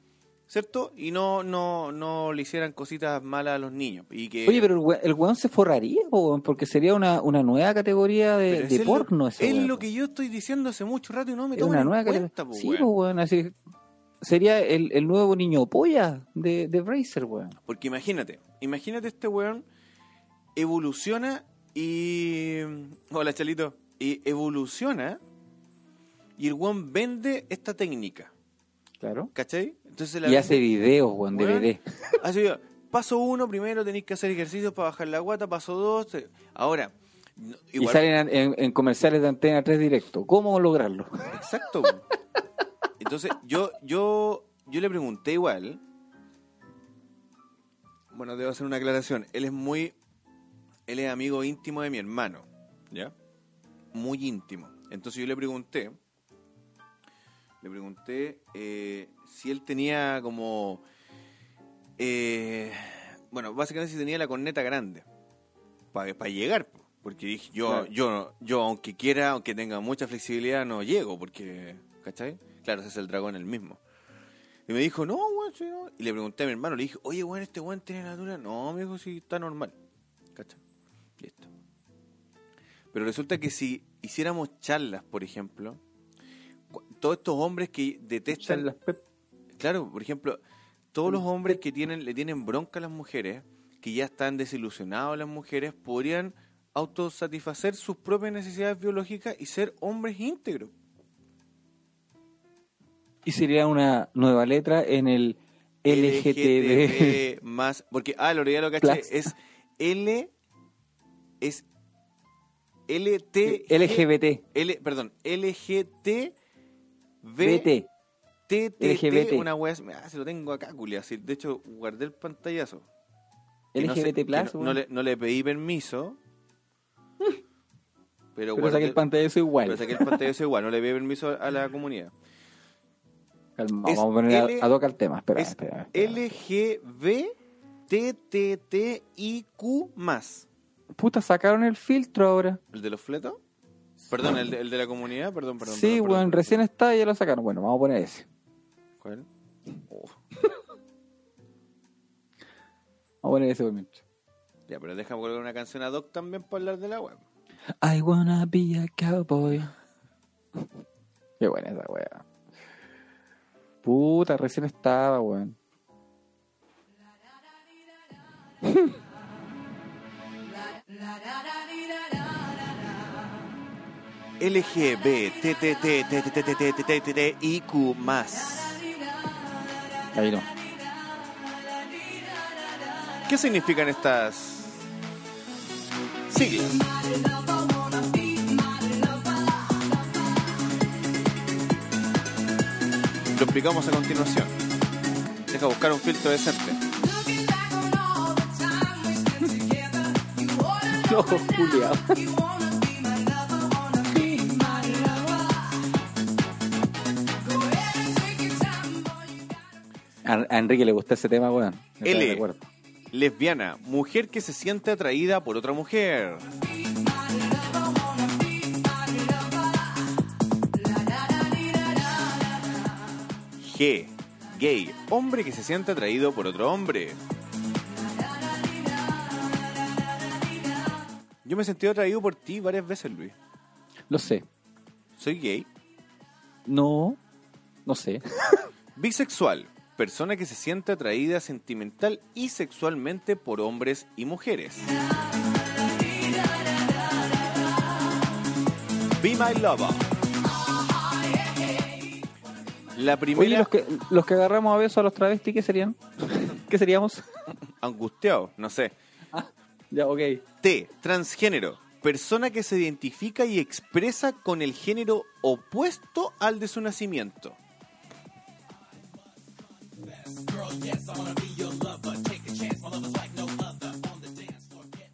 ¿cierto? Y no, no, no le hicieran cositas malas a los niños. Y que,
Oye, pero el we- el weón se forraría, po, weón, porque sería una, una nueva categoría de,
pero
de
es lo-
porno. esa
Es
weá,
lo
po.
que yo estoy diciendo hace mucho rato y no me
Es
toman
una
en
nueva
Pues cuenta, po,
categoría. Sí,
weón.
po, weón, así sería el, el nuevo niño polla de, de Bracer, weón.
Porque imagínate, imagínate este weón evoluciona y. Hola, Chalito. Y evoluciona y el weón vende esta técnica.
Claro.
¿Cachai? Entonces la
Y
vende-
hace videos, weón, de
Weón,
DVD.
Así que, paso uno, primero tenéis que hacer ejercicios para bajar la guata, paso dos. te- Ahora, no-
Y
igual-
salen en, en- en comerciales de Antena 3 directo. ¿Cómo lograrlo?
Exacto. po. Entonces, yo, yo, yo le pregunté igual. Bueno, debo hacer una aclaración. Él es muy. Él es amigo íntimo de mi hermano. ¿Ya? Muy íntimo. Entonces yo le pregunté. Le pregunté eh, si él tenía como. eh, bueno, básicamente si tenía la corneta grande. Para llegar. po. Porque dije, yo,
Claro.
yo, no- yo, aunque quiera, aunque tenga mucha flexibilidad, no llego. Porque. ¿Cachai? Claro, ese es el dragón el mismo. Y me dijo, no, weón, sí, no. Y le pregunté a mi hermano, le dije, oye, weón, este weón tiene la dura. No, me dijo, sí, está normal. ¿Cachai? Listo. Pero resulta que si hiciéramos charlas, por ejemplo, cu- todos estos hombres que detestan.
Charlas pep.
Claro, por ejemplo, todos los hombres que tienen, le tienen bronca a las mujeres, que ya están desilusionados las mujeres, podrían autosatisfacer sus propias necesidades biológicas y ser hombres íntegros.
Y sería una nueva letra en el LGTB.
LGTB más. Porque, ah, lo olvidé lo caché.
Plus.
Es L. Es LT
LGBT.
L, perdón, LGT
BT. LGBT.
una wea, así. ah, se lo tengo acá, culia, sí, de hecho guardé el pantallazo. Que no sé-
LGBT
que no-
Plus.
no,
weón.
le, no le pedí permiso. pero
Pero saqué el pantallazo igual.
pero saqué el pantallazo igual, no le pedí permiso a la comunidad.
Calma,
es
vamos a poner
L-
a, a tocar el tema. Espera,
es
espera, espera.
LGBTTTIQ más.
Puta, sacaron el filtro ahora.
¿El de los fletos? Perdón, el de, el de la comunidad, perdón, perdón.
sí,
perdón,
weón,
perdón,
recién está y ya lo sacaron. Bueno, vamos a poner ese.
perdón. ¿Cuál? Oh,
Vamos a poner ese por mientras.
ya, pero déjame colocar una canción ad hoc también para hablar de la web.
I wanna be a cowboy. Qué buena esa weá. Puta, recién estaba, weón.
LGBTTTTTTTTTIQ más.
Ahí no.
¿Qué significan estas siglas? Lo explicamos a continuación. Deja buscar un filtro decente.
No, Julia. A, a Enrique le gustó ese tema, weón. Me
L.
recuerdo.
Lesbiana, mujer que se siente atraída por otra mujer. G, gay, hombre que se siente atraído por otro hombre. Yo me he sentido atraído por ti varias veces, Luis.
Lo sé.
Soy gay.
No. No sé.
Bisexual, persona que se siente atraída sentimental y sexualmente por hombres y mujeres. Be My Lover. La primera...
Oye, los que, los que agarramos a besos a los travestis, ¿qué serían? ¿Qué seríamos?
Angustiado, no sé.
ya, ok.
T. Transgénero. Persona que se identifica y expresa con el género opuesto al de su nacimiento.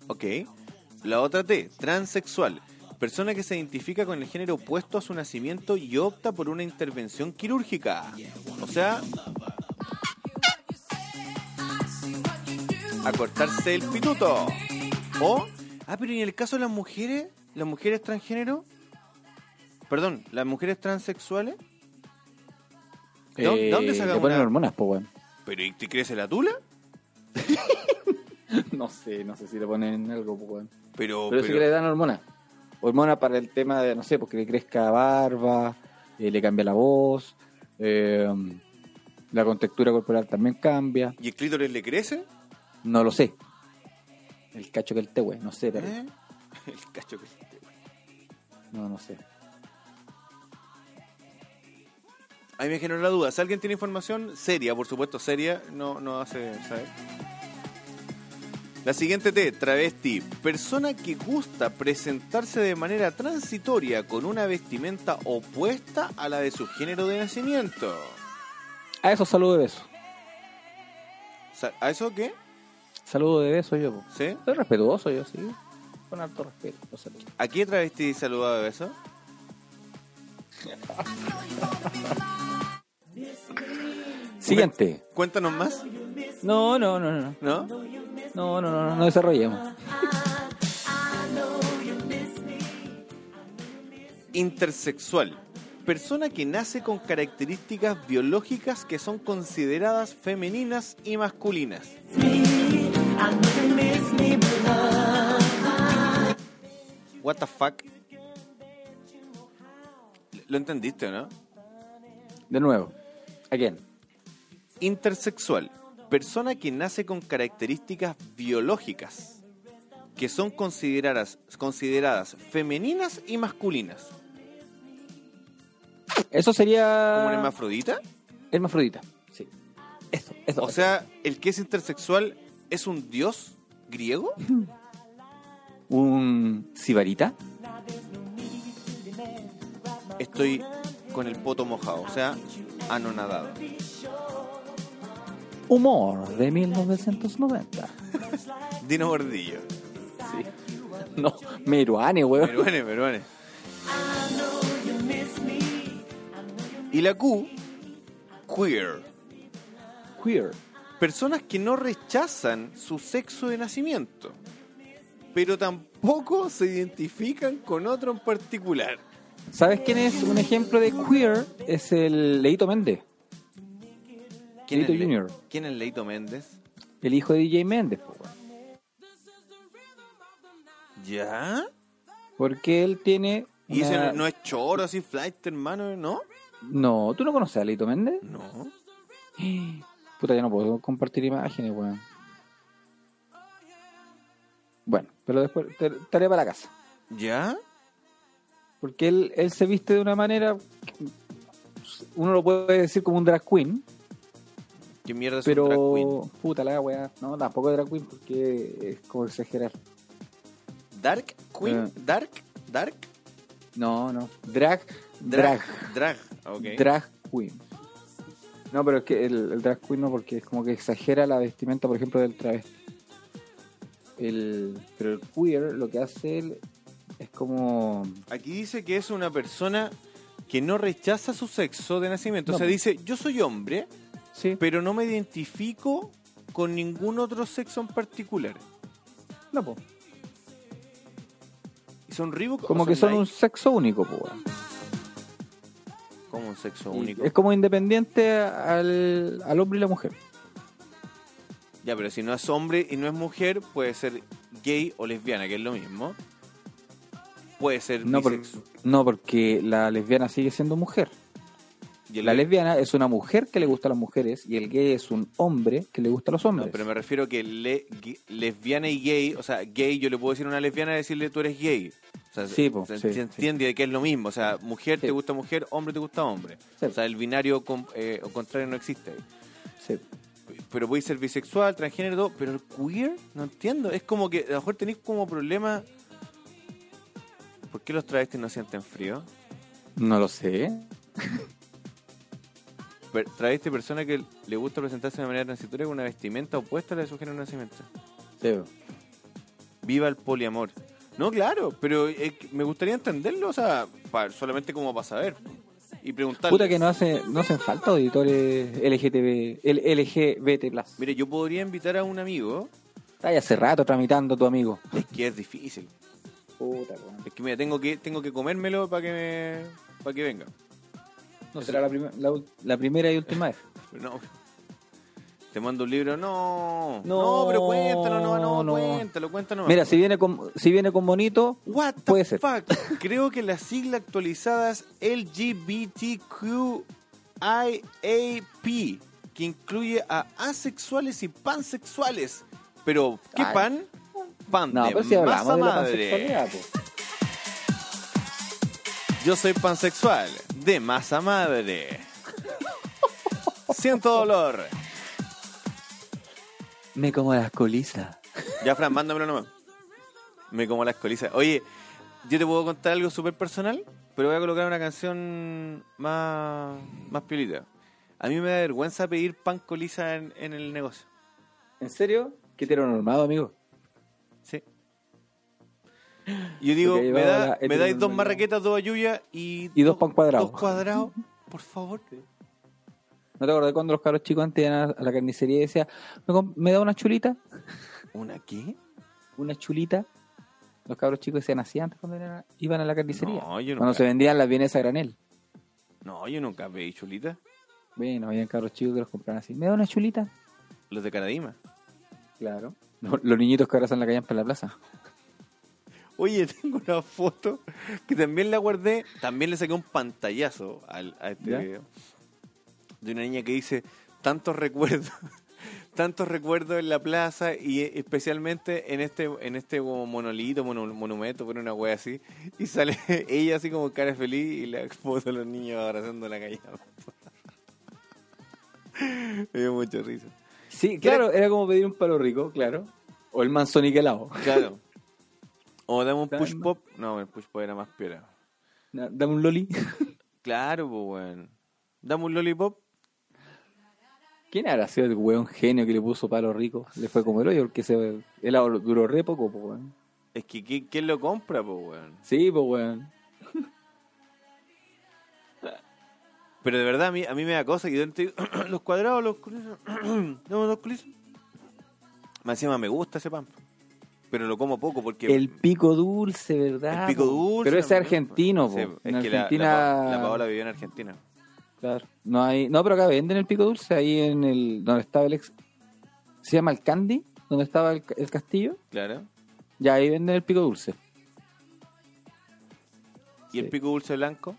Ok. La otra T. Transexual. Persona que se identifica con el género opuesto a su nacimiento y opta por una intervención quirúrgica. O sea, a cortarse el pituto. O, ah, pero en el caso de las mujeres, las mujeres transgénero, perdón, las mujeres transexuales, ¿De dónde- de dónde
Eh,
sacamos
le ponen
una-
hormonas, po, weón?
pero ¿y te crece la tula?
No sé, no sé si le ponen algo, po, weón.
Pero,
Pero, sí
pero-
que le dan hormonas. Hormonas para el tema de, no sé, porque le crezca barba, eh, le cambia la voz, eh, la contextura corporal también cambia.
¿y el clítoris le crece?
No lo sé. El cacho que el té, güey, no sé, pero.
¿Eh? El cacho que le crece.
No, no sé.
A mí me generó la duda, si alguien tiene información seria, por supuesto seria, no, no hace saber. La siguiente T, travesti, persona que gusta presentarse de manera transitoria con una vestimenta opuesta a la de su género de nacimiento.
A eso saludo de beso.
Sa- ¿A eso qué?
Saludo de beso yo, po.
¿Sí?
Soy respetuoso yo, sí. Con alto respeto. lo saludo.
¿A qué travesti saludaba de beso?
Siguiente.
Cuéntanos más,
No, no, no, no.
¿no?
No, no, no, no, no desarrollemos.
Intersexual. Persona que nace con características biológicas que son consideradas femeninas y masculinas. What the fuck? ¿Lo entendiste, no?
De nuevo. Again.
Intersexual. Persona que nace con características biológicas que son consideradas, consideradas femeninas y masculinas.
Eso
¿Como una
sería.
hermafrodita?
Hermafrodita. Sí. Eso, eso.
O sea, el que es intersexual es un dios griego.
un sibarita.
estoy con el poto mojado, o sea, anonadado.
Humor de 1990.
Dino Gordillo.
No, Meruane, weón.
Peruane, peruane. Y la Q, queer.
Queer.
Personas que no rechazan su sexo de nacimiento, pero tampoco se identifican con otro en particular.
¿Sabes quién es un ejemplo de queer? Es el Leito Méndez, Leito
es Le-
Junior.
¿Quién es Leito Méndez?
el hijo de DJ Méndez, po, weón.
¿Ya?
Porque él tiene.
¿Y ese
una-
no, no es choro así, flight, hermano? ¿No?
No, ¿tú no conoces a Leito Méndez?
No.
Puta, ya no puedo compartir imágenes, weón. Bueno, pero después te, te haré para la casa.
¿Ya?
Porque él, él se viste de una manera. que pues, Uno lo puede decir como un drag queen,
¿Qué mierda es un drag queen?
pero. Puta la weá. No, tampoco drag queen porque es como exagerar.
¿Dark queen?
Eh.
¿Dark? ¿Dark?
No, no. Drag. Drag.
Drag. Drag, ok.
Drag queen. No, pero es que el, el drag queen no, porque es como que exagera la vestimenta, por ejemplo, del travesti. El, pero el queer lo que hace él es como.
Aquí dice que es una persona que no rechaza su sexo de nacimiento.
No. pues.
O sea, dice, yo soy hombre,
Sí.
pero no me identifico con ningún otro sexo en particular.
No, po.
Y son ribos
Como que son un sexo único, po, weón.
Como un sexo
Y
único.
Es como independiente al, al hombre y la mujer.
Ya, pero si no es hombre y no es mujer, puede ser gay o lesbiana, que es lo mismo. Puede ser
No, por-
bisexual.
no, porque la lesbiana sigue siendo mujer.
Y el-
La lesbiana es una mujer que le gusta a las mujeres y el gay es un hombre que le gusta a los hombres.
No, pero me refiero que le- gui- lesbiana y gay, o sea, gay, yo le puedo decir a una lesbiana y decirle tú eres gay. O sea,
Sí, po,
se,
sí,
se entiende que es lo mismo. O sea, mujer
Sí.
te gusta mujer, hombre te gusta hombre.
Sí.
O sea, el binario com- eh, o contrario no existe.
Sí.
Pero podéis ser bisexual, transgénero, todo, pero el queer, no entiendo. Es como que a lo mejor tenéis como problema. ¿Por qué los travestis no sienten frío?
No lo sé.
Per- Travesti persona que le gusta presentarse de manera transitoria con una vestimenta opuesta a la de su género de nacimiento.
Sí.
Viva el poliamor. No, claro, pero eh, me gustaría entenderlo, o sea, pa- solamente como para saber. Y preguntarle.
Puta que no, hace, no hacen falta auditores LGTB, el LGBT+. Plus.
Mire, yo podría invitar a un amigo,
Está ahí hace rato tramitando tu amigo.
es que es difícil.
Puta, weón.
Es que mira, tengo que, tengo que comérmelo para que me, para que venga.
No será la, prim- la ul- la primera y última vez.
Pero no. Te mando un libro, no.
No,
pero cuéntalo, no, no,
no.
cuéntalo, cuéntalo.
Mira, si viene con, si viene con bonito,
What the
Puede ser.
fuck? Creo que la sigla actualizada es LGBTQIAP, que incluye a asexuales y pansexuales. Pero, ¿qué
Ay.
pan? Pan
no,
de
pero si
masa
hablamos de la
madre.
pansexualidad, po.
Yo soy pansexual, de masa madre. Siento dolor.
Me como las colisas.
Ya, Fran, mándamelo nomás. Me como las colizas. Oye, yo te puedo contar algo súper personal, pero voy a colocar una canción más, más piolita. A mí me da vergüenza pedir pan coliza en, en el negocio.
¿En serio? ¿Qué heteronormado, amigo?
Sí. Yo digo,
Porque ahí
me,
va
da-
la
me dais dos
heteronormalidad.
marraquetas, dos ayuyas y...
Y dos pan cuadrados.
Dos cuadrados, por favor.
¿No te acordás cuando los caros chicos antes iban a a la carnicería y decían, ¿me, com- me da una chulita?
¿Una qué?
¿Una chulita? Los cabros chicos decían así antes cuando eran- iban a la carnicería.
No, yo
cuando
nunca,
se vendían las bienes a granel.
no, yo nunca pedí chulita.
Bueno, habían cabros chicos que los compraban así. ¿Me da una chulita?
Los de Caradima.
Claro. Los, los niñitos que ahora en la calle para la plaza.
Oye, tengo una foto que también la guardé, también le saqué un pantallazo al, a este
¿Ya?
video. De una niña que dice, tantos recuerdos, tantos recuerdos en la plaza y e- especialmente en este en este como monolito, mono- monumento, por una wea así. Y sale ella así como cara feliz y la foto de los niños abrazando la calle. Me dio mucha risa.
Sí, claro, era como pedir un palo rico, claro. O el manso niquelado.
Claro. O dame un
Dame-
push pop. No, el push pop era más piola.
Dame un loli.
Claro, pues, weón. Dame un lollipop.
¿Quién habrá sido el weón genio que le puso palo rico? Le fue como el hoyo, porque se, él ahora duró re poco, pues, weón.
Es que, ¿qui- ¿quién lo compra, pues, weón?
Sí, pues, weón.
Pero de verdad, a mí, a mí me da cosa que yo entiendo- los cuadrados, los colisos. no, los colisos. Más encima me gusta ese pan. Pero lo como poco porque.
El pico dulce, ¿verdad?
el pico
po?
dulce.
Pero ese
también,
argentino,
po.
po.
Sí,
En
es que la-
Argentina.
La, Pa- la Paola vivió en Argentina.
Claro. No, hay, no, pero acá venden el pico dulce, ahí en el. donde estaba el ex. Se llama el Candy, donde estaba el, ca- el castillo.
Claro.
Ya ahí venden el pico dulce.
¿Y el
Sí.
pico dulce blanco?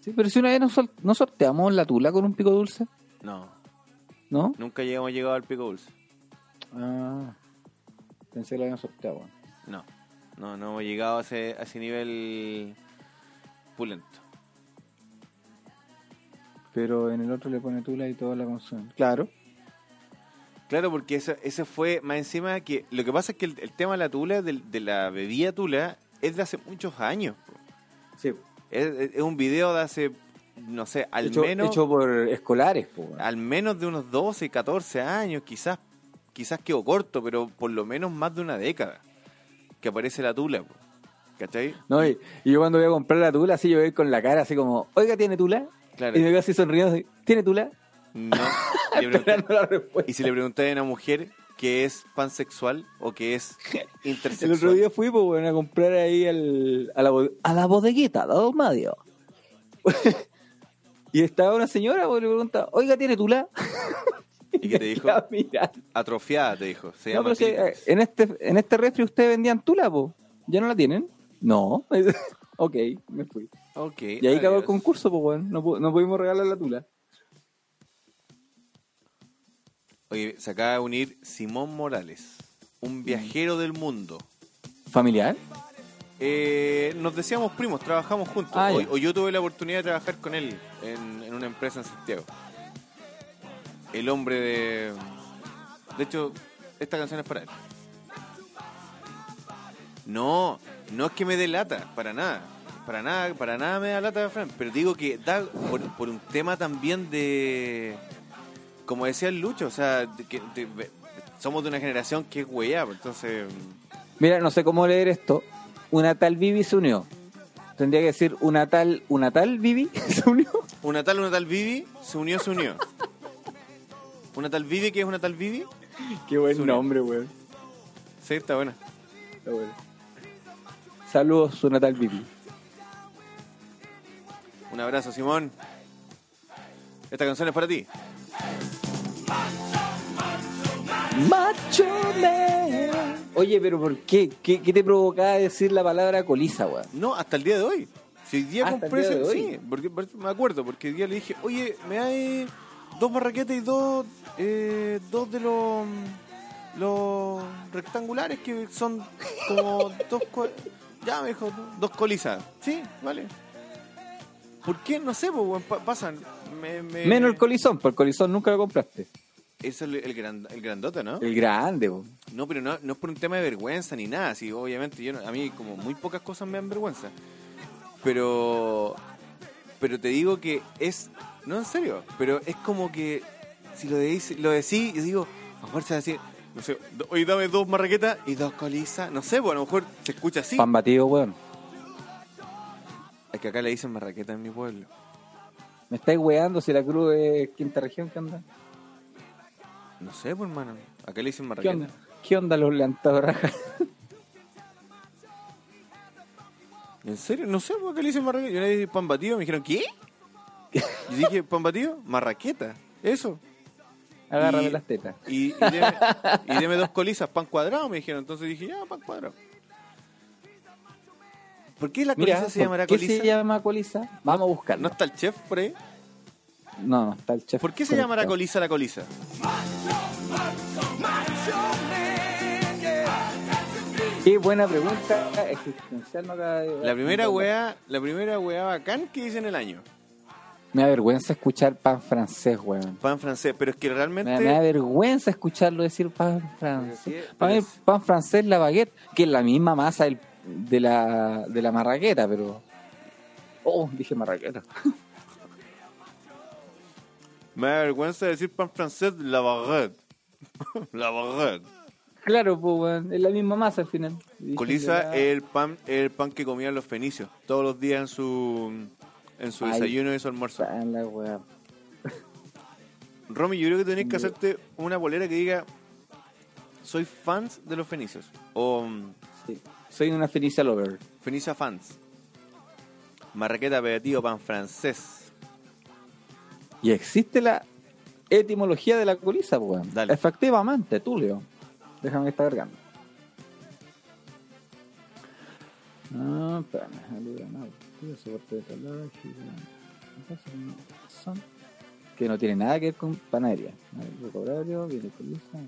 Sí, pero si una vez nos, sol- nos sorteamos la tula con un pico dulce,
No.
¿no?
Nunca llegamos llegado al pico dulce.
Ah. Pensé que lo habían sorteado, weón.
No. No, no hemos llegado a ese, a ese nivel pulento.
Pero en el otro le pone tula y toda la consumen. Claro.
Claro, porque eso, eso fue más encima que... Lo que pasa es que el, el tema de la tula, del- de, la bebida tula, es de hace muchos años. po.
Sí.
Es, es- es un video de hace, no sé, al
hecho,
menos
hecho por escolares, po, weón.
al menos de unos 12, 14 años, quizás quizás quedó corto, pero por lo menos más de una década que aparece la tula. po. ¿Cachai?
No, y, y yo cuando voy a comprar la tula, así yo voy a ir con la cara así como, oiga, ¿tiene tula?
Claro.
Y me veo así sonriendo, así, ¿tiene tula?
No. Le pregunté-
Esperando la respuesta.
Y si le preguntáis a una mujer que es pansexual o que es intersexual.
El otro día fui pues, bueno, a comprar ahí al- a, la, bo- a la bodeguita, la Don Madio. y estaba una señora, pues, le pregunta, oiga, ¿tiene tula?
¿Y qué te dijo?
La mira.
Atrofiada, te dijo. Se
No,
llama
pero si, eh,
clítoris.
en, este, en este refri ustedes vendían tula, po. ¿Ya no la tienen? No. ok, me fui.
Ok.
Y ahí acabó el
adiós.
concurso, pues, bueno. no, pu- no pudimos regalar la tula.
Oye, se acaba de unir Simón Morales, un viajero del mundo.
¿Familiar?
Eh, nos decíamos primos, trabajamos juntos.
Ah,
o,
ya.
o yo tuve la oportunidad de trabajar con él en, en una empresa en Santiago. El hombre de. De hecho, esta canción es para él. No, no es que me dé lata, para nada. Para nada, para nada me da lata, Fran. Pero digo que da por, por un tema también de. Como decía el Lucho, o sea, de que- de- de- somos de una generación que es hueá, pues, entonces.
Mira, no sé cómo leer esto. Una tal Vivi se unió. Tendría que decir una tal, una tal Vivi se unió.
Una tal, una tal Vivi, se unió, se unió. Una tal Vivi, que es una tal Vivi?
Qué buen
Se unió.
nombre, weón.
Sí, está buena.
Está bueno. Saludos, una tal Vivi.
Un abrazo, Simón. Esta canción es para ti.
Macho man. Oye, pero ¿por qué? qué? qué te provocaba decir la palabra coliza, weón?
No, hasta el día de hoy. Si hoy día
Hasta el
compré
día
ese-
de hoy.
sí, porque por eso me acuerdo, porque hoy día le dije, oye, me hay dos marraquetas y dos, eh, dos de los, los rectangulares que son como dos, cua- ya me dijo, dos colizas. Sí, vale. ¿Por qué? No sé, pues, weón, pa- pasan. Me- me-
Menos el colizón, porque el colizón nunca lo compraste.
Es el, el, gran, el grandote, ¿no?
El grande, weón.
No, pero no, no es por un tema de vergüenza ni nada. Sí, obviamente, yo no- a mí como muy pocas cosas me dan vergüenza. Pero pero te digo que es... No, en serio. Pero es como que si lo, deis- lo decís, yo digo, a fuerza de decir, no sé, do- oye, dame dos marraquetas y dos colizas. No sé, pues a lo mejor se escucha así.
Pan batido, weón.
Es que acá le dicen marraqueta en mi pueblo.
Me estáis weando si la cruz es quinta región, ¿qué onda?
No sé, pues hermano. Acá le dicen
¿Qué
marraqueta.
onda? ¿Qué onda los levantados rajas?
¿En serio? No sé por qué le dicen marraqueta. Yo le dije pan batido, me dijeron, ¿qué? Yo dije, pan batido, marraqueta. Eso.
Agárrame
Y-
las tetas.
Y, y, deme, y deme dos colizas, pan cuadrado, me dijeron. Entonces dije, ya, pan cuadrado. ¿Por qué la coliza
Mira,
se llamará
¿por
coliza?
¿Qué se llama coliza? Vamos
¿No
a buscarlo.
está el chef por ahí?
No, no está el chef.
¿Por qué se llamará
conectado.
coliza la coliza?
Qué buena pregunta Ah, existencial. no acaba de-
La primera weá, la primera weá bacán que hice en el año.
Me da vergüenza escuchar pan francés, weón.
Pan francés, pero es que
Me, me da
realmente.
vergüenza escucharlo decir pan
Pero
francés.
sí,
Para mí,
pero es-
pan francés es la baguette, que es la misma masa del- de, la, de la marraqueta, pero Oh, dije marraquera.
Me da vergüenza decir pan francés la baguette. la baguette.
Claro, pues, weón, es la misma masa al final. Dije
Colisa
que era-
es el pan, el pan que comían los fenicios todos los días en su en su
Ay.
desayuno y su almuerzo.
Ah, la weá.
Romy, yo creo que tenés que hacerte una bolera que diga soy fans de los fenicios o mm,
Sí. Soy una fenicia lover.
Fenicia fans. Marraqueta apelativo pan francés.
Y existe la etimología de la colisa, pues, weón.
Dale.
Efectivamente, Tulio. Déjame que está cargando. Ah, espérame. alivio, no, alivio, soporte de calor, gigante. Que no tiene nada que ver con panadería. A ver, Vocabulario, viene colisa.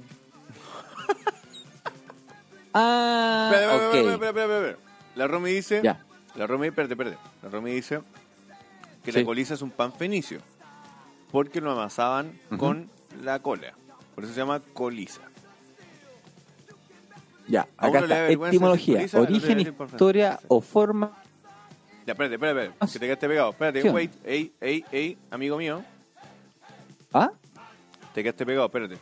Espera,
ah,
espera, espera,
ok.
espera, espera, espera, espera. La Romy dice.
Ya.
La Romy, espérate, espérate. La Romy dice que
Sí.
la coliza es un pan fenicio. Porque lo amasaban con la cola. Por eso se llama coliza.
Ya,
A uno le
acá
da
está.
vergüenza
Etimología,
decir colisa, al otro le da
origen,
decir por
historia
francés.
o forma.
Ya, espérate, espérate,
Ah,
espérate. Que te quedaste pegado. Espérate,
sí.
wait. Ey, ey, ey, amigo mío.
¿Ah?
Te quedaste pegado, espérate.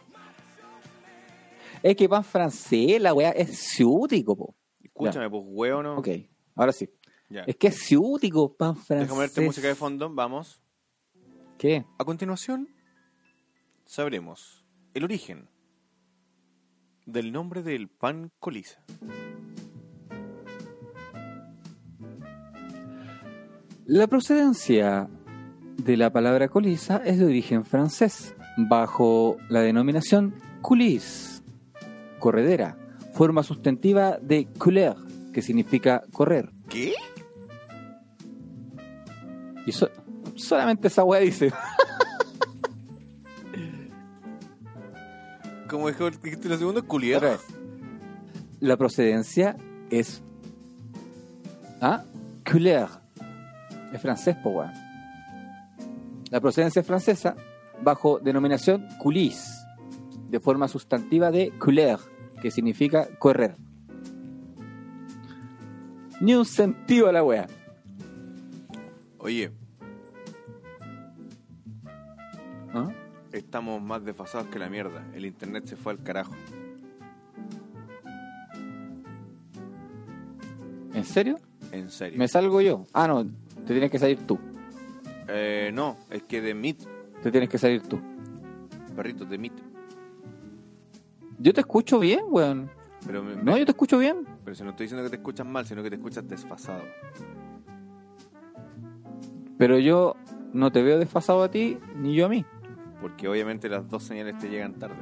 Es que pan francés, la weá, es ciútico, po.
Escúchame, pues, huevo, no.
Ok, ahora sí.
Ya.
Es que es ciútico, pan francés.
Déjame verte música de fondo. Vamos.
¿Qué?
A continuación, sabremos el origen del nombre del pan coliza.
La procedencia de la palabra colisa es de origen francés, bajo la denominación coulisse, corredera, forma sustantiva de couler, que significa correr.
¿Qué?
Y so- solamente esa weá dice.
Como dijo el- dijiste la segunda, culiar.
Otra vez. La procedencia es. ¿Ah? Couleur. Es francés, po, weón. La procedencia es francesa bajo denominación coulisse, de forma sustantiva de couleur, que significa correr. Ni un sentido a la wea.
Oye,
¿Ah?
estamos más desfasados que la mierda. El internet se fue al carajo.
¿En serio?
En serio.
¿Me salgo yo? Ah, no, te tienes que salir tú.
Eh, no, es que de Meet,
Te tienes que salir tú.
perrito, de Meet.
Yo te escucho bien, weón.
Pero, me-
No, yo te escucho bien.
pero si no estoy diciendo que te escuchas mal, sino que te escuchas desfasado.
Pero yo no te veo desfasado a ti, ni yo a mí.
Porque obviamente las dos señales te llegan tarde.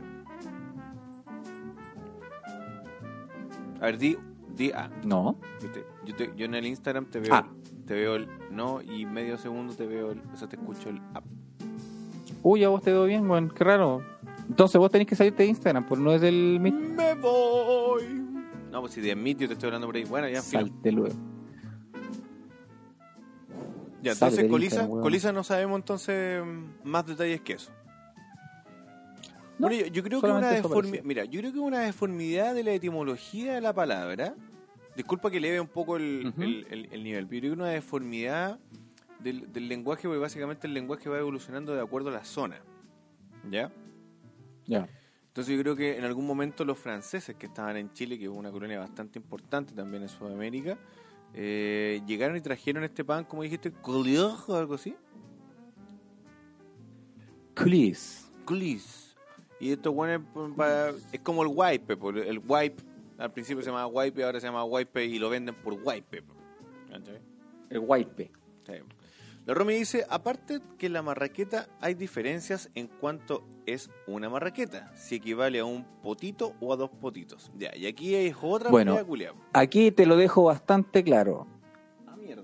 A ver, di, di A.
No.
Yo, te- yo te- yo en el Instagram te veo,
Ah.
te veo el no y medio segundo te veo, el, o sea, te escucho el ah. app.
Uy, a vos te veo bien, weón. Qué raro. Entonces vos tenés que salirte de Instagram, por no es del mismo.
Me voy. No, pues si de Meet yo te estoy hablando por ahí. Bueno, ya, filo.
Salte luego.
Ya,
Sale
entonces
del
Colisa,
Instagram, weón.
Colisa no sabemos entonces mm, más detalles que eso.
No,
Bueno, yo, yo creo que
solamente
una
eso
deformidad,
parecía.
mira, yo creo que una deformidad de la etimología de la palabra, disculpa que eleve un poco el,
Ujú.
el- el- el nivel, pero yo creo que una deformidad del, del lenguaje, porque básicamente el lenguaje va evolucionando de acuerdo a la zona, ¿ya?
Ya.
Entonces yo creo que en algún momento los franceses que estaban en Chile, que es una colonia bastante importante también en Sudamérica, eh, llegaron y trajeron este pan, como dijiste, couleur o algo así,
Please.
glis. Y esto bueno es como el wipe, po, el wipe al principio se llamaba wipe y ahora se llama wipe y lo venden por wipe. po. ¿Cachai?
El wipe.
Sí. La Romy dice, aparte que la marraqueta hay diferencias en cuanto es una marraqueta, si equivale a un potito o a dos potitos. Ya, y aquí es otra
Bueno.
pelea, culiao.
Aquí te lo dejo bastante claro.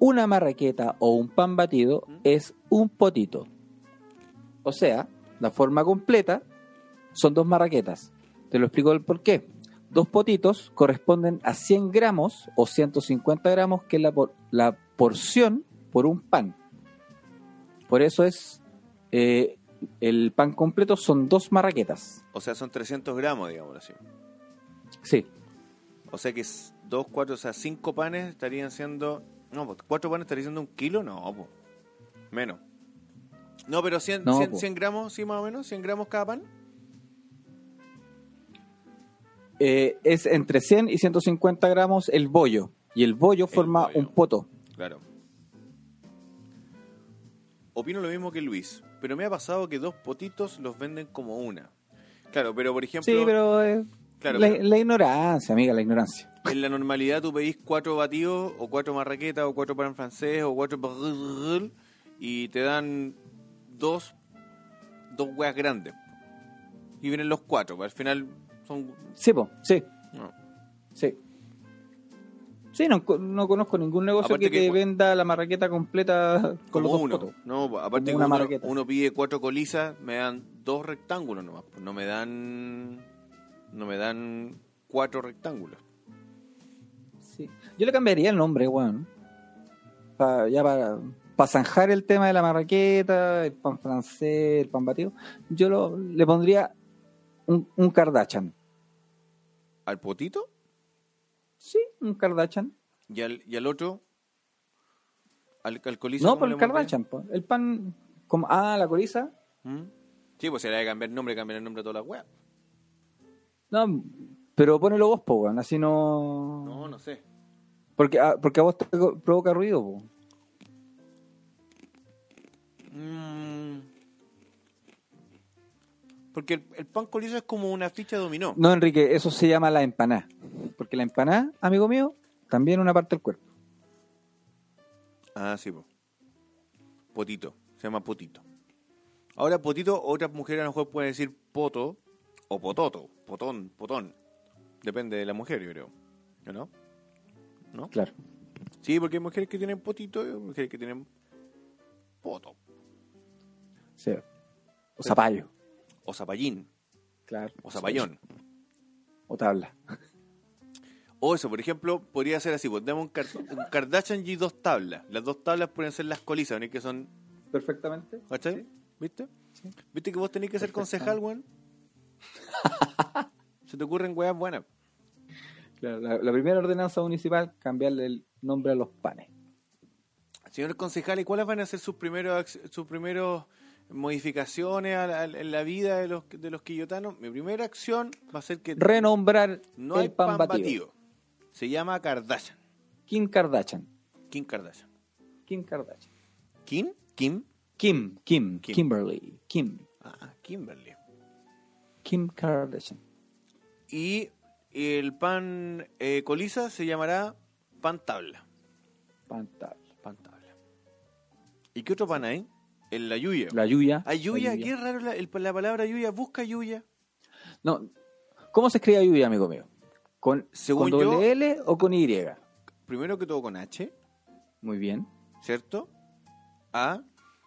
Una marraqueta o un pan batido es un potito. O sea, la forma completa son dos marraquetas. Te lo explico el por qué. Dos potitos corresponden a 100 gramos o 150 gramos, que es la, por- la porción por un pan. Por eso es eh, el pan completo son dos marraquetas.
O sea, son 300 gramos, digámoslo así.
Sí,
O sea que es dos, cuatro, o sea, cinco panes estarían siendo No, pues, cuatro panes estaría diciendo un kilo, no, po. Menos. No, pero 100,
No,
100,
po.
100 gramos, sí, más o menos, 100 gramos cada pan.
Eh, es entre 100 y 150 gramos el bollo. Y el bollo forma
bollo.
un poto.
Claro. Opino lo mismo que Luis, pero me ha pasado que dos potitos los venden como una. Claro, pero por ejemplo,
Sí, pero, eh,
Claro,
la,
pero-
la ignorancia, amiga, la ignorancia.
en la normalidad tú pedís cuatro batidos, o cuatro marraquetas, o cuatro pan francés, o cuatro brrrr, y te dan dos, dos weas grandes. Y vienen los cuatro, pues, al final son...
Sí, po, sí,
no.
sí. Sí, no, co- no conozco ningún negocio
Aparte
que,
que
te
cua-
venda la marraqueta completa con
como
los dos
uno.
potos.
No, po, aparte
Como
que
una
uno-
marraqueta.
uno, pide cuatro colizas, me dan dos rectángulos nomás. po. No me dan. No me dan cuatro rectángulos.
Sí. Yo le cambiaría el nombre, weón. Pa- ya para, pa zanjar el tema de la marraqueta, el pan francés, el pan batido. Yo lo, le pondría un, un Kardashian.
Al potito
Sí, un Kardashian.
y al, y al otro. Al, al coliza.
No,
¿cómo
pero
le
el
hemos
Kardashian, po. el pan. Como, ah, la coriza.
pedido? ¿Mm? Sí, pues si le hay que cambiar nombre, cambiar el nombre a toda la wea.
No, pero ponelo vos, po, weón. Así no.
No, no sé.
Porque, a, porque a vos te co- provoca ruido, po.
Mm. Porque el, el pan coliza es como una ficha dominó.
No, Enrique, eso se llama la empanada. Porque la empanada, amigo mío, también una parte del cuerpo.
Ah, sí, po. Potito. Se llama Potito. Ahora, Potito, otras mujeres a lo mejor pueden decir Poto o Pototo. Potón, Potón. Depende de la mujer, yo creo. ¿O no?
Claro.
Sí, porque hay mujeres que tienen Potito y hay mujeres que tienen Poto
Sí. O zapallo.
o Zapallín
Claro.
o Zapallón.
O tabla.
O eso, por ejemplo, podría ser así: pues, dame un, car- un Kardashian y dos tablas. Las dos tablas pueden ser las colizas, ¿no? que son.
Perfectamente.
¿Cachai? ¿Viste? ¿Viste que vos tenés que ser concejal, weón? Se te ocurren weas buenas.
Claro, la, la primera ordenanza municipal, cambiarle el nombre a los panes.
Señor concejal, ¿y cuáles van a ser sus primeros ac- sus primeros modificaciones a la, en la vida de los de los quillotanos? Mi primera acción va a ser que
Renombrar
no
el
hay pan, batido. Se llama Kardashian.
Kim Kardashian.
Kim Kardashian.
Kim Kardashian.
¿Kim? ¿Kim?
Kim, Kim,
Kim.
Kimberly. Kim.
Ah, Kimberly.
Kim Kardashian.
Y el pan eh, coliza se llamará pan tabla.
Pan tabla.
Pan tabla. ¿Y qué otro pan hay? El la lluvia.
La Yuya.
Ay,
La
lluvia,
Yuya.
qué raro la, el- la palabra lluvia. Busca lluvia.
No, ¿Cómo se escribe Yuya, amigo mío? ¿Con,
Según
con
yo-
doble L o con Y?
Primero que todo con H.
Muy bien.
¿cierto? A.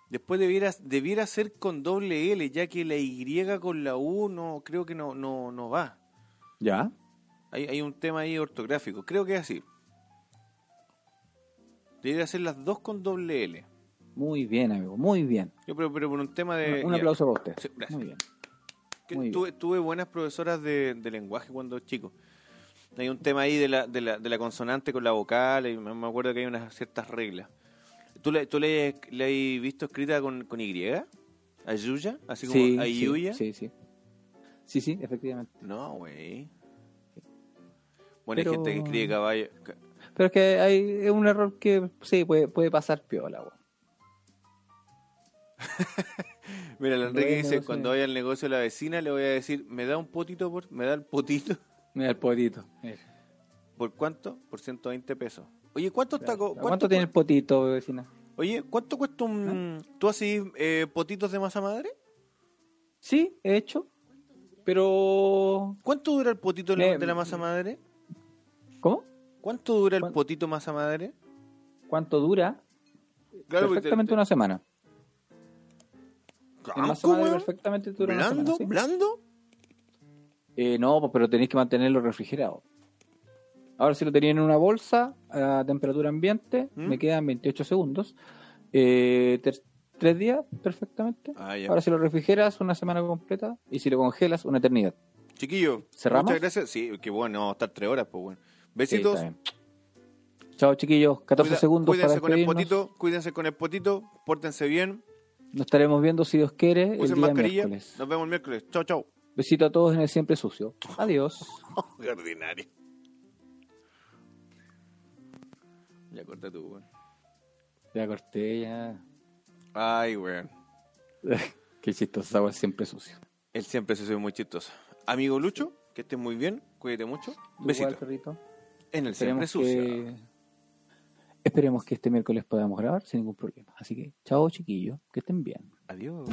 Después debiera, debiera ser con doble L, ya que la Y con la U no creo que no, no, no va.
Ya.
Hay, hay un tema ahí ortográfico. Creo que es así. Debería ser las dos con doble L.
Muy bien, amigo. Muy bien.
Yo, pero, pero por un tema de.
Un- un
Eh, ya.
aplauso para usted.
Sí, gracias.
Muy bien.
Que
muy
tuve, tuve buenas profesoras de, de lenguaje cuando chico. Hay un tema ahí de la, de la, de la consonante con la vocal, y me me acuerdo que hay unas ciertas reglas. ¿Tú la, tú la, la has visto escrita con, con Y? ¿Ayuya? Así como Ayuya.
Sí, sí. Sí, sí, efectivamente.
No, güey. Bueno,
Pero-
hay gente que escribe caballo. ca-
Pero es que hay es un error que sí puede, puede pasar piola, weón.
Mira, el Enrique
Bueno,
dice,
sí.
cuando vaya al negocio de la vecina le voy a decir, ¿me da un potito por, me da el potito?
Mira el potito. mira.
¿Por cuánto? Por 120 pesos. Oye, ¿cuántos tacos?
¿Cuánto, tiene el potito, vecina?
Oye, ¿cuánto cuesta un...
¿Ah?
¿Tú haces eh, potitos de masa madre?
Sí, he hecho. Pero
¿Cuánto dura el potito de la-
Eh,
de la masa madre?
¿cómo?
¿Cuánto dura el
¿cuán-
potito masa madre?
¿Cuánto dura?
porque te-
perfectamente
pues, te-
una semana. En
¿Blanco,
masa madre
weón?
perfectamente dura una
¿Blando?
semana. ¿sí?
¿Blando?
Eh, no, pues, pero tenéis que mantenerlo refrigerado. Ahora si lo tenían en una bolsa a temperatura ambiente,
¿Mm?
me quedan 28 segundos. Eh, ter- tres días perfectamente.
Ah, ya.
Ahora si lo refrigeras una semana completa y si lo congelas una eternidad.
Chiquillo,
¿Cerramos?
muchas gracias. Sí, que bueno, vamos a estar tres horas, pues bueno.
Sí,
Besitos.
está bien.
Chao.
Chao, chiquillos. 14
Cuida-
segundos para
cuídense con el
despedirnos.
potito, cuídense con el potito, pórtense bien,
Nos estaremos viendo, si Dios quiere, el
usen
día
mascarilla.
miércoles.
Nos vemos el miércoles. Chau, chau.
Besito a todos en el Siempre Sucio. Adiós.
Qué ordinario. Ya corta tú, weón.
Ya corté, ya.
Ay, weón.
Qué chistoso agua Siempre Sucio.
Él siempre se soy muy chistoso. Amigo Lucho, que estés muy bien, cuídate mucho.
Igual,
Besito.
perrito.
En el siempre
Esperemos
sucio.
que... Esperemos que este miércoles podamos grabar sin ningún problema. Así que, chao, chiquillos. Que estén bien.
Adiós.